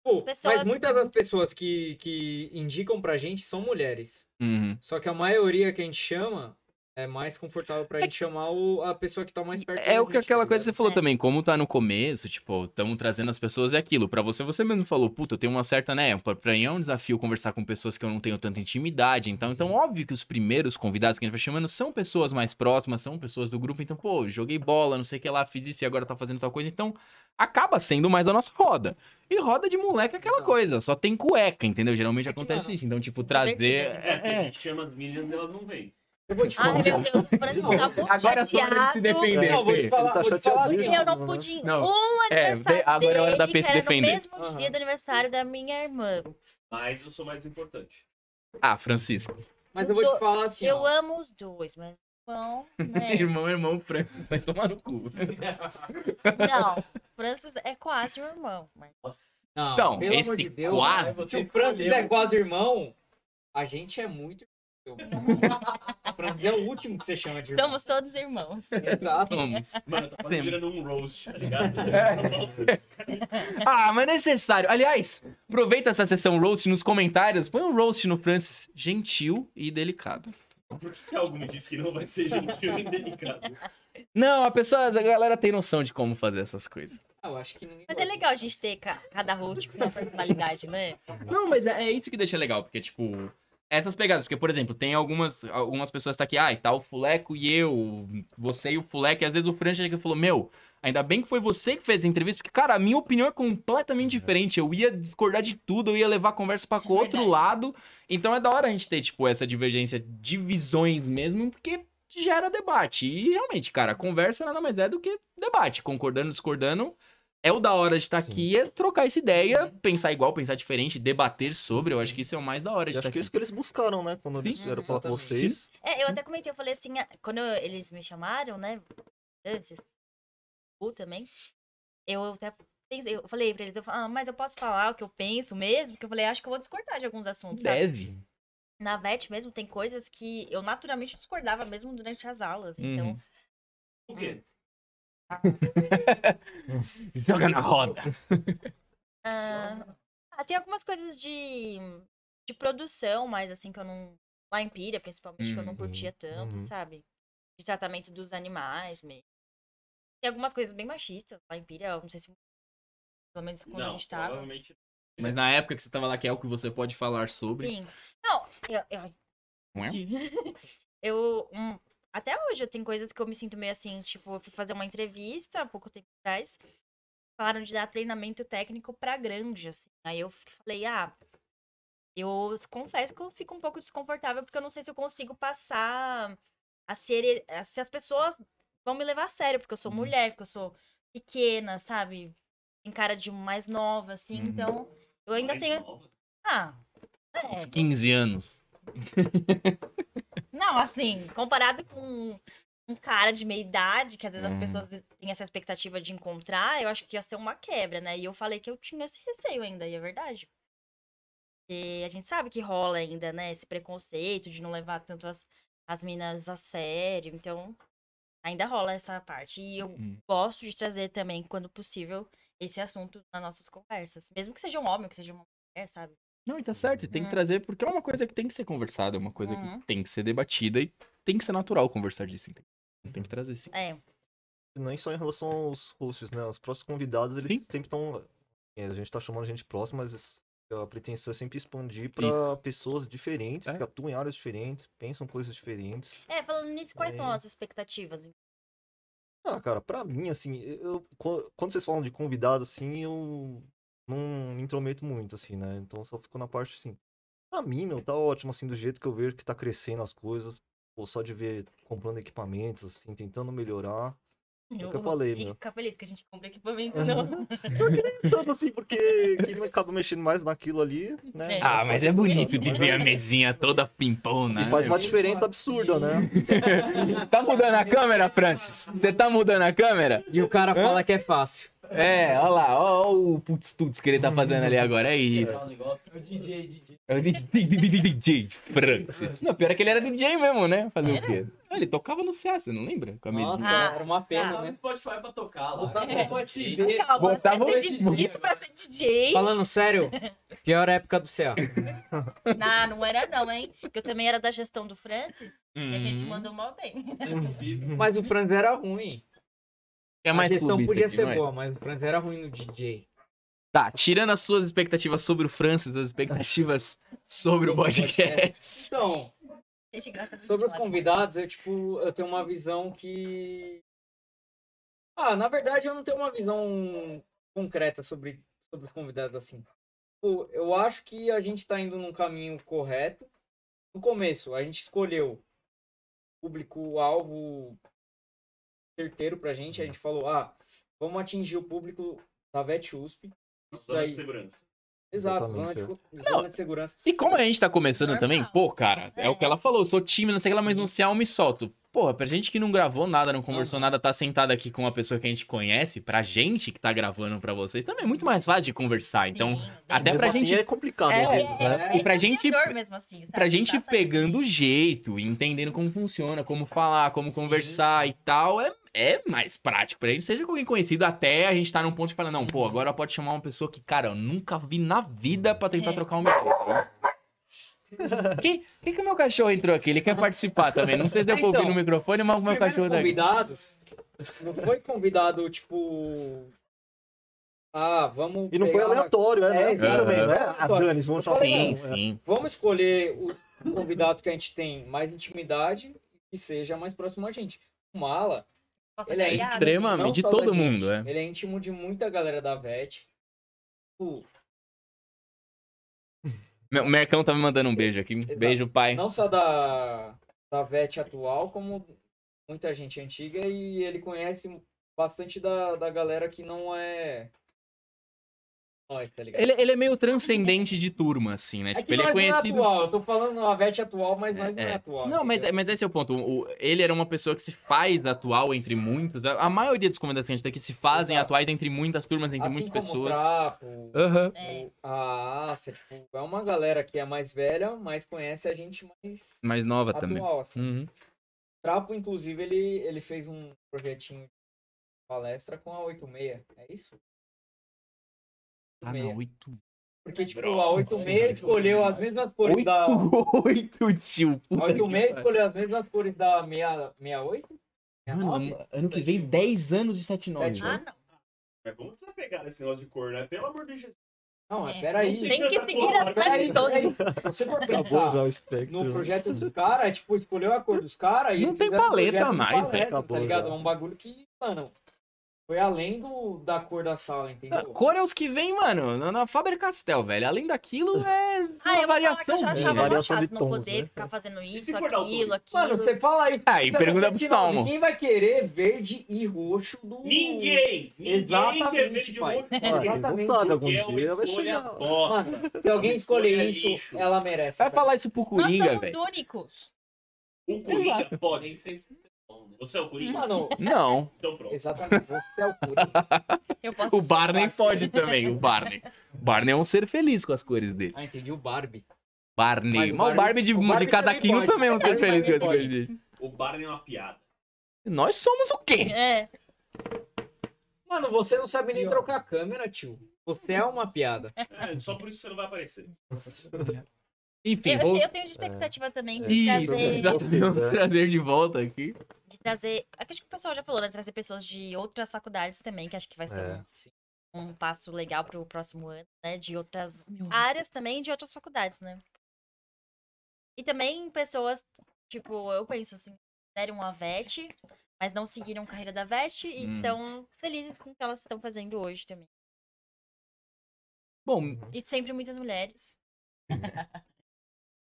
[SPEAKER 10] Pô,
[SPEAKER 6] Pessoas-
[SPEAKER 10] Mas muitas das pessoas que, que indicam pra gente são mulheres.
[SPEAKER 7] Uhum.
[SPEAKER 10] Só que a maioria que a gente chama é mais confortável pra gente chamar o, a pessoa que tá mais perto
[SPEAKER 7] É
[SPEAKER 10] da
[SPEAKER 7] o que
[SPEAKER 10] gente, tá
[SPEAKER 7] aquela coisa que
[SPEAKER 10] ligado?
[SPEAKER 7] você falou
[SPEAKER 6] É.
[SPEAKER 7] também, como tá no começo, tipo, estamos trazendo as pessoas é aquilo. Pra você, você mesmo falou, puta, eu tenho uma certa, né? Pra, pra mim é um desafio conversar com pessoas que eu não tenho tanta intimidade. Então, então, óbvio que os primeiros convidados que a gente vai chamando são pessoas mais próximas, são pessoas do grupo. Então, pô, joguei bola, não sei o que lá, fiz isso e agora tá fazendo tal coisa. Então, acaba sendo mais a nossa roda. E roda de moleque é aquela
[SPEAKER 10] Exato. É
[SPEAKER 7] coisa, só tem cueca, entendeu? Geralmente
[SPEAKER 10] que,
[SPEAKER 7] acontece
[SPEAKER 10] mano,
[SPEAKER 7] isso. Então, tipo,
[SPEAKER 6] divertido,
[SPEAKER 7] trazer.
[SPEAKER 9] É, porque a gente chama as meninas e elas não vêm.
[SPEAKER 10] Eu vou te
[SPEAKER 6] Ai,
[SPEAKER 10] falar.
[SPEAKER 6] meu Deus, o Francisco tá muito
[SPEAKER 7] Agora é só hora de se
[SPEAKER 6] chateado.
[SPEAKER 7] defender.
[SPEAKER 10] Não, vou te
[SPEAKER 7] Fê.
[SPEAKER 10] falar,
[SPEAKER 8] Ele tá
[SPEAKER 10] vou te falar
[SPEAKER 8] chateadíssimo.
[SPEAKER 10] assim,
[SPEAKER 6] E eu não pude.
[SPEAKER 7] Não.
[SPEAKER 6] Um
[SPEAKER 7] É,
[SPEAKER 6] aniversário.
[SPEAKER 7] vem- agora é hora da
[SPEAKER 6] dele,
[SPEAKER 7] P se
[SPEAKER 6] que era
[SPEAKER 7] defender.
[SPEAKER 6] No mesmo
[SPEAKER 10] Aham.
[SPEAKER 6] dia do aniversário da minha irmã.
[SPEAKER 9] Mas eu sou mais importante.
[SPEAKER 7] Ah, Francisco.
[SPEAKER 10] mas eu vou te falar assim,
[SPEAKER 6] Então, Eu
[SPEAKER 10] ó,
[SPEAKER 6] amo os dois, mas não,
[SPEAKER 10] É.
[SPEAKER 6] né?
[SPEAKER 7] Irmão, irmão, Francis, vai tomar no cu.
[SPEAKER 6] Não, Francis é quase meu irmão. Mas...
[SPEAKER 11] Nossa.
[SPEAKER 10] não,
[SPEAKER 7] Então,
[SPEAKER 10] pelo amor
[SPEAKER 7] esse
[SPEAKER 10] de Deus, né?
[SPEAKER 7] quase-
[SPEAKER 10] se o Francis é quase irmão, a gente é muito irmão. O Francis é o último que você chama de irmão.
[SPEAKER 6] Somos todos irmãos.
[SPEAKER 10] Exato.
[SPEAKER 7] Vamos.
[SPEAKER 9] Mano, tá quase
[SPEAKER 7] Sempre.
[SPEAKER 9] virando um roast, tá ligado?
[SPEAKER 7] É. Ah, mas é necessário. Aliás, aproveita essa sessão roast nos comentários. Põe um roast no Francis gentil e delicado.
[SPEAKER 9] Por que algo me disse que não vai ser gentil e delicado?
[SPEAKER 7] Não, a pessoa, a galera tem noção de como fazer essas coisas.
[SPEAKER 10] Ah, eu acho que ninguém.
[SPEAKER 6] Mas é legal a gente ter ca- cada host com uma personalidade, né?
[SPEAKER 7] Não, mas é, é isso que deixa legal, porque, tipo, essas pegadas, porque, por exemplo, tem algumas, algumas pessoas que tá aqui, ah, e tá o Fuleco e eu, você e o Fuleco, e às vezes o Fran chega e falou, meu, ainda bem que foi você que fez a entrevista, porque, cara, a minha opinião é completamente diferente, eu ia discordar de tudo, eu ia levar a conversa pra outro lado, então é da hora a gente ter, tipo, essa divergência de visões mesmo, porque gera debate, e realmente, cara, a conversa nada mais é do que debate, concordando, discordando, é o da hora de estar aqui é trocar essa
[SPEAKER 6] Uhum.
[SPEAKER 7] ideia, pensar igual, pensar diferente, debater sobre. Eu acho que isso é o mais da hora de
[SPEAKER 8] E
[SPEAKER 7] estar
[SPEAKER 8] acho que é
[SPEAKER 7] aqui.
[SPEAKER 8] isso que eles buscaram, né? Quando eles
[SPEAKER 7] Sim,
[SPEAKER 8] vieram falar com
[SPEAKER 7] exatamente.
[SPEAKER 8] vocês.
[SPEAKER 6] É, eu até comentei, eu falei assim, ah, quando eu- eles me chamaram, né? Dances, ou também, eu até pensei, eu falei pra eles, eu falei, ah, mas eu posso falar o que eu penso mesmo? Porque eu falei, acho que eu vou discordar de alguns assuntos, sabe?
[SPEAKER 7] Deve.
[SPEAKER 6] Na VET mesmo tem coisas que eu naturalmente discordava mesmo durante as aulas,
[SPEAKER 7] Uhum.
[SPEAKER 6] então...
[SPEAKER 9] Por quê?
[SPEAKER 7] Joga na roda.
[SPEAKER 6] Ah, ah, tem algumas coisas de, de produção, mas assim, que eu não. Lá em Pira, principalmente, que eu não
[SPEAKER 7] Uhum,
[SPEAKER 6] curtia tanto,
[SPEAKER 8] uhum.
[SPEAKER 6] sabe? De tratamento dos animais mesmo. Tem algumas coisas bem machistas lá em Pira, eu não sei se. Pelo menos quando a
[SPEAKER 9] Não,
[SPEAKER 6] gente tava.
[SPEAKER 9] provavelmente
[SPEAKER 7] Mas na época que você tava lá, que é o que você pode falar sobre. é?
[SPEAKER 6] Sim. Não, eu. Eu.
[SPEAKER 9] né?
[SPEAKER 7] Ué?
[SPEAKER 6] eu, hum, até hoje eu tenho coisas que eu me sinto meio assim, tipo, eu fui fazer uma entrevista há pouco tempo atrás. Falaram de dar treinamento técnico pra grande, assim. Aí eu fi- falei, ah, eu confesso que eu fico um pouco desconfortável porque eu não sei se eu consigo passar a ser. a- Se as pessoas vão me levar a sério, porque eu
[SPEAKER 9] Uhum.
[SPEAKER 6] sou mulher, porque eu sou pequena, sabe? Tem cara de mais nova, assim.
[SPEAKER 7] Uhum.
[SPEAKER 6] Então, eu ainda
[SPEAKER 9] mais
[SPEAKER 6] tenho.
[SPEAKER 9] nova.
[SPEAKER 6] Ah. é.
[SPEAKER 7] Uns 15 anos.
[SPEAKER 6] Não, assim, comparado com um cara de meia idade, que às vezes
[SPEAKER 7] Hum.
[SPEAKER 6] as pessoas têm essa expectativa de encontrar, eu acho que ia ser uma quebra, né? E eu falei que eu tinha esse receio ainda, e é verdade. E a gente sabe que rola ainda, né? Esse preconceito de não levar tanto as, as minas a sério. Então, ainda rola essa parte. E eu
[SPEAKER 7] Hum.
[SPEAKER 6] gosto de trazer também, quando possível, esse assunto nas nossas conversas. Mesmo que seja um homem, que seja uma mulher, sabe?
[SPEAKER 7] Não, e tá certo, e tem que
[SPEAKER 6] Uhum.
[SPEAKER 7] trazer, porque é uma coisa que tem que ser conversada, é uma coisa
[SPEAKER 6] Uhum.
[SPEAKER 7] que tem que ser debatida e tem que ser natural conversar disso. entendeu? Tem que trazer sim.
[SPEAKER 6] É.
[SPEAKER 8] Nem só em relação aos hosts, né? Os próprios convidados, eles
[SPEAKER 7] Sim.
[SPEAKER 8] sempre estão. a gente tá chamando gente próxima, mas a pretensão é sempre expandir
[SPEAKER 7] Isso.
[SPEAKER 8] pra pessoas diferentes,
[SPEAKER 7] É.
[SPEAKER 8] que atuam em áreas diferentes, pensam coisas diferentes.
[SPEAKER 6] É, falando nisso, quais são
[SPEAKER 8] Aí.
[SPEAKER 6] as expectativas?
[SPEAKER 8] Ah, cara, pra mim, assim, eu, qu- quando vocês falam de convidado, assim, eu não me intrometo muito, assim, né? Então eu só fico na parte, assim. Pra mim, meu, tá ótimo, assim, do jeito que eu vejo que tá crescendo as coisas. Ou só de ver comprando equipamentos, assim, tentando melhorar. É o que eu falei, meu.
[SPEAKER 6] Fica feliz que a gente compra equipamento não.
[SPEAKER 8] Tanto assim, porque quem acaba mexendo mais naquilo ali, né?
[SPEAKER 6] É.
[SPEAKER 7] Ah, mas é bonito de
[SPEAKER 8] Mas
[SPEAKER 7] ver
[SPEAKER 8] é-
[SPEAKER 7] a mesinha toda pimpona.
[SPEAKER 8] E faz
[SPEAKER 7] né?
[SPEAKER 8] uma diferença absurda, né?
[SPEAKER 7] Tá mudando a câmera, Francis? Você tá mudando a câmera?
[SPEAKER 10] E o cara fala que é fácil.
[SPEAKER 7] É, olha lá, ó, ó o putz tuts que ele tá fazendo ali agora. É isso.
[SPEAKER 11] Falar um negócio.
[SPEAKER 10] DJ, DJ.
[SPEAKER 7] É o DJ Francis. Não, pior é que ele era DJ mesmo, né? Fazer o quê? Ah, Ele tocava no CEA, você não lembra? Com a
[SPEAKER 10] Nossa,
[SPEAKER 7] mesinha.
[SPEAKER 6] Ah,
[SPEAKER 10] era uma pena,
[SPEAKER 11] Tava
[SPEAKER 10] né? É,
[SPEAKER 11] no Spotify pra tocar lá. é
[SPEAKER 6] Calma,
[SPEAKER 7] Botar
[SPEAKER 6] vai
[SPEAKER 7] você
[SPEAKER 6] ser
[SPEAKER 7] de-
[SPEAKER 6] disso pra ser DJ.
[SPEAKER 10] Falando sério, pior época do céu.
[SPEAKER 7] Uhum.
[SPEAKER 6] Não, não era não, hein? Porque eu também era da gestão do Francis e a gente
[SPEAKER 7] Hum.
[SPEAKER 6] mandou mal bem.
[SPEAKER 10] Mas o Franz era ruim.
[SPEAKER 7] É mais
[SPEAKER 10] a gestão
[SPEAKER 7] clubista
[SPEAKER 10] podia
[SPEAKER 7] aqui,
[SPEAKER 10] ser
[SPEAKER 7] não é?
[SPEAKER 10] boa, mas o Franz era ruim no DJ.
[SPEAKER 7] Tá, tirando as suas expectativas sobre o Francis, as expectativas sobre o podcast.
[SPEAKER 10] Então,
[SPEAKER 6] A gente gosta de
[SPEAKER 10] sobre os
[SPEAKER 6] falar.
[SPEAKER 10] convidados, eu tipo, eu tenho uma visão que. Ah, na verdade eu não tenho uma visão concreta sobre, sobre os convidados assim. Tipo, eu acho que a gente tá indo num caminho correto. No começo, a gente escolheu público-alvo certeiro pra gente. A gente falou, ah, vamos atingir o público da VET USP. Isso
[SPEAKER 9] Zona de
[SPEAKER 10] aí.
[SPEAKER 9] segurança.
[SPEAKER 10] Exato, zona
[SPEAKER 8] Exatamente,
[SPEAKER 10] de,
[SPEAKER 7] Não.
[SPEAKER 10] zona de segurança.
[SPEAKER 7] E como a gente tá começando também, pô, cara, é o que ela falou, eu sou tímido, não sei o que lá, mas no céu eu me solto. Porra, pra gente que não gravou nada, não conversou nada, tá sentado aqui com uma pessoa que a gente conhece, pra gente que tá gravando pra vocês, também é muito mais fácil de conversar. Então,
[SPEAKER 6] Sim,
[SPEAKER 7] até
[SPEAKER 8] Mesmo
[SPEAKER 7] pra
[SPEAKER 8] assim,
[SPEAKER 7] gente.
[SPEAKER 8] é complicado,
[SPEAKER 7] É,
[SPEAKER 8] às vezes,
[SPEAKER 6] é,
[SPEAKER 8] né?
[SPEAKER 6] é,
[SPEAKER 7] e pra gente-
[SPEAKER 6] desafiador mesmo assim, sabe?
[SPEAKER 7] Pra gente
[SPEAKER 6] Passa-
[SPEAKER 7] pegando o jeito, e entendendo como funciona, como falar, como conversar e tal, é, é mais prático pra gente, seja com alguém conhecido, até a gente tá num ponto de falar, não, pô, agora pode chamar uma pessoa que, cara, eu nunca vi na vida pra tentar
[SPEAKER 6] É.
[SPEAKER 7] trocar uma ideia. Quem, quem que o meu cachorro entrou aqui? Ele quer participar também. Não sei se deu pra ouvir
[SPEAKER 10] Então,
[SPEAKER 7] no microfone, mas o meu
[SPEAKER 10] primeiros
[SPEAKER 7] cachorro tá daqui.
[SPEAKER 10] convidados, não foi convidado, tipo... Ah, vamos...
[SPEAKER 8] E não foi
[SPEAKER 10] pegar-
[SPEAKER 8] aleatório, é, né? Assim
[SPEAKER 10] exato,
[SPEAKER 8] também,
[SPEAKER 10] não
[SPEAKER 8] né?
[SPEAKER 10] foi
[SPEAKER 8] Ah,
[SPEAKER 10] aleatório.
[SPEAKER 8] dane-se, vamos
[SPEAKER 10] Eu falei,
[SPEAKER 8] chamar
[SPEAKER 10] não,
[SPEAKER 8] um, é.
[SPEAKER 7] Sim.
[SPEAKER 10] Vamos escolher os convidados que a gente tem mais intimidade e seja mais próximo a gente. O Mala,
[SPEAKER 6] Posso
[SPEAKER 10] ele é
[SPEAKER 6] pegar?
[SPEAKER 7] extremamente
[SPEAKER 10] não
[SPEAKER 7] de
[SPEAKER 10] só da
[SPEAKER 7] todo
[SPEAKER 10] gente,
[SPEAKER 7] mundo, é.
[SPEAKER 10] Ele é íntimo de muita galera da VET. Tipo,
[SPEAKER 7] Meu- O Mercão tá me mandando um beijo aqui. Beijo, pai.
[SPEAKER 10] não só da, da VET atual, como muita gente antiga, e ele conhece bastante da, da galera que não é. Nós, tá ligado?
[SPEAKER 7] Ele, ele é meio transcendente de turma, assim, né?
[SPEAKER 10] É
[SPEAKER 7] Tipo,
[SPEAKER 10] que
[SPEAKER 7] ele é
[SPEAKER 10] nós não é
[SPEAKER 7] conhecido.
[SPEAKER 10] atual, eu tô falando a VET atual, mas nós não é
[SPEAKER 7] É.
[SPEAKER 10] atual.
[SPEAKER 7] Não, mas,
[SPEAKER 10] entendeu?
[SPEAKER 7] mas esse é o ponto. O- ele era uma pessoa que se faz atual entre muitos. né? A a maioria dos comandantes daqui se fazem
[SPEAKER 10] Exato.
[SPEAKER 7] atuais entre muitas turmas, entre
[SPEAKER 10] assim
[SPEAKER 7] muitas
[SPEAKER 10] como
[SPEAKER 7] pessoas.
[SPEAKER 10] O Trapo,
[SPEAKER 7] Aham.
[SPEAKER 6] É.
[SPEAKER 10] a Assa, tipo, é uma galera que é mais velha, mas conhece a gente mais
[SPEAKER 7] Mais nova também.
[SPEAKER 10] atual, assim.
[SPEAKER 7] Uhum.
[SPEAKER 10] Trapo, inclusive, ele, ele fez um projetinho de palestra com a 86, é isso?
[SPEAKER 7] Tá na 8.
[SPEAKER 10] Porque, tipo, a 86 escolheu as mesmas cores da...
[SPEAKER 7] 8, tio.
[SPEAKER 10] A
[SPEAKER 7] Puta que
[SPEAKER 10] 86
[SPEAKER 7] pariu.
[SPEAKER 10] escolheu as mesmas cores da 6- 68?
[SPEAKER 7] Mano,
[SPEAKER 10] 69?
[SPEAKER 7] ano- ano que vem, 10 anos de 79.
[SPEAKER 10] Sete,
[SPEAKER 6] Ah,
[SPEAKER 7] velho.
[SPEAKER 6] não.
[SPEAKER 9] Mas É, vamos desapegar desse negócio de cor, né? Pelo amor de Jesus.
[SPEAKER 10] Não, mas
[SPEAKER 6] É.
[SPEAKER 10] peraí.
[SPEAKER 6] Tem que seguir
[SPEAKER 9] Porra, né?
[SPEAKER 6] as
[SPEAKER 10] Peraí,
[SPEAKER 6] tradições.
[SPEAKER 10] peraí. Se você for
[SPEAKER 8] Acabou já
[SPEAKER 10] pensar
[SPEAKER 8] o espectro.
[SPEAKER 10] no projeto dos caras, é, tipo, escolheu a cor dos caras e
[SPEAKER 7] Não
[SPEAKER 10] eles
[SPEAKER 7] tem
[SPEAKER 10] fizeram um
[SPEAKER 7] paleta
[SPEAKER 10] projeto de
[SPEAKER 7] mais, velho.
[SPEAKER 10] palestra,
[SPEAKER 8] Acabou
[SPEAKER 10] Tá ligado?
[SPEAKER 8] já.
[SPEAKER 10] É um bagulho que, mano, foi além do, da cor da sala,
[SPEAKER 7] Ah,
[SPEAKER 10] entendeu?
[SPEAKER 7] Cor é os que vem, mano, na, na Faber-Castell, velho. Além daquilo,
[SPEAKER 6] Ah,
[SPEAKER 7] é só
[SPEAKER 6] eu
[SPEAKER 7] uma
[SPEAKER 6] vou falar que eu já
[SPEAKER 7] variaçãozinha.
[SPEAKER 6] achava mó
[SPEAKER 8] Variação de
[SPEAKER 6] chato não
[SPEAKER 8] tons,
[SPEAKER 6] poder
[SPEAKER 8] né?
[SPEAKER 6] ficar fazendo isso,
[SPEAKER 9] se for da
[SPEAKER 6] aquilo,
[SPEAKER 9] altura?
[SPEAKER 10] Mano,
[SPEAKER 6] aquilo.
[SPEAKER 10] você fala isso.
[SPEAKER 7] Aí,
[SPEAKER 10] você
[SPEAKER 7] Ah, pergunta
[SPEAKER 10] vai
[SPEAKER 7] pro
[SPEAKER 10] ter
[SPEAKER 7] Salmo.
[SPEAKER 10] Quem vai querer verde e roxo do.
[SPEAKER 9] Ninguém! Ninguém quer ver
[SPEAKER 10] Exatamente,
[SPEAKER 9] de
[SPEAKER 10] pai.
[SPEAKER 9] outro
[SPEAKER 8] Ah,
[SPEAKER 9] jeito.
[SPEAKER 8] vocês não
[SPEAKER 10] Exatamente.
[SPEAKER 8] sabem, algum
[SPEAKER 9] Porque é
[SPEAKER 8] dia
[SPEAKER 9] uma
[SPEAKER 8] vai
[SPEAKER 9] escolha
[SPEAKER 8] chegar.
[SPEAKER 9] bosta.
[SPEAKER 10] Se alguém escolher
[SPEAKER 9] Escolha
[SPEAKER 10] isso,
[SPEAKER 9] lixo.
[SPEAKER 10] ela merece.
[SPEAKER 7] é Vai
[SPEAKER 10] cara.
[SPEAKER 7] falar isso pro
[SPEAKER 6] Nós
[SPEAKER 7] Coringa,
[SPEAKER 6] somos
[SPEAKER 7] velho.
[SPEAKER 6] únicos.
[SPEAKER 9] O Coringa
[SPEAKER 7] Exato.
[SPEAKER 11] Nem
[SPEAKER 9] pode.
[SPEAKER 11] sempre
[SPEAKER 1] tá
[SPEAKER 11] ser bom, né?
[SPEAKER 9] Você é o Coringa?
[SPEAKER 10] Mano,
[SPEAKER 7] Não,
[SPEAKER 9] Então pronto.
[SPEAKER 10] exatamente. Você é o Coringa.
[SPEAKER 6] Eu posso
[SPEAKER 7] o
[SPEAKER 6] ser
[SPEAKER 7] Barney
[SPEAKER 6] parceiro.
[SPEAKER 7] pode também, o Barney. O Barney é um ser feliz com as cores dele.
[SPEAKER 10] Ah, entendi. O Barbie.
[SPEAKER 7] Barney.
[SPEAKER 10] Mas
[SPEAKER 7] Mas
[SPEAKER 10] o
[SPEAKER 7] o
[SPEAKER 10] Barney-
[SPEAKER 7] Barbie de,
[SPEAKER 10] o Barbie
[SPEAKER 7] de casaquinho
[SPEAKER 10] também
[SPEAKER 7] também é um ser
[SPEAKER 10] pode.
[SPEAKER 7] feliz com as
[SPEAKER 10] Barney
[SPEAKER 7] coisas dele.
[SPEAKER 9] O Barney é uma piada.
[SPEAKER 7] Nós somos o quê?
[SPEAKER 6] É.
[SPEAKER 10] Mano, você não sabe nem trocar a câmera, tio. Você é uma piada.
[SPEAKER 9] É, só por isso você não vai aparecer.
[SPEAKER 7] Enfim,
[SPEAKER 6] Eu,
[SPEAKER 7] vou...
[SPEAKER 6] eu
[SPEAKER 8] É.
[SPEAKER 6] tenho de expectativa também de
[SPEAKER 7] Isso,
[SPEAKER 6] trazer,
[SPEAKER 7] já tenho trazer de volta aqui.
[SPEAKER 6] de trazer. Acho que o pessoal já falou, né? Trazer pessoas de outras faculdades também, que acho que vai ser
[SPEAKER 8] É.
[SPEAKER 6] um, um passo legal pro próximo ano, né? De outras áreas também, de outras faculdades, né? E também pessoas, tipo, eu penso assim, fizeram a VET, mas não seguiram a carreira da VET e
[SPEAKER 7] Hum.
[SPEAKER 6] estão felizes com o que elas estão fazendo hoje também.
[SPEAKER 7] Bom,
[SPEAKER 6] E sempre muitas mulheres.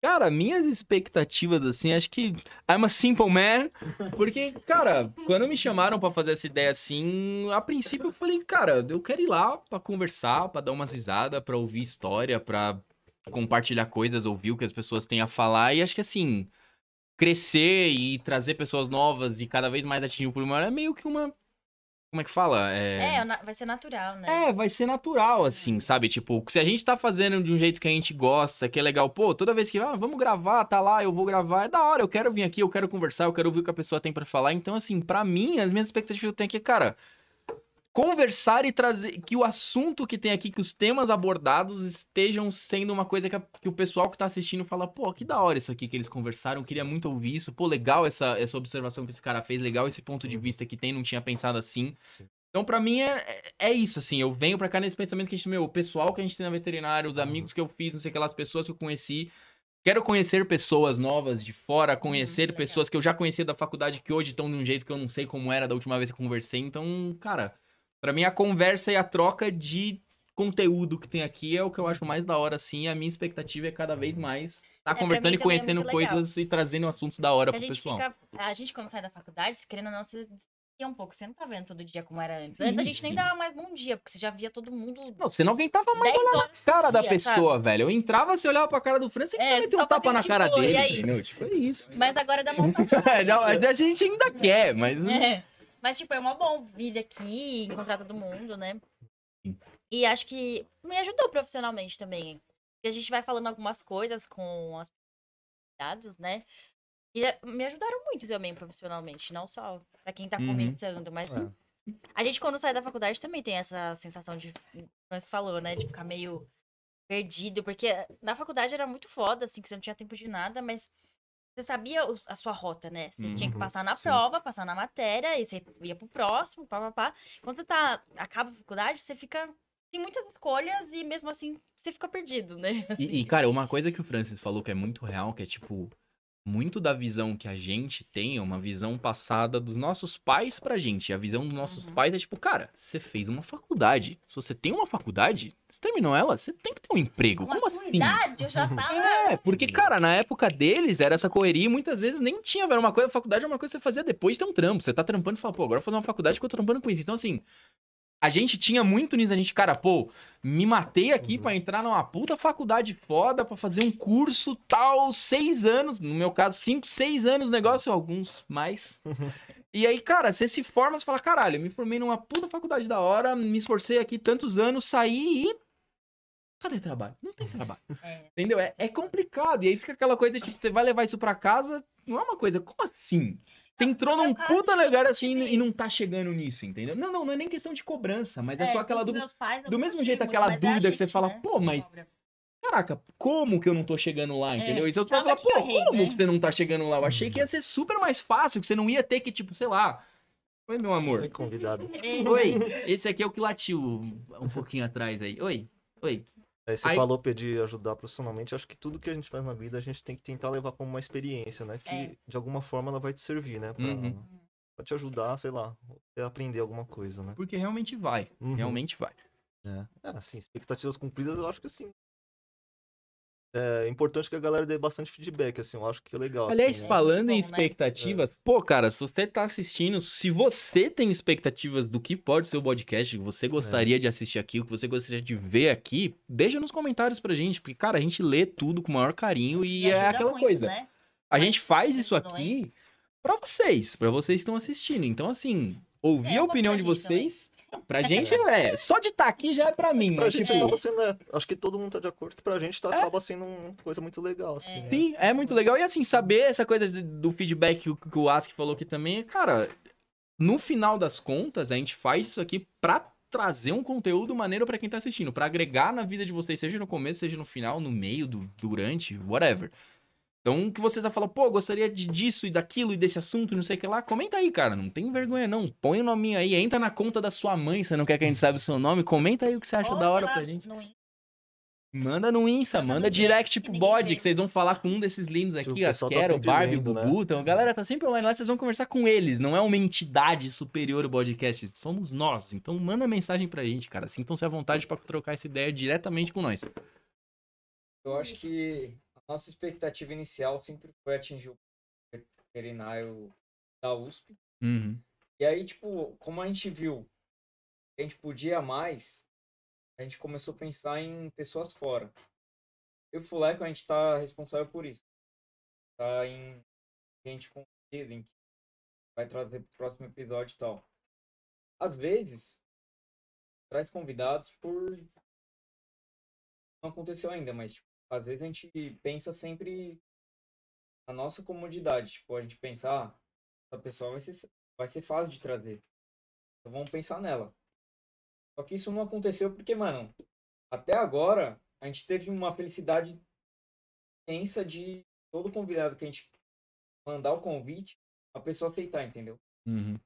[SPEAKER 7] Cara, minhas expectativas, assim, acho que I'm a simple man. Porque, cara, quando me chamaram pra fazer essa ideia assim, a princípio eu falei, cara, eu quero ir lá pra conversar, pra dar umas risadas, pra ouvir história, pra compartilhar coisas, ouvir o que as pessoas têm a falar. E acho que, assim, crescer e trazer pessoas novas e cada vez mais atingir o público maior é meio que uma. Como é que fala?
[SPEAKER 6] É, na- vai ser natural, né?
[SPEAKER 7] É, vai ser natural, assim, sabe? Tipo, se a gente tá fazendo de um jeito que a gente gosta, que é legal, pô, toda vez que ah, vamos gravar, tá lá, eu vou gravar, é da hora, eu quero vir aqui, eu quero conversar, eu quero ouvir o que a pessoa tem pra falar. Então, assim, pra mim, as minhas expectativas que eu tenho aqui é, cara, conversar e trazer que o assunto que tem aqui, que os temas abordados estejam sendo uma coisa que, a- que o pessoal que tá assistindo fala, pô, que da hora isso aqui que eles conversaram, queria muito ouvir isso, pô, legal essa, essa observação que esse cara fez, legal esse ponto de vista que tem, não tinha pensado assim. Então, pra mim, é, é isso, assim. Eu venho pra cá nesse pensamento que a gente, meu, o pessoal que a gente tem na veterinária, os amigos que eu fiz, não sei aquelas pessoas que eu conheci. Quero conhecer pessoas novas de fora, conhecer
[SPEAKER 6] Uhum, legal.
[SPEAKER 7] pessoas que eu já conhecia da faculdade que hoje estão de um jeito que eu não sei como era da última vez que eu conversei. Então, cara, pra mim a conversa e a troca de conteúdo que tem aqui é o que eu acho mais da hora, assim. E a minha expectativa é cada vez mais
[SPEAKER 6] pra
[SPEAKER 7] estar conversando
[SPEAKER 6] mim
[SPEAKER 7] e
[SPEAKER 6] também é
[SPEAKER 7] conhecendo
[SPEAKER 6] muito legal.
[SPEAKER 7] coisas e trazendo assuntos da hora
[SPEAKER 6] a
[SPEAKER 7] pro
[SPEAKER 6] gente
[SPEAKER 7] pessoal.
[SPEAKER 6] fica. A gente, quando sai da faculdade, querendo ou não, você distancia um pouco. Você não tá vendo todo dia como era antes. Antes a gente nem
[SPEAKER 7] sim.
[SPEAKER 6] dava mais bom dia, porque você já via todo mundo
[SPEAKER 7] Não, senão alguém tava mais
[SPEAKER 6] 10 horas.
[SPEAKER 7] cara da
[SPEAKER 6] Dia,
[SPEAKER 7] pessoa, velho. Eu entrava, você olhava pra cara do França e
[SPEAKER 6] É,
[SPEAKER 7] é, meteu
[SPEAKER 6] só
[SPEAKER 7] um tapa
[SPEAKER 6] fazia
[SPEAKER 7] na
[SPEAKER 6] tipo,
[SPEAKER 7] cara
[SPEAKER 6] e
[SPEAKER 7] dele.
[SPEAKER 6] aí?
[SPEAKER 7] entendeu? Tipo, é isso.
[SPEAKER 6] Mas agora dá uma vontade.
[SPEAKER 7] Já- a gente ainda quer, mas.
[SPEAKER 6] É. Mas, tipo, é mó bom vir aqui, encontrar todo mundo, né? E acho que me ajudou profissionalmente também. E a gente vai falando algumas coisas com as dados, né? E eh, me ajudaram muito também profissionalmente, não só pra quem tá
[SPEAKER 7] Uhum.
[SPEAKER 6] começando, mas
[SPEAKER 8] É.
[SPEAKER 6] a gente quando sai da faculdade também tem essa sensação de, como você falou, né, de ficar meio perdido, porque na faculdade era muito foda, assim, que você não tinha tempo de nada, mas você sabia os- a sua rota, né? Você tinha que
[SPEAKER 12] Uhum,
[SPEAKER 6] passar na
[SPEAKER 12] sim.
[SPEAKER 6] prova, passar na matéria, e você ia pro próximo, pá, pá, pá. Quando você tá, acaba a faculdade, você fica... Tem muitas escolhas e mesmo assim você fica perdido, né?
[SPEAKER 7] E, e, cara, uma coisa que o Francis falou que é muito real, que é tipo, muito da visão que a gente tem é uma visão passada dos nossos pais pra gente. E a visão dos
[SPEAKER 6] Uhum.
[SPEAKER 7] nossos pais é tipo, cara, você fez uma faculdade. Se você tem uma faculdade, você terminou ela, você tem que ter um emprego.
[SPEAKER 6] Com a
[SPEAKER 7] Como
[SPEAKER 6] sua
[SPEAKER 7] assim?
[SPEAKER 6] idade, eu já tava... né?
[SPEAKER 7] É, porque, cara, na época deles era essa correria e muitas vezes nem tinha, velho. Uma coisa, faculdade é uma coisa que você fazia depois de ter um trampo. Você tá trampando e fala, pô, agora eu vou fazer uma faculdade que eu tô trampando com isso. Então, assim, a gente tinha muito nisso. A gente, cara, pô, me matei aqui pra entrar numa puta faculdade foda, pra fazer um curso tal, seis anos, no meu caso, cinco, seis anos, negócio, alguns mais. E aí, cara, você se forma, você fala, caralho, eu me formei numa puta faculdade da hora, me esforcei aqui tantos anos, saí e. Cadê trabalho? Não tem trabalho. Entendeu? É, é complicado. E aí fica aquela coisa, tipo, você vai levar isso pra casa, não é uma coisa, como assim? Você entrou num puta lugar assim e não tá chegando nisso, entendeu? Não, não, não é nem questão de cobrança, mas é,
[SPEAKER 6] É,
[SPEAKER 7] só aquela
[SPEAKER 6] dos
[SPEAKER 7] dúvida.
[SPEAKER 6] meus pais, eu
[SPEAKER 7] do
[SPEAKER 6] nunca
[SPEAKER 7] mesmo
[SPEAKER 6] tive
[SPEAKER 7] jeito,
[SPEAKER 6] muito,
[SPEAKER 7] aquela
[SPEAKER 6] mas é a
[SPEAKER 7] dúvida que você
[SPEAKER 6] gente,
[SPEAKER 7] fala,
[SPEAKER 6] né?
[SPEAKER 7] pô, mas. Caraca, como que eu não tô chegando lá, entendeu? e você vai
[SPEAKER 6] É, tava
[SPEAKER 7] falar,
[SPEAKER 6] que eu
[SPEAKER 7] pô,
[SPEAKER 6] errei,
[SPEAKER 7] como
[SPEAKER 6] né?
[SPEAKER 7] que você não tá chegando lá? Eu achei que ia ser super mais fácil, que você não ia ter que, tipo, sei lá. Oi, meu amor. Oi,
[SPEAKER 8] convidado.
[SPEAKER 7] Oi, esse aqui é o que latiu um pouquinho atrás aí. Oi, oi.
[SPEAKER 8] Aí você
[SPEAKER 7] Aí-
[SPEAKER 8] falou pedir ajudar profissionalmente, acho que tudo que a gente faz na vida a gente tem que tentar levar como uma experiência, né? Que
[SPEAKER 6] É.
[SPEAKER 8] de alguma forma ela vai te servir, né? Pra,
[SPEAKER 7] Uhum.
[SPEAKER 8] pra te ajudar, sei lá, você aprender alguma coisa, né?
[SPEAKER 7] Porque realmente vai. Realmente vai.
[SPEAKER 8] Uhum. É, assim, expectativas cumpridas, eu acho que assim. É importante que a galera dê bastante feedback, assim, eu acho que é legal.
[SPEAKER 7] Aliás,
[SPEAKER 8] assim, né? É.
[SPEAKER 7] falando em expectativas, pô, cara, se você tá assistindo, se você tem expectativas do que pode ser o podcast, que você
[SPEAKER 8] É.
[SPEAKER 7] gostaria de assistir aqui, o que você gostaria de ver aqui, deixa nos comentários pra gente, porque, cara, a gente lê tudo com o maior carinho e,
[SPEAKER 6] E
[SPEAKER 7] é
[SPEAKER 6] ajuda
[SPEAKER 7] aquela
[SPEAKER 6] muito,
[SPEAKER 7] coisa.
[SPEAKER 6] né?
[SPEAKER 7] A gente faz isso aqui pra vocês, pra vocês que estão assistindo. Então, assim, ouvir
[SPEAKER 6] É,
[SPEAKER 7] a opinião de vocês, pra gente é. Só de estar aqui já é pra mim,
[SPEAKER 8] Pra
[SPEAKER 7] mas,
[SPEAKER 8] gente
[SPEAKER 7] tipo,
[SPEAKER 8] acaba sendo, é, acho que todo mundo tá de acordo que pra gente tá, acaba sendo uma coisa muito legal, assim. né?
[SPEAKER 7] Sim, é muito legal. E assim, saber essa coisa de- do feedback que o, que o Ask falou aqui também, cara, no final das contas, a gente faz isso aqui pra trazer um conteúdo maneiro pra quem tá assistindo, pra agregar na vida de vocês, seja no começo, seja no final, no meio, do, durante, whatever. Então, que vocês já falam, pô, gostaria de disso e daquilo e desse assunto, e não sei o que lá, comenta aí, cara, não tem vergonha não, põe o nominho aí, entra na conta da sua mãe, você não quer que a gente saiba o seu nome, comenta aí o que você acha
[SPEAKER 6] Ou,
[SPEAKER 7] da
[SPEAKER 6] sei
[SPEAKER 7] hora
[SPEAKER 6] lá,
[SPEAKER 7] pra gente.
[SPEAKER 6] no Insta,
[SPEAKER 7] Manda no Insta, manda direct pro bode, que vocês vão falar com um desses lindos aqui,
[SPEAKER 8] o
[SPEAKER 7] as
[SPEAKER 8] pessoal tá
[SPEAKER 7] Quero,
[SPEAKER 8] sempre
[SPEAKER 7] Barbie, o
[SPEAKER 8] lendo, né?
[SPEAKER 7] Bubu. Então, a galera tá sempre online lá, vocês vão conversar com eles. Não é uma entidade superior ao podcast, somos nós. Então, manda mensagem pra gente, cara. Sintam-se à vontade pra trocar essa ideia diretamente com nós. É
[SPEAKER 10] Eu acho que a nossa expectativa inicial sempre foi atingir o veterinário da USP.
[SPEAKER 7] Uhum.
[SPEAKER 10] E aí, tipo, como a gente viu que a gente podia mais, a gente começou a pensar em pessoas fora. Eu e o Fuleco, a gente tá responsável por isso. Tá em gente conhecido, em que vai trazer pro próximo episódio e tal. Às vezes, traz convidados por não aconteceu ainda, mas tipo, às vezes a gente pensa sempre na nossa comodidade. Tipo, a gente pensar, ah, essa pessoa vai ser, vai ser fácil de trazer. Então vamos pensar nela. Só que isso não aconteceu porque, mano, até agora a gente teve uma felicidade imensa de todo convidado que a gente mandar o convite, a pessoa aceitar, entendeu?
[SPEAKER 5] Uhum.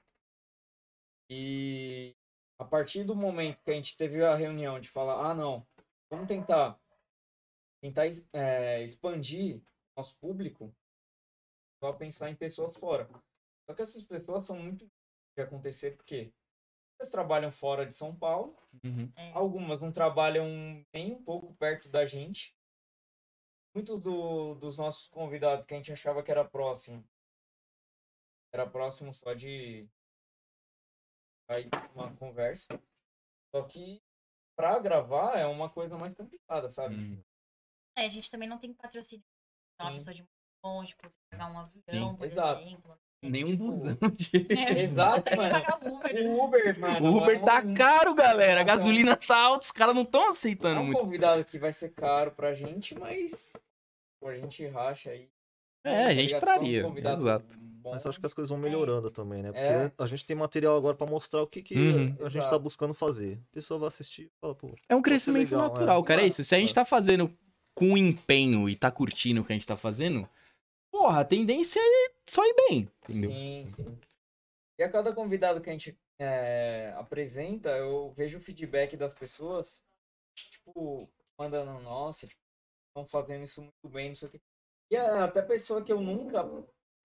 [SPEAKER 10] E a partir do momento que a gente teve a reunião de falar, ah, não, vamos tentar tentar es- eh, expandir nosso público, só pensar em pessoas fora. Só que essas pessoas são muito difíceis de acontecer porque elas trabalham fora de São Paulo,
[SPEAKER 5] Uhum.
[SPEAKER 10] algumas não trabalham nem um pouco perto da gente. Muitos do- dos nossos convidados que a gente achava que era próximo, era próximo só de aí uma conversa. Só que pra gravar é uma coisa mais complicada, sabe?
[SPEAKER 6] É, a gente também não tem patrocínio. Então, uma
[SPEAKER 10] Sim.
[SPEAKER 6] pessoa de muito longe, pra você pagar um
[SPEAKER 10] Sim,
[SPEAKER 6] avião, por
[SPEAKER 10] exato.
[SPEAKER 6] exemplo.
[SPEAKER 7] Nenhum
[SPEAKER 10] Tipo,
[SPEAKER 7] busão.
[SPEAKER 10] é. Exato, mano. O Uber, né? mano.
[SPEAKER 7] O Uber
[SPEAKER 10] mano,
[SPEAKER 7] tá
[SPEAKER 10] um-
[SPEAKER 7] caro, galera. A gasolina tá alta, os caras não estão
[SPEAKER 10] É
[SPEAKER 7] aceitando
[SPEAKER 10] um
[SPEAKER 7] muito.
[SPEAKER 10] convidado que vai ser caro pra gente, mas pô, a gente racha aí. um
[SPEAKER 7] É, a gente
[SPEAKER 10] ligado?
[SPEAKER 7] traria.
[SPEAKER 10] Convidado
[SPEAKER 7] Exato.
[SPEAKER 8] Mas acho que as coisas
[SPEAKER 7] é.
[SPEAKER 8] vão melhorando também, né? Porque
[SPEAKER 10] É.
[SPEAKER 8] a gente tem material agora pra mostrar o que, que
[SPEAKER 7] Uhum.
[SPEAKER 8] a gente tá
[SPEAKER 10] Exato.
[SPEAKER 8] buscando fazer. A pessoa vai assistir e fala, pô.
[SPEAKER 7] É um crescimento
[SPEAKER 8] legal,
[SPEAKER 7] natural,
[SPEAKER 8] é.
[SPEAKER 7] cara. É isso. Se a gente tá fazendo com empenho e tá curtindo o que a gente tá fazendo, porra, a tendência é só ir bem. Entendeu?
[SPEAKER 10] Sim, sim. E a cada convidado que a gente é, apresenta, eu vejo o feedback das pessoas, tipo, mandando, nossa, estão fazendo isso muito bem, não sei o quê. E a- até pessoa que eu nunca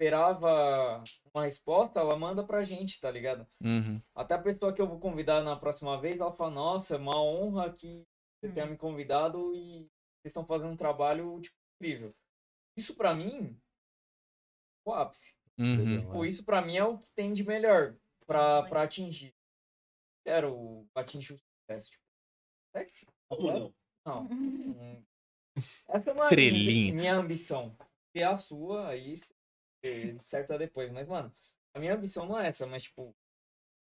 [SPEAKER 10] esperava uma resposta, ela manda pra gente, tá ligado?
[SPEAKER 7] Uhum.
[SPEAKER 10] Até a pessoa que eu vou convidar na próxima vez, ela fala, nossa, é uma honra que você tenha me convidado e vocês estão fazendo um trabalho, tipo, incrível. Isso pra mim, o ápice.
[SPEAKER 7] Uhum.
[SPEAKER 10] Tipo, isso pra mim é o que tem de melhor pra, pra atingir. Quero atingir o sucesso. Tipo, é,
[SPEAKER 9] Como não?
[SPEAKER 10] Não. Hum. Essa é uma
[SPEAKER 7] Trelinha.
[SPEAKER 10] minha ambição. Se é a sua, aí eh, você certa depois. Mas, mano, a minha ambição não é essa, mas, tipo,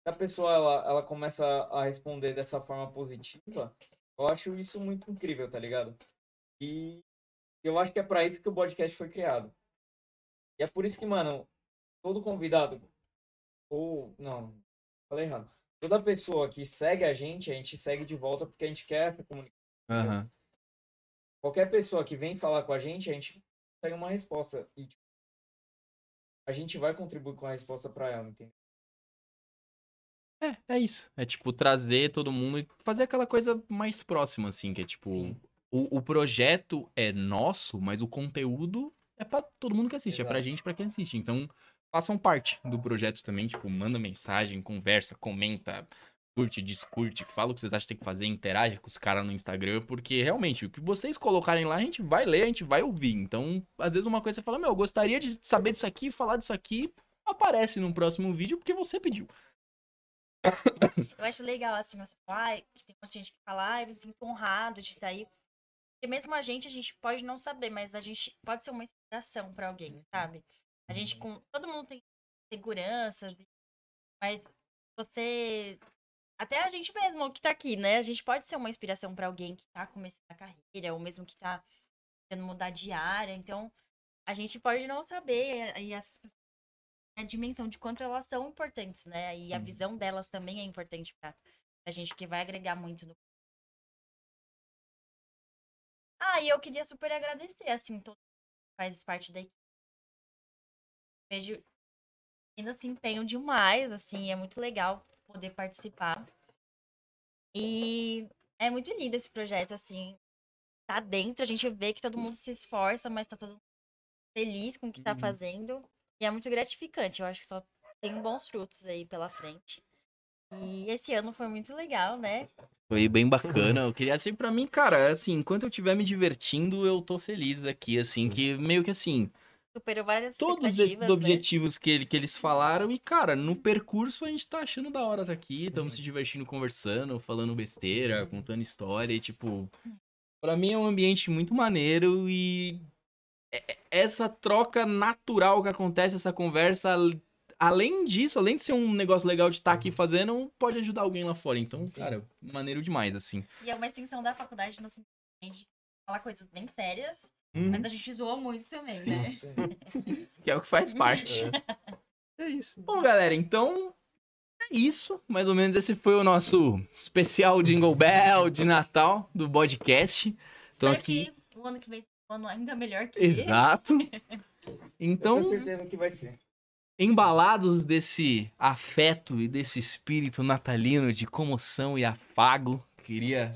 [SPEAKER 10] se a pessoa ela, ela começa a responder dessa forma positiva, eu acho isso muito incrível, tá ligado? E eu acho que é pra isso que o podcast foi criado. E é por isso que, mano, todo convidado, ou, não, falei errado. Toda pessoa que segue a gente, a gente segue de volta porque a gente quer essa comunicação
[SPEAKER 7] Aham.
[SPEAKER 10] qualquer pessoa que vem falar com a gente, a gente consegue uma resposta. E tipo, a gente vai contribuir com a resposta pra ela, entendeu?
[SPEAKER 7] É, é isso. É tipo trazer todo mundo e fazer aquela coisa mais próxima, assim, que é tipo. O, o projeto é nosso, mas o conteúdo é pra todo mundo que assiste, é pra
[SPEAKER 10] Exato.
[SPEAKER 7] gente, e pra quem assiste. Então, façam parte do projeto também, tipo, manda mensagem, conversa, comenta, curte, discute, fala o que vocês acham que tem que fazer, interage com os caras no Instagram, porque realmente o que vocês colocarem lá, a gente vai ler, a gente vai ouvir. Então, às vezes uma coisa você fala, meu, eu gostaria de saber disso aqui, falar disso aqui, aparece no próximo vídeo porque você pediu.
[SPEAKER 6] Eu acho legal, assim, você falar, ai, que tem muita gente que fala, ai, eu me sinto honrado de estar aí. Porque mesmo a gente, a gente pode não saber, mas a gente pode ser uma inspiração pra alguém, sabe? A gente com. Todo mundo tem seguranças, mas você. Até a gente mesmo que tá aqui, né? A gente pode ser uma inspiração pra alguém que tá começando a carreira, ou mesmo que tá tentando mudar de área. Então, a gente pode não saber, e essas pessoas a dimensão de quanto elas são importantes, né? E a visão delas também é importante pra, pra gente, que vai agregar muito no. Ah, e eu queria super agradecer, assim, todo mundo que faz parte da equipe. Vejo ainda se empenham demais, assim, é muito legal poder participar. E é muito lindo esse projeto, assim. Tá dentro, a gente vê que todo mundo se esforça, mas tá todo mundo feliz com o
[SPEAKER 7] Uhum.
[SPEAKER 6] que tá fazendo. E é muito gratificante, eu acho que só tem bons frutos aí pela frente. E esse ano foi muito legal, né?
[SPEAKER 7] Foi bem bacana. Eu queria, assim, pra mim, cara, assim, enquanto eu estiver me divertindo, eu tô feliz aqui, assim, que meio que assim,
[SPEAKER 6] Superou várias
[SPEAKER 7] todos
[SPEAKER 6] expectativas,
[SPEAKER 7] esses
[SPEAKER 6] né?
[SPEAKER 7] objetivos que, ele- que eles falaram, e, cara, no percurso a gente tá achando da hora tá aqui, estamos se divertindo, conversando, falando besteira, contando história, e, tipo. Pra mim é um ambiente muito maneiro e é- é- essa troca natural que acontece, essa conversa, al- além disso, além de ser um negócio legal de estar aqui fazendo, pode ajudar alguém lá fora. Então, cara, maneiro demais, assim.
[SPEAKER 6] E é uma extensão da faculdade no sentido de a gente falar coisas bem sérias,
[SPEAKER 7] Uhum.
[SPEAKER 6] mas a gente zoou muito também, né?
[SPEAKER 7] Que é o que faz parte. É isso. Bom, galera, então é isso. Mais ou menos esse foi o nosso especial Jingle Bell de Natal do podcast. Então
[SPEAKER 6] Espero
[SPEAKER 7] aqui.
[SPEAKER 6] que o ano que vem seja um ano ainda melhor que
[SPEAKER 7] Exato.
[SPEAKER 10] Eu
[SPEAKER 7] Então,
[SPEAKER 10] tenho certeza que vai ser.
[SPEAKER 7] embalados desse afeto e desse espírito natalino de comoção e afago, queria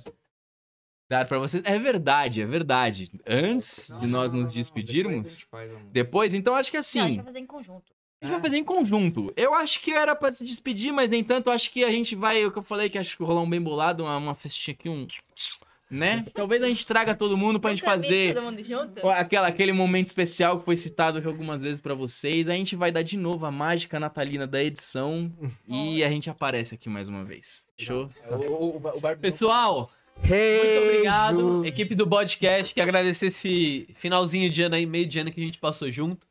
[SPEAKER 7] dar pra vocês. É verdade, é verdade. Antes de nós nos despedirmos, depois, então acho que assim.
[SPEAKER 6] Não, a gente vai fazer em conjunto.
[SPEAKER 7] A gente vai fazer em conjunto. Eu acho que era pra se despedir, mas nem tanto. Acho que a gente vai, o que eu falei, que acho que rolar um bem bolado, uma, uma festinha aqui, um. Né? Talvez a gente traga todo mundo pra gente
[SPEAKER 6] Também
[SPEAKER 7] fazer
[SPEAKER 6] Todo mundo junto?
[SPEAKER 7] aquela, aquele momento especial que foi citado aqui algumas vezes pra vocês. A gente vai dar de novo a mágica natalina da edição e a gente aparece aqui mais uma vez. Fechou?
[SPEAKER 4] O, o, o Barbizão-
[SPEAKER 1] Pessoal, muito obrigado. Equipe do podcast, que agradecer esse finalzinho de ano aí, meio de ano que a gente passou junto.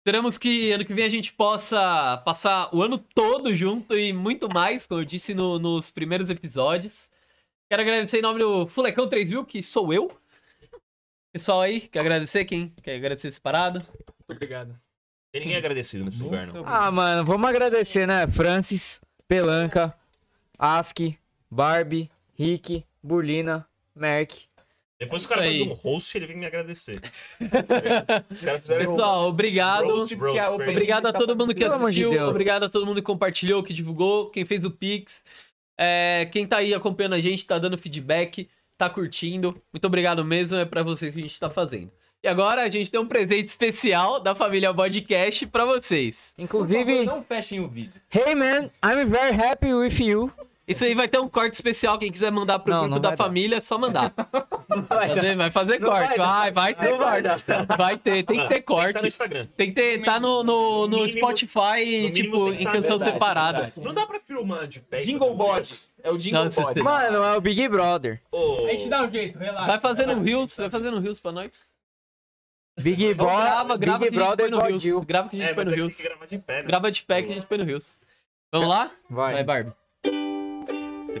[SPEAKER 1] Esperamos que ano que vem a gente possa passar o ano todo junto e muito mais, como eu disse no- nos primeiros episódios. Quero agradecer em nome do Fulecão 3000, que sou eu. Pessoal aí, quer agradecer quem? Quer agradecer separado?
[SPEAKER 13] Obrigado.
[SPEAKER 1] Tem ninguém agradecido nesse lugar, não.
[SPEAKER 10] Ah, mano, vamos agradecer, né? Francis, Pelanca, Aski, Barbie, Rick, Burlina, Merck.
[SPEAKER 1] Depois o
[SPEAKER 10] É
[SPEAKER 1] cara
[SPEAKER 10] isso
[SPEAKER 1] faz
[SPEAKER 10] aí.
[SPEAKER 1] um host e ele vem me agradecer. Os caras fizeram
[SPEAKER 2] um
[SPEAKER 1] um
[SPEAKER 5] Pessoal, obrigado.
[SPEAKER 1] Roast, roast, roast.
[SPEAKER 5] obrigado a todo mundo que
[SPEAKER 10] Pelo amor de
[SPEAKER 5] assistiu.
[SPEAKER 10] Deus.
[SPEAKER 5] obrigado a todo mundo que compartilhou, que divulgou, quem fez o Pix. É, quem tá aí acompanhando a gente, tá dando feedback, tá curtindo. Muito obrigado mesmo, é pra vocês que a gente tá fazendo. E agora a gente tem um presente especial da família Podcast pra vocês.
[SPEAKER 10] Inclusive,
[SPEAKER 7] Não fechem o vídeo.
[SPEAKER 10] hey man, I'm very happy with you.
[SPEAKER 5] Isso aí vai ter um corte especial, quem quiser mandar pro
[SPEAKER 10] Não,
[SPEAKER 5] grupo
[SPEAKER 10] não
[SPEAKER 5] da
[SPEAKER 10] vai dar.
[SPEAKER 5] família, é só mandar. Vai, fazer, vai fazer
[SPEAKER 10] Não
[SPEAKER 5] corte, vai,
[SPEAKER 10] vai
[SPEAKER 5] vai, ter corte. Vai ter, tem que ter corte.
[SPEAKER 1] Tá no Instagram.
[SPEAKER 5] Tem que ter, tá no, no, no Spotify,
[SPEAKER 1] mínimo
[SPEAKER 5] tipo,
[SPEAKER 1] tem que
[SPEAKER 5] em
[SPEAKER 1] tá-
[SPEAKER 5] canção
[SPEAKER 1] verdade,
[SPEAKER 5] separada.
[SPEAKER 1] verdade. Não dá pra filmar de pé.
[SPEAKER 7] Jingle Bot. É o Jingle
[SPEAKER 5] Não, vocês
[SPEAKER 7] Bot.
[SPEAKER 5] têm-
[SPEAKER 10] Mano, é o Big Brother.
[SPEAKER 1] Ô,
[SPEAKER 7] A gente dá um jeito, relaxa.
[SPEAKER 5] Vai fazendo um Reels, vai fazendo um Reels pra nós.
[SPEAKER 10] Big,
[SPEAKER 5] Então
[SPEAKER 10] Bo
[SPEAKER 5] grava, grava
[SPEAKER 10] Big
[SPEAKER 5] que a gente
[SPEAKER 10] Brother
[SPEAKER 5] foi no Reels.
[SPEAKER 10] Bodil.
[SPEAKER 5] Grava que a gente
[SPEAKER 1] É,
[SPEAKER 5] foi
[SPEAKER 1] mas
[SPEAKER 5] no
[SPEAKER 1] ele tem
[SPEAKER 5] Reels.
[SPEAKER 1] que gravar de pé, né?
[SPEAKER 5] Grava de pé que a gente foi no Reels. Vamos lá?
[SPEAKER 10] Vai.
[SPEAKER 5] Vai, Barbie.
[SPEAKER 14] Você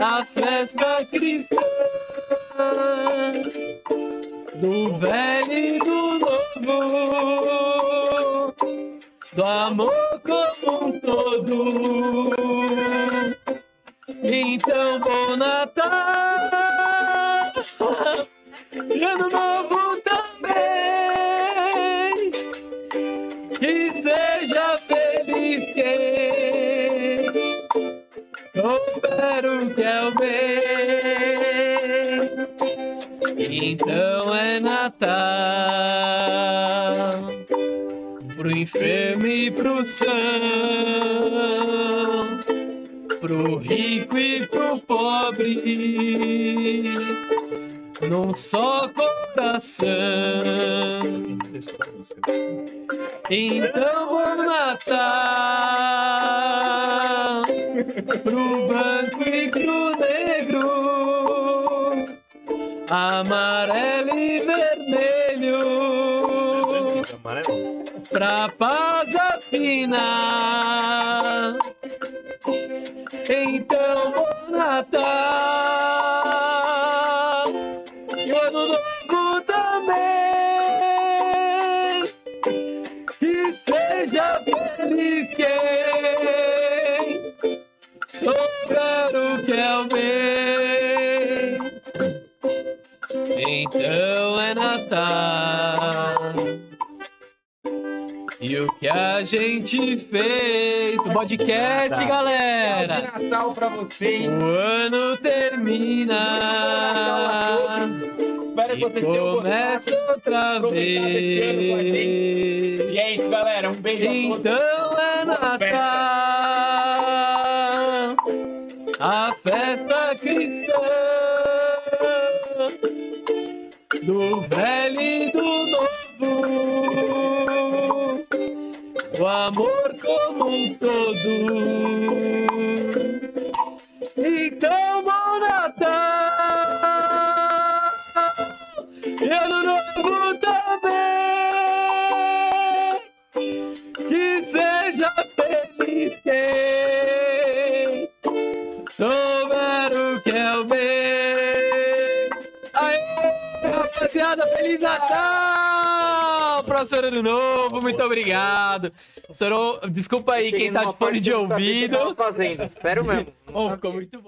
[SPEAKER 5] a festa cristã do velho e do novo, do amor como um todo. Então, bom Natal, e ano novo também. Que seja feliz quem souber o que é o bem. Então é Natal Pro enfermo e pro são Pro rico e pro pobre Num só coração então bom Natal Pro branco e pro negro Amarelo e vermelho
[SPEAKER 1] Amarelo.
[SPEAKER 5] Pra paz afinar Então bom Natal E ano novo também que seja feliz quem souber o que é o bem. Então é Natal. E o que a gente fez? O podcast, galera!
[SPEAKER 7] É De Natal pra vocês.
[SPEAKER 5] O ano termina
[SPEAKER 7] é Espero
[SPEAKER 5] e
[SPEAKER 7] que vocês tenham gostado.
[SPEAKER 5] começa outra
[SPEAKER 7] Aproveitado esse ano tá com a
[SPEAKER 5] vez.
[SPEAKER 7] E é isso, galera. Um beijo a todos.
[SPEAKER 5] Então é Natal, a festa cristã do velho e do novo, o amor como um todo. Então, bom Natal! E ano novo também! Que seja feliz quem souber o que é o bem! Aê, rapaziada, Feliz Natal! Próximo ano novo, muito obrigado! Sorô, desculpa aí quem tá de fone de ouvido.
[SPEAKER 15] fazendo, sério mesmo.
[SPEAKER 5] Oh, ficou muito bom.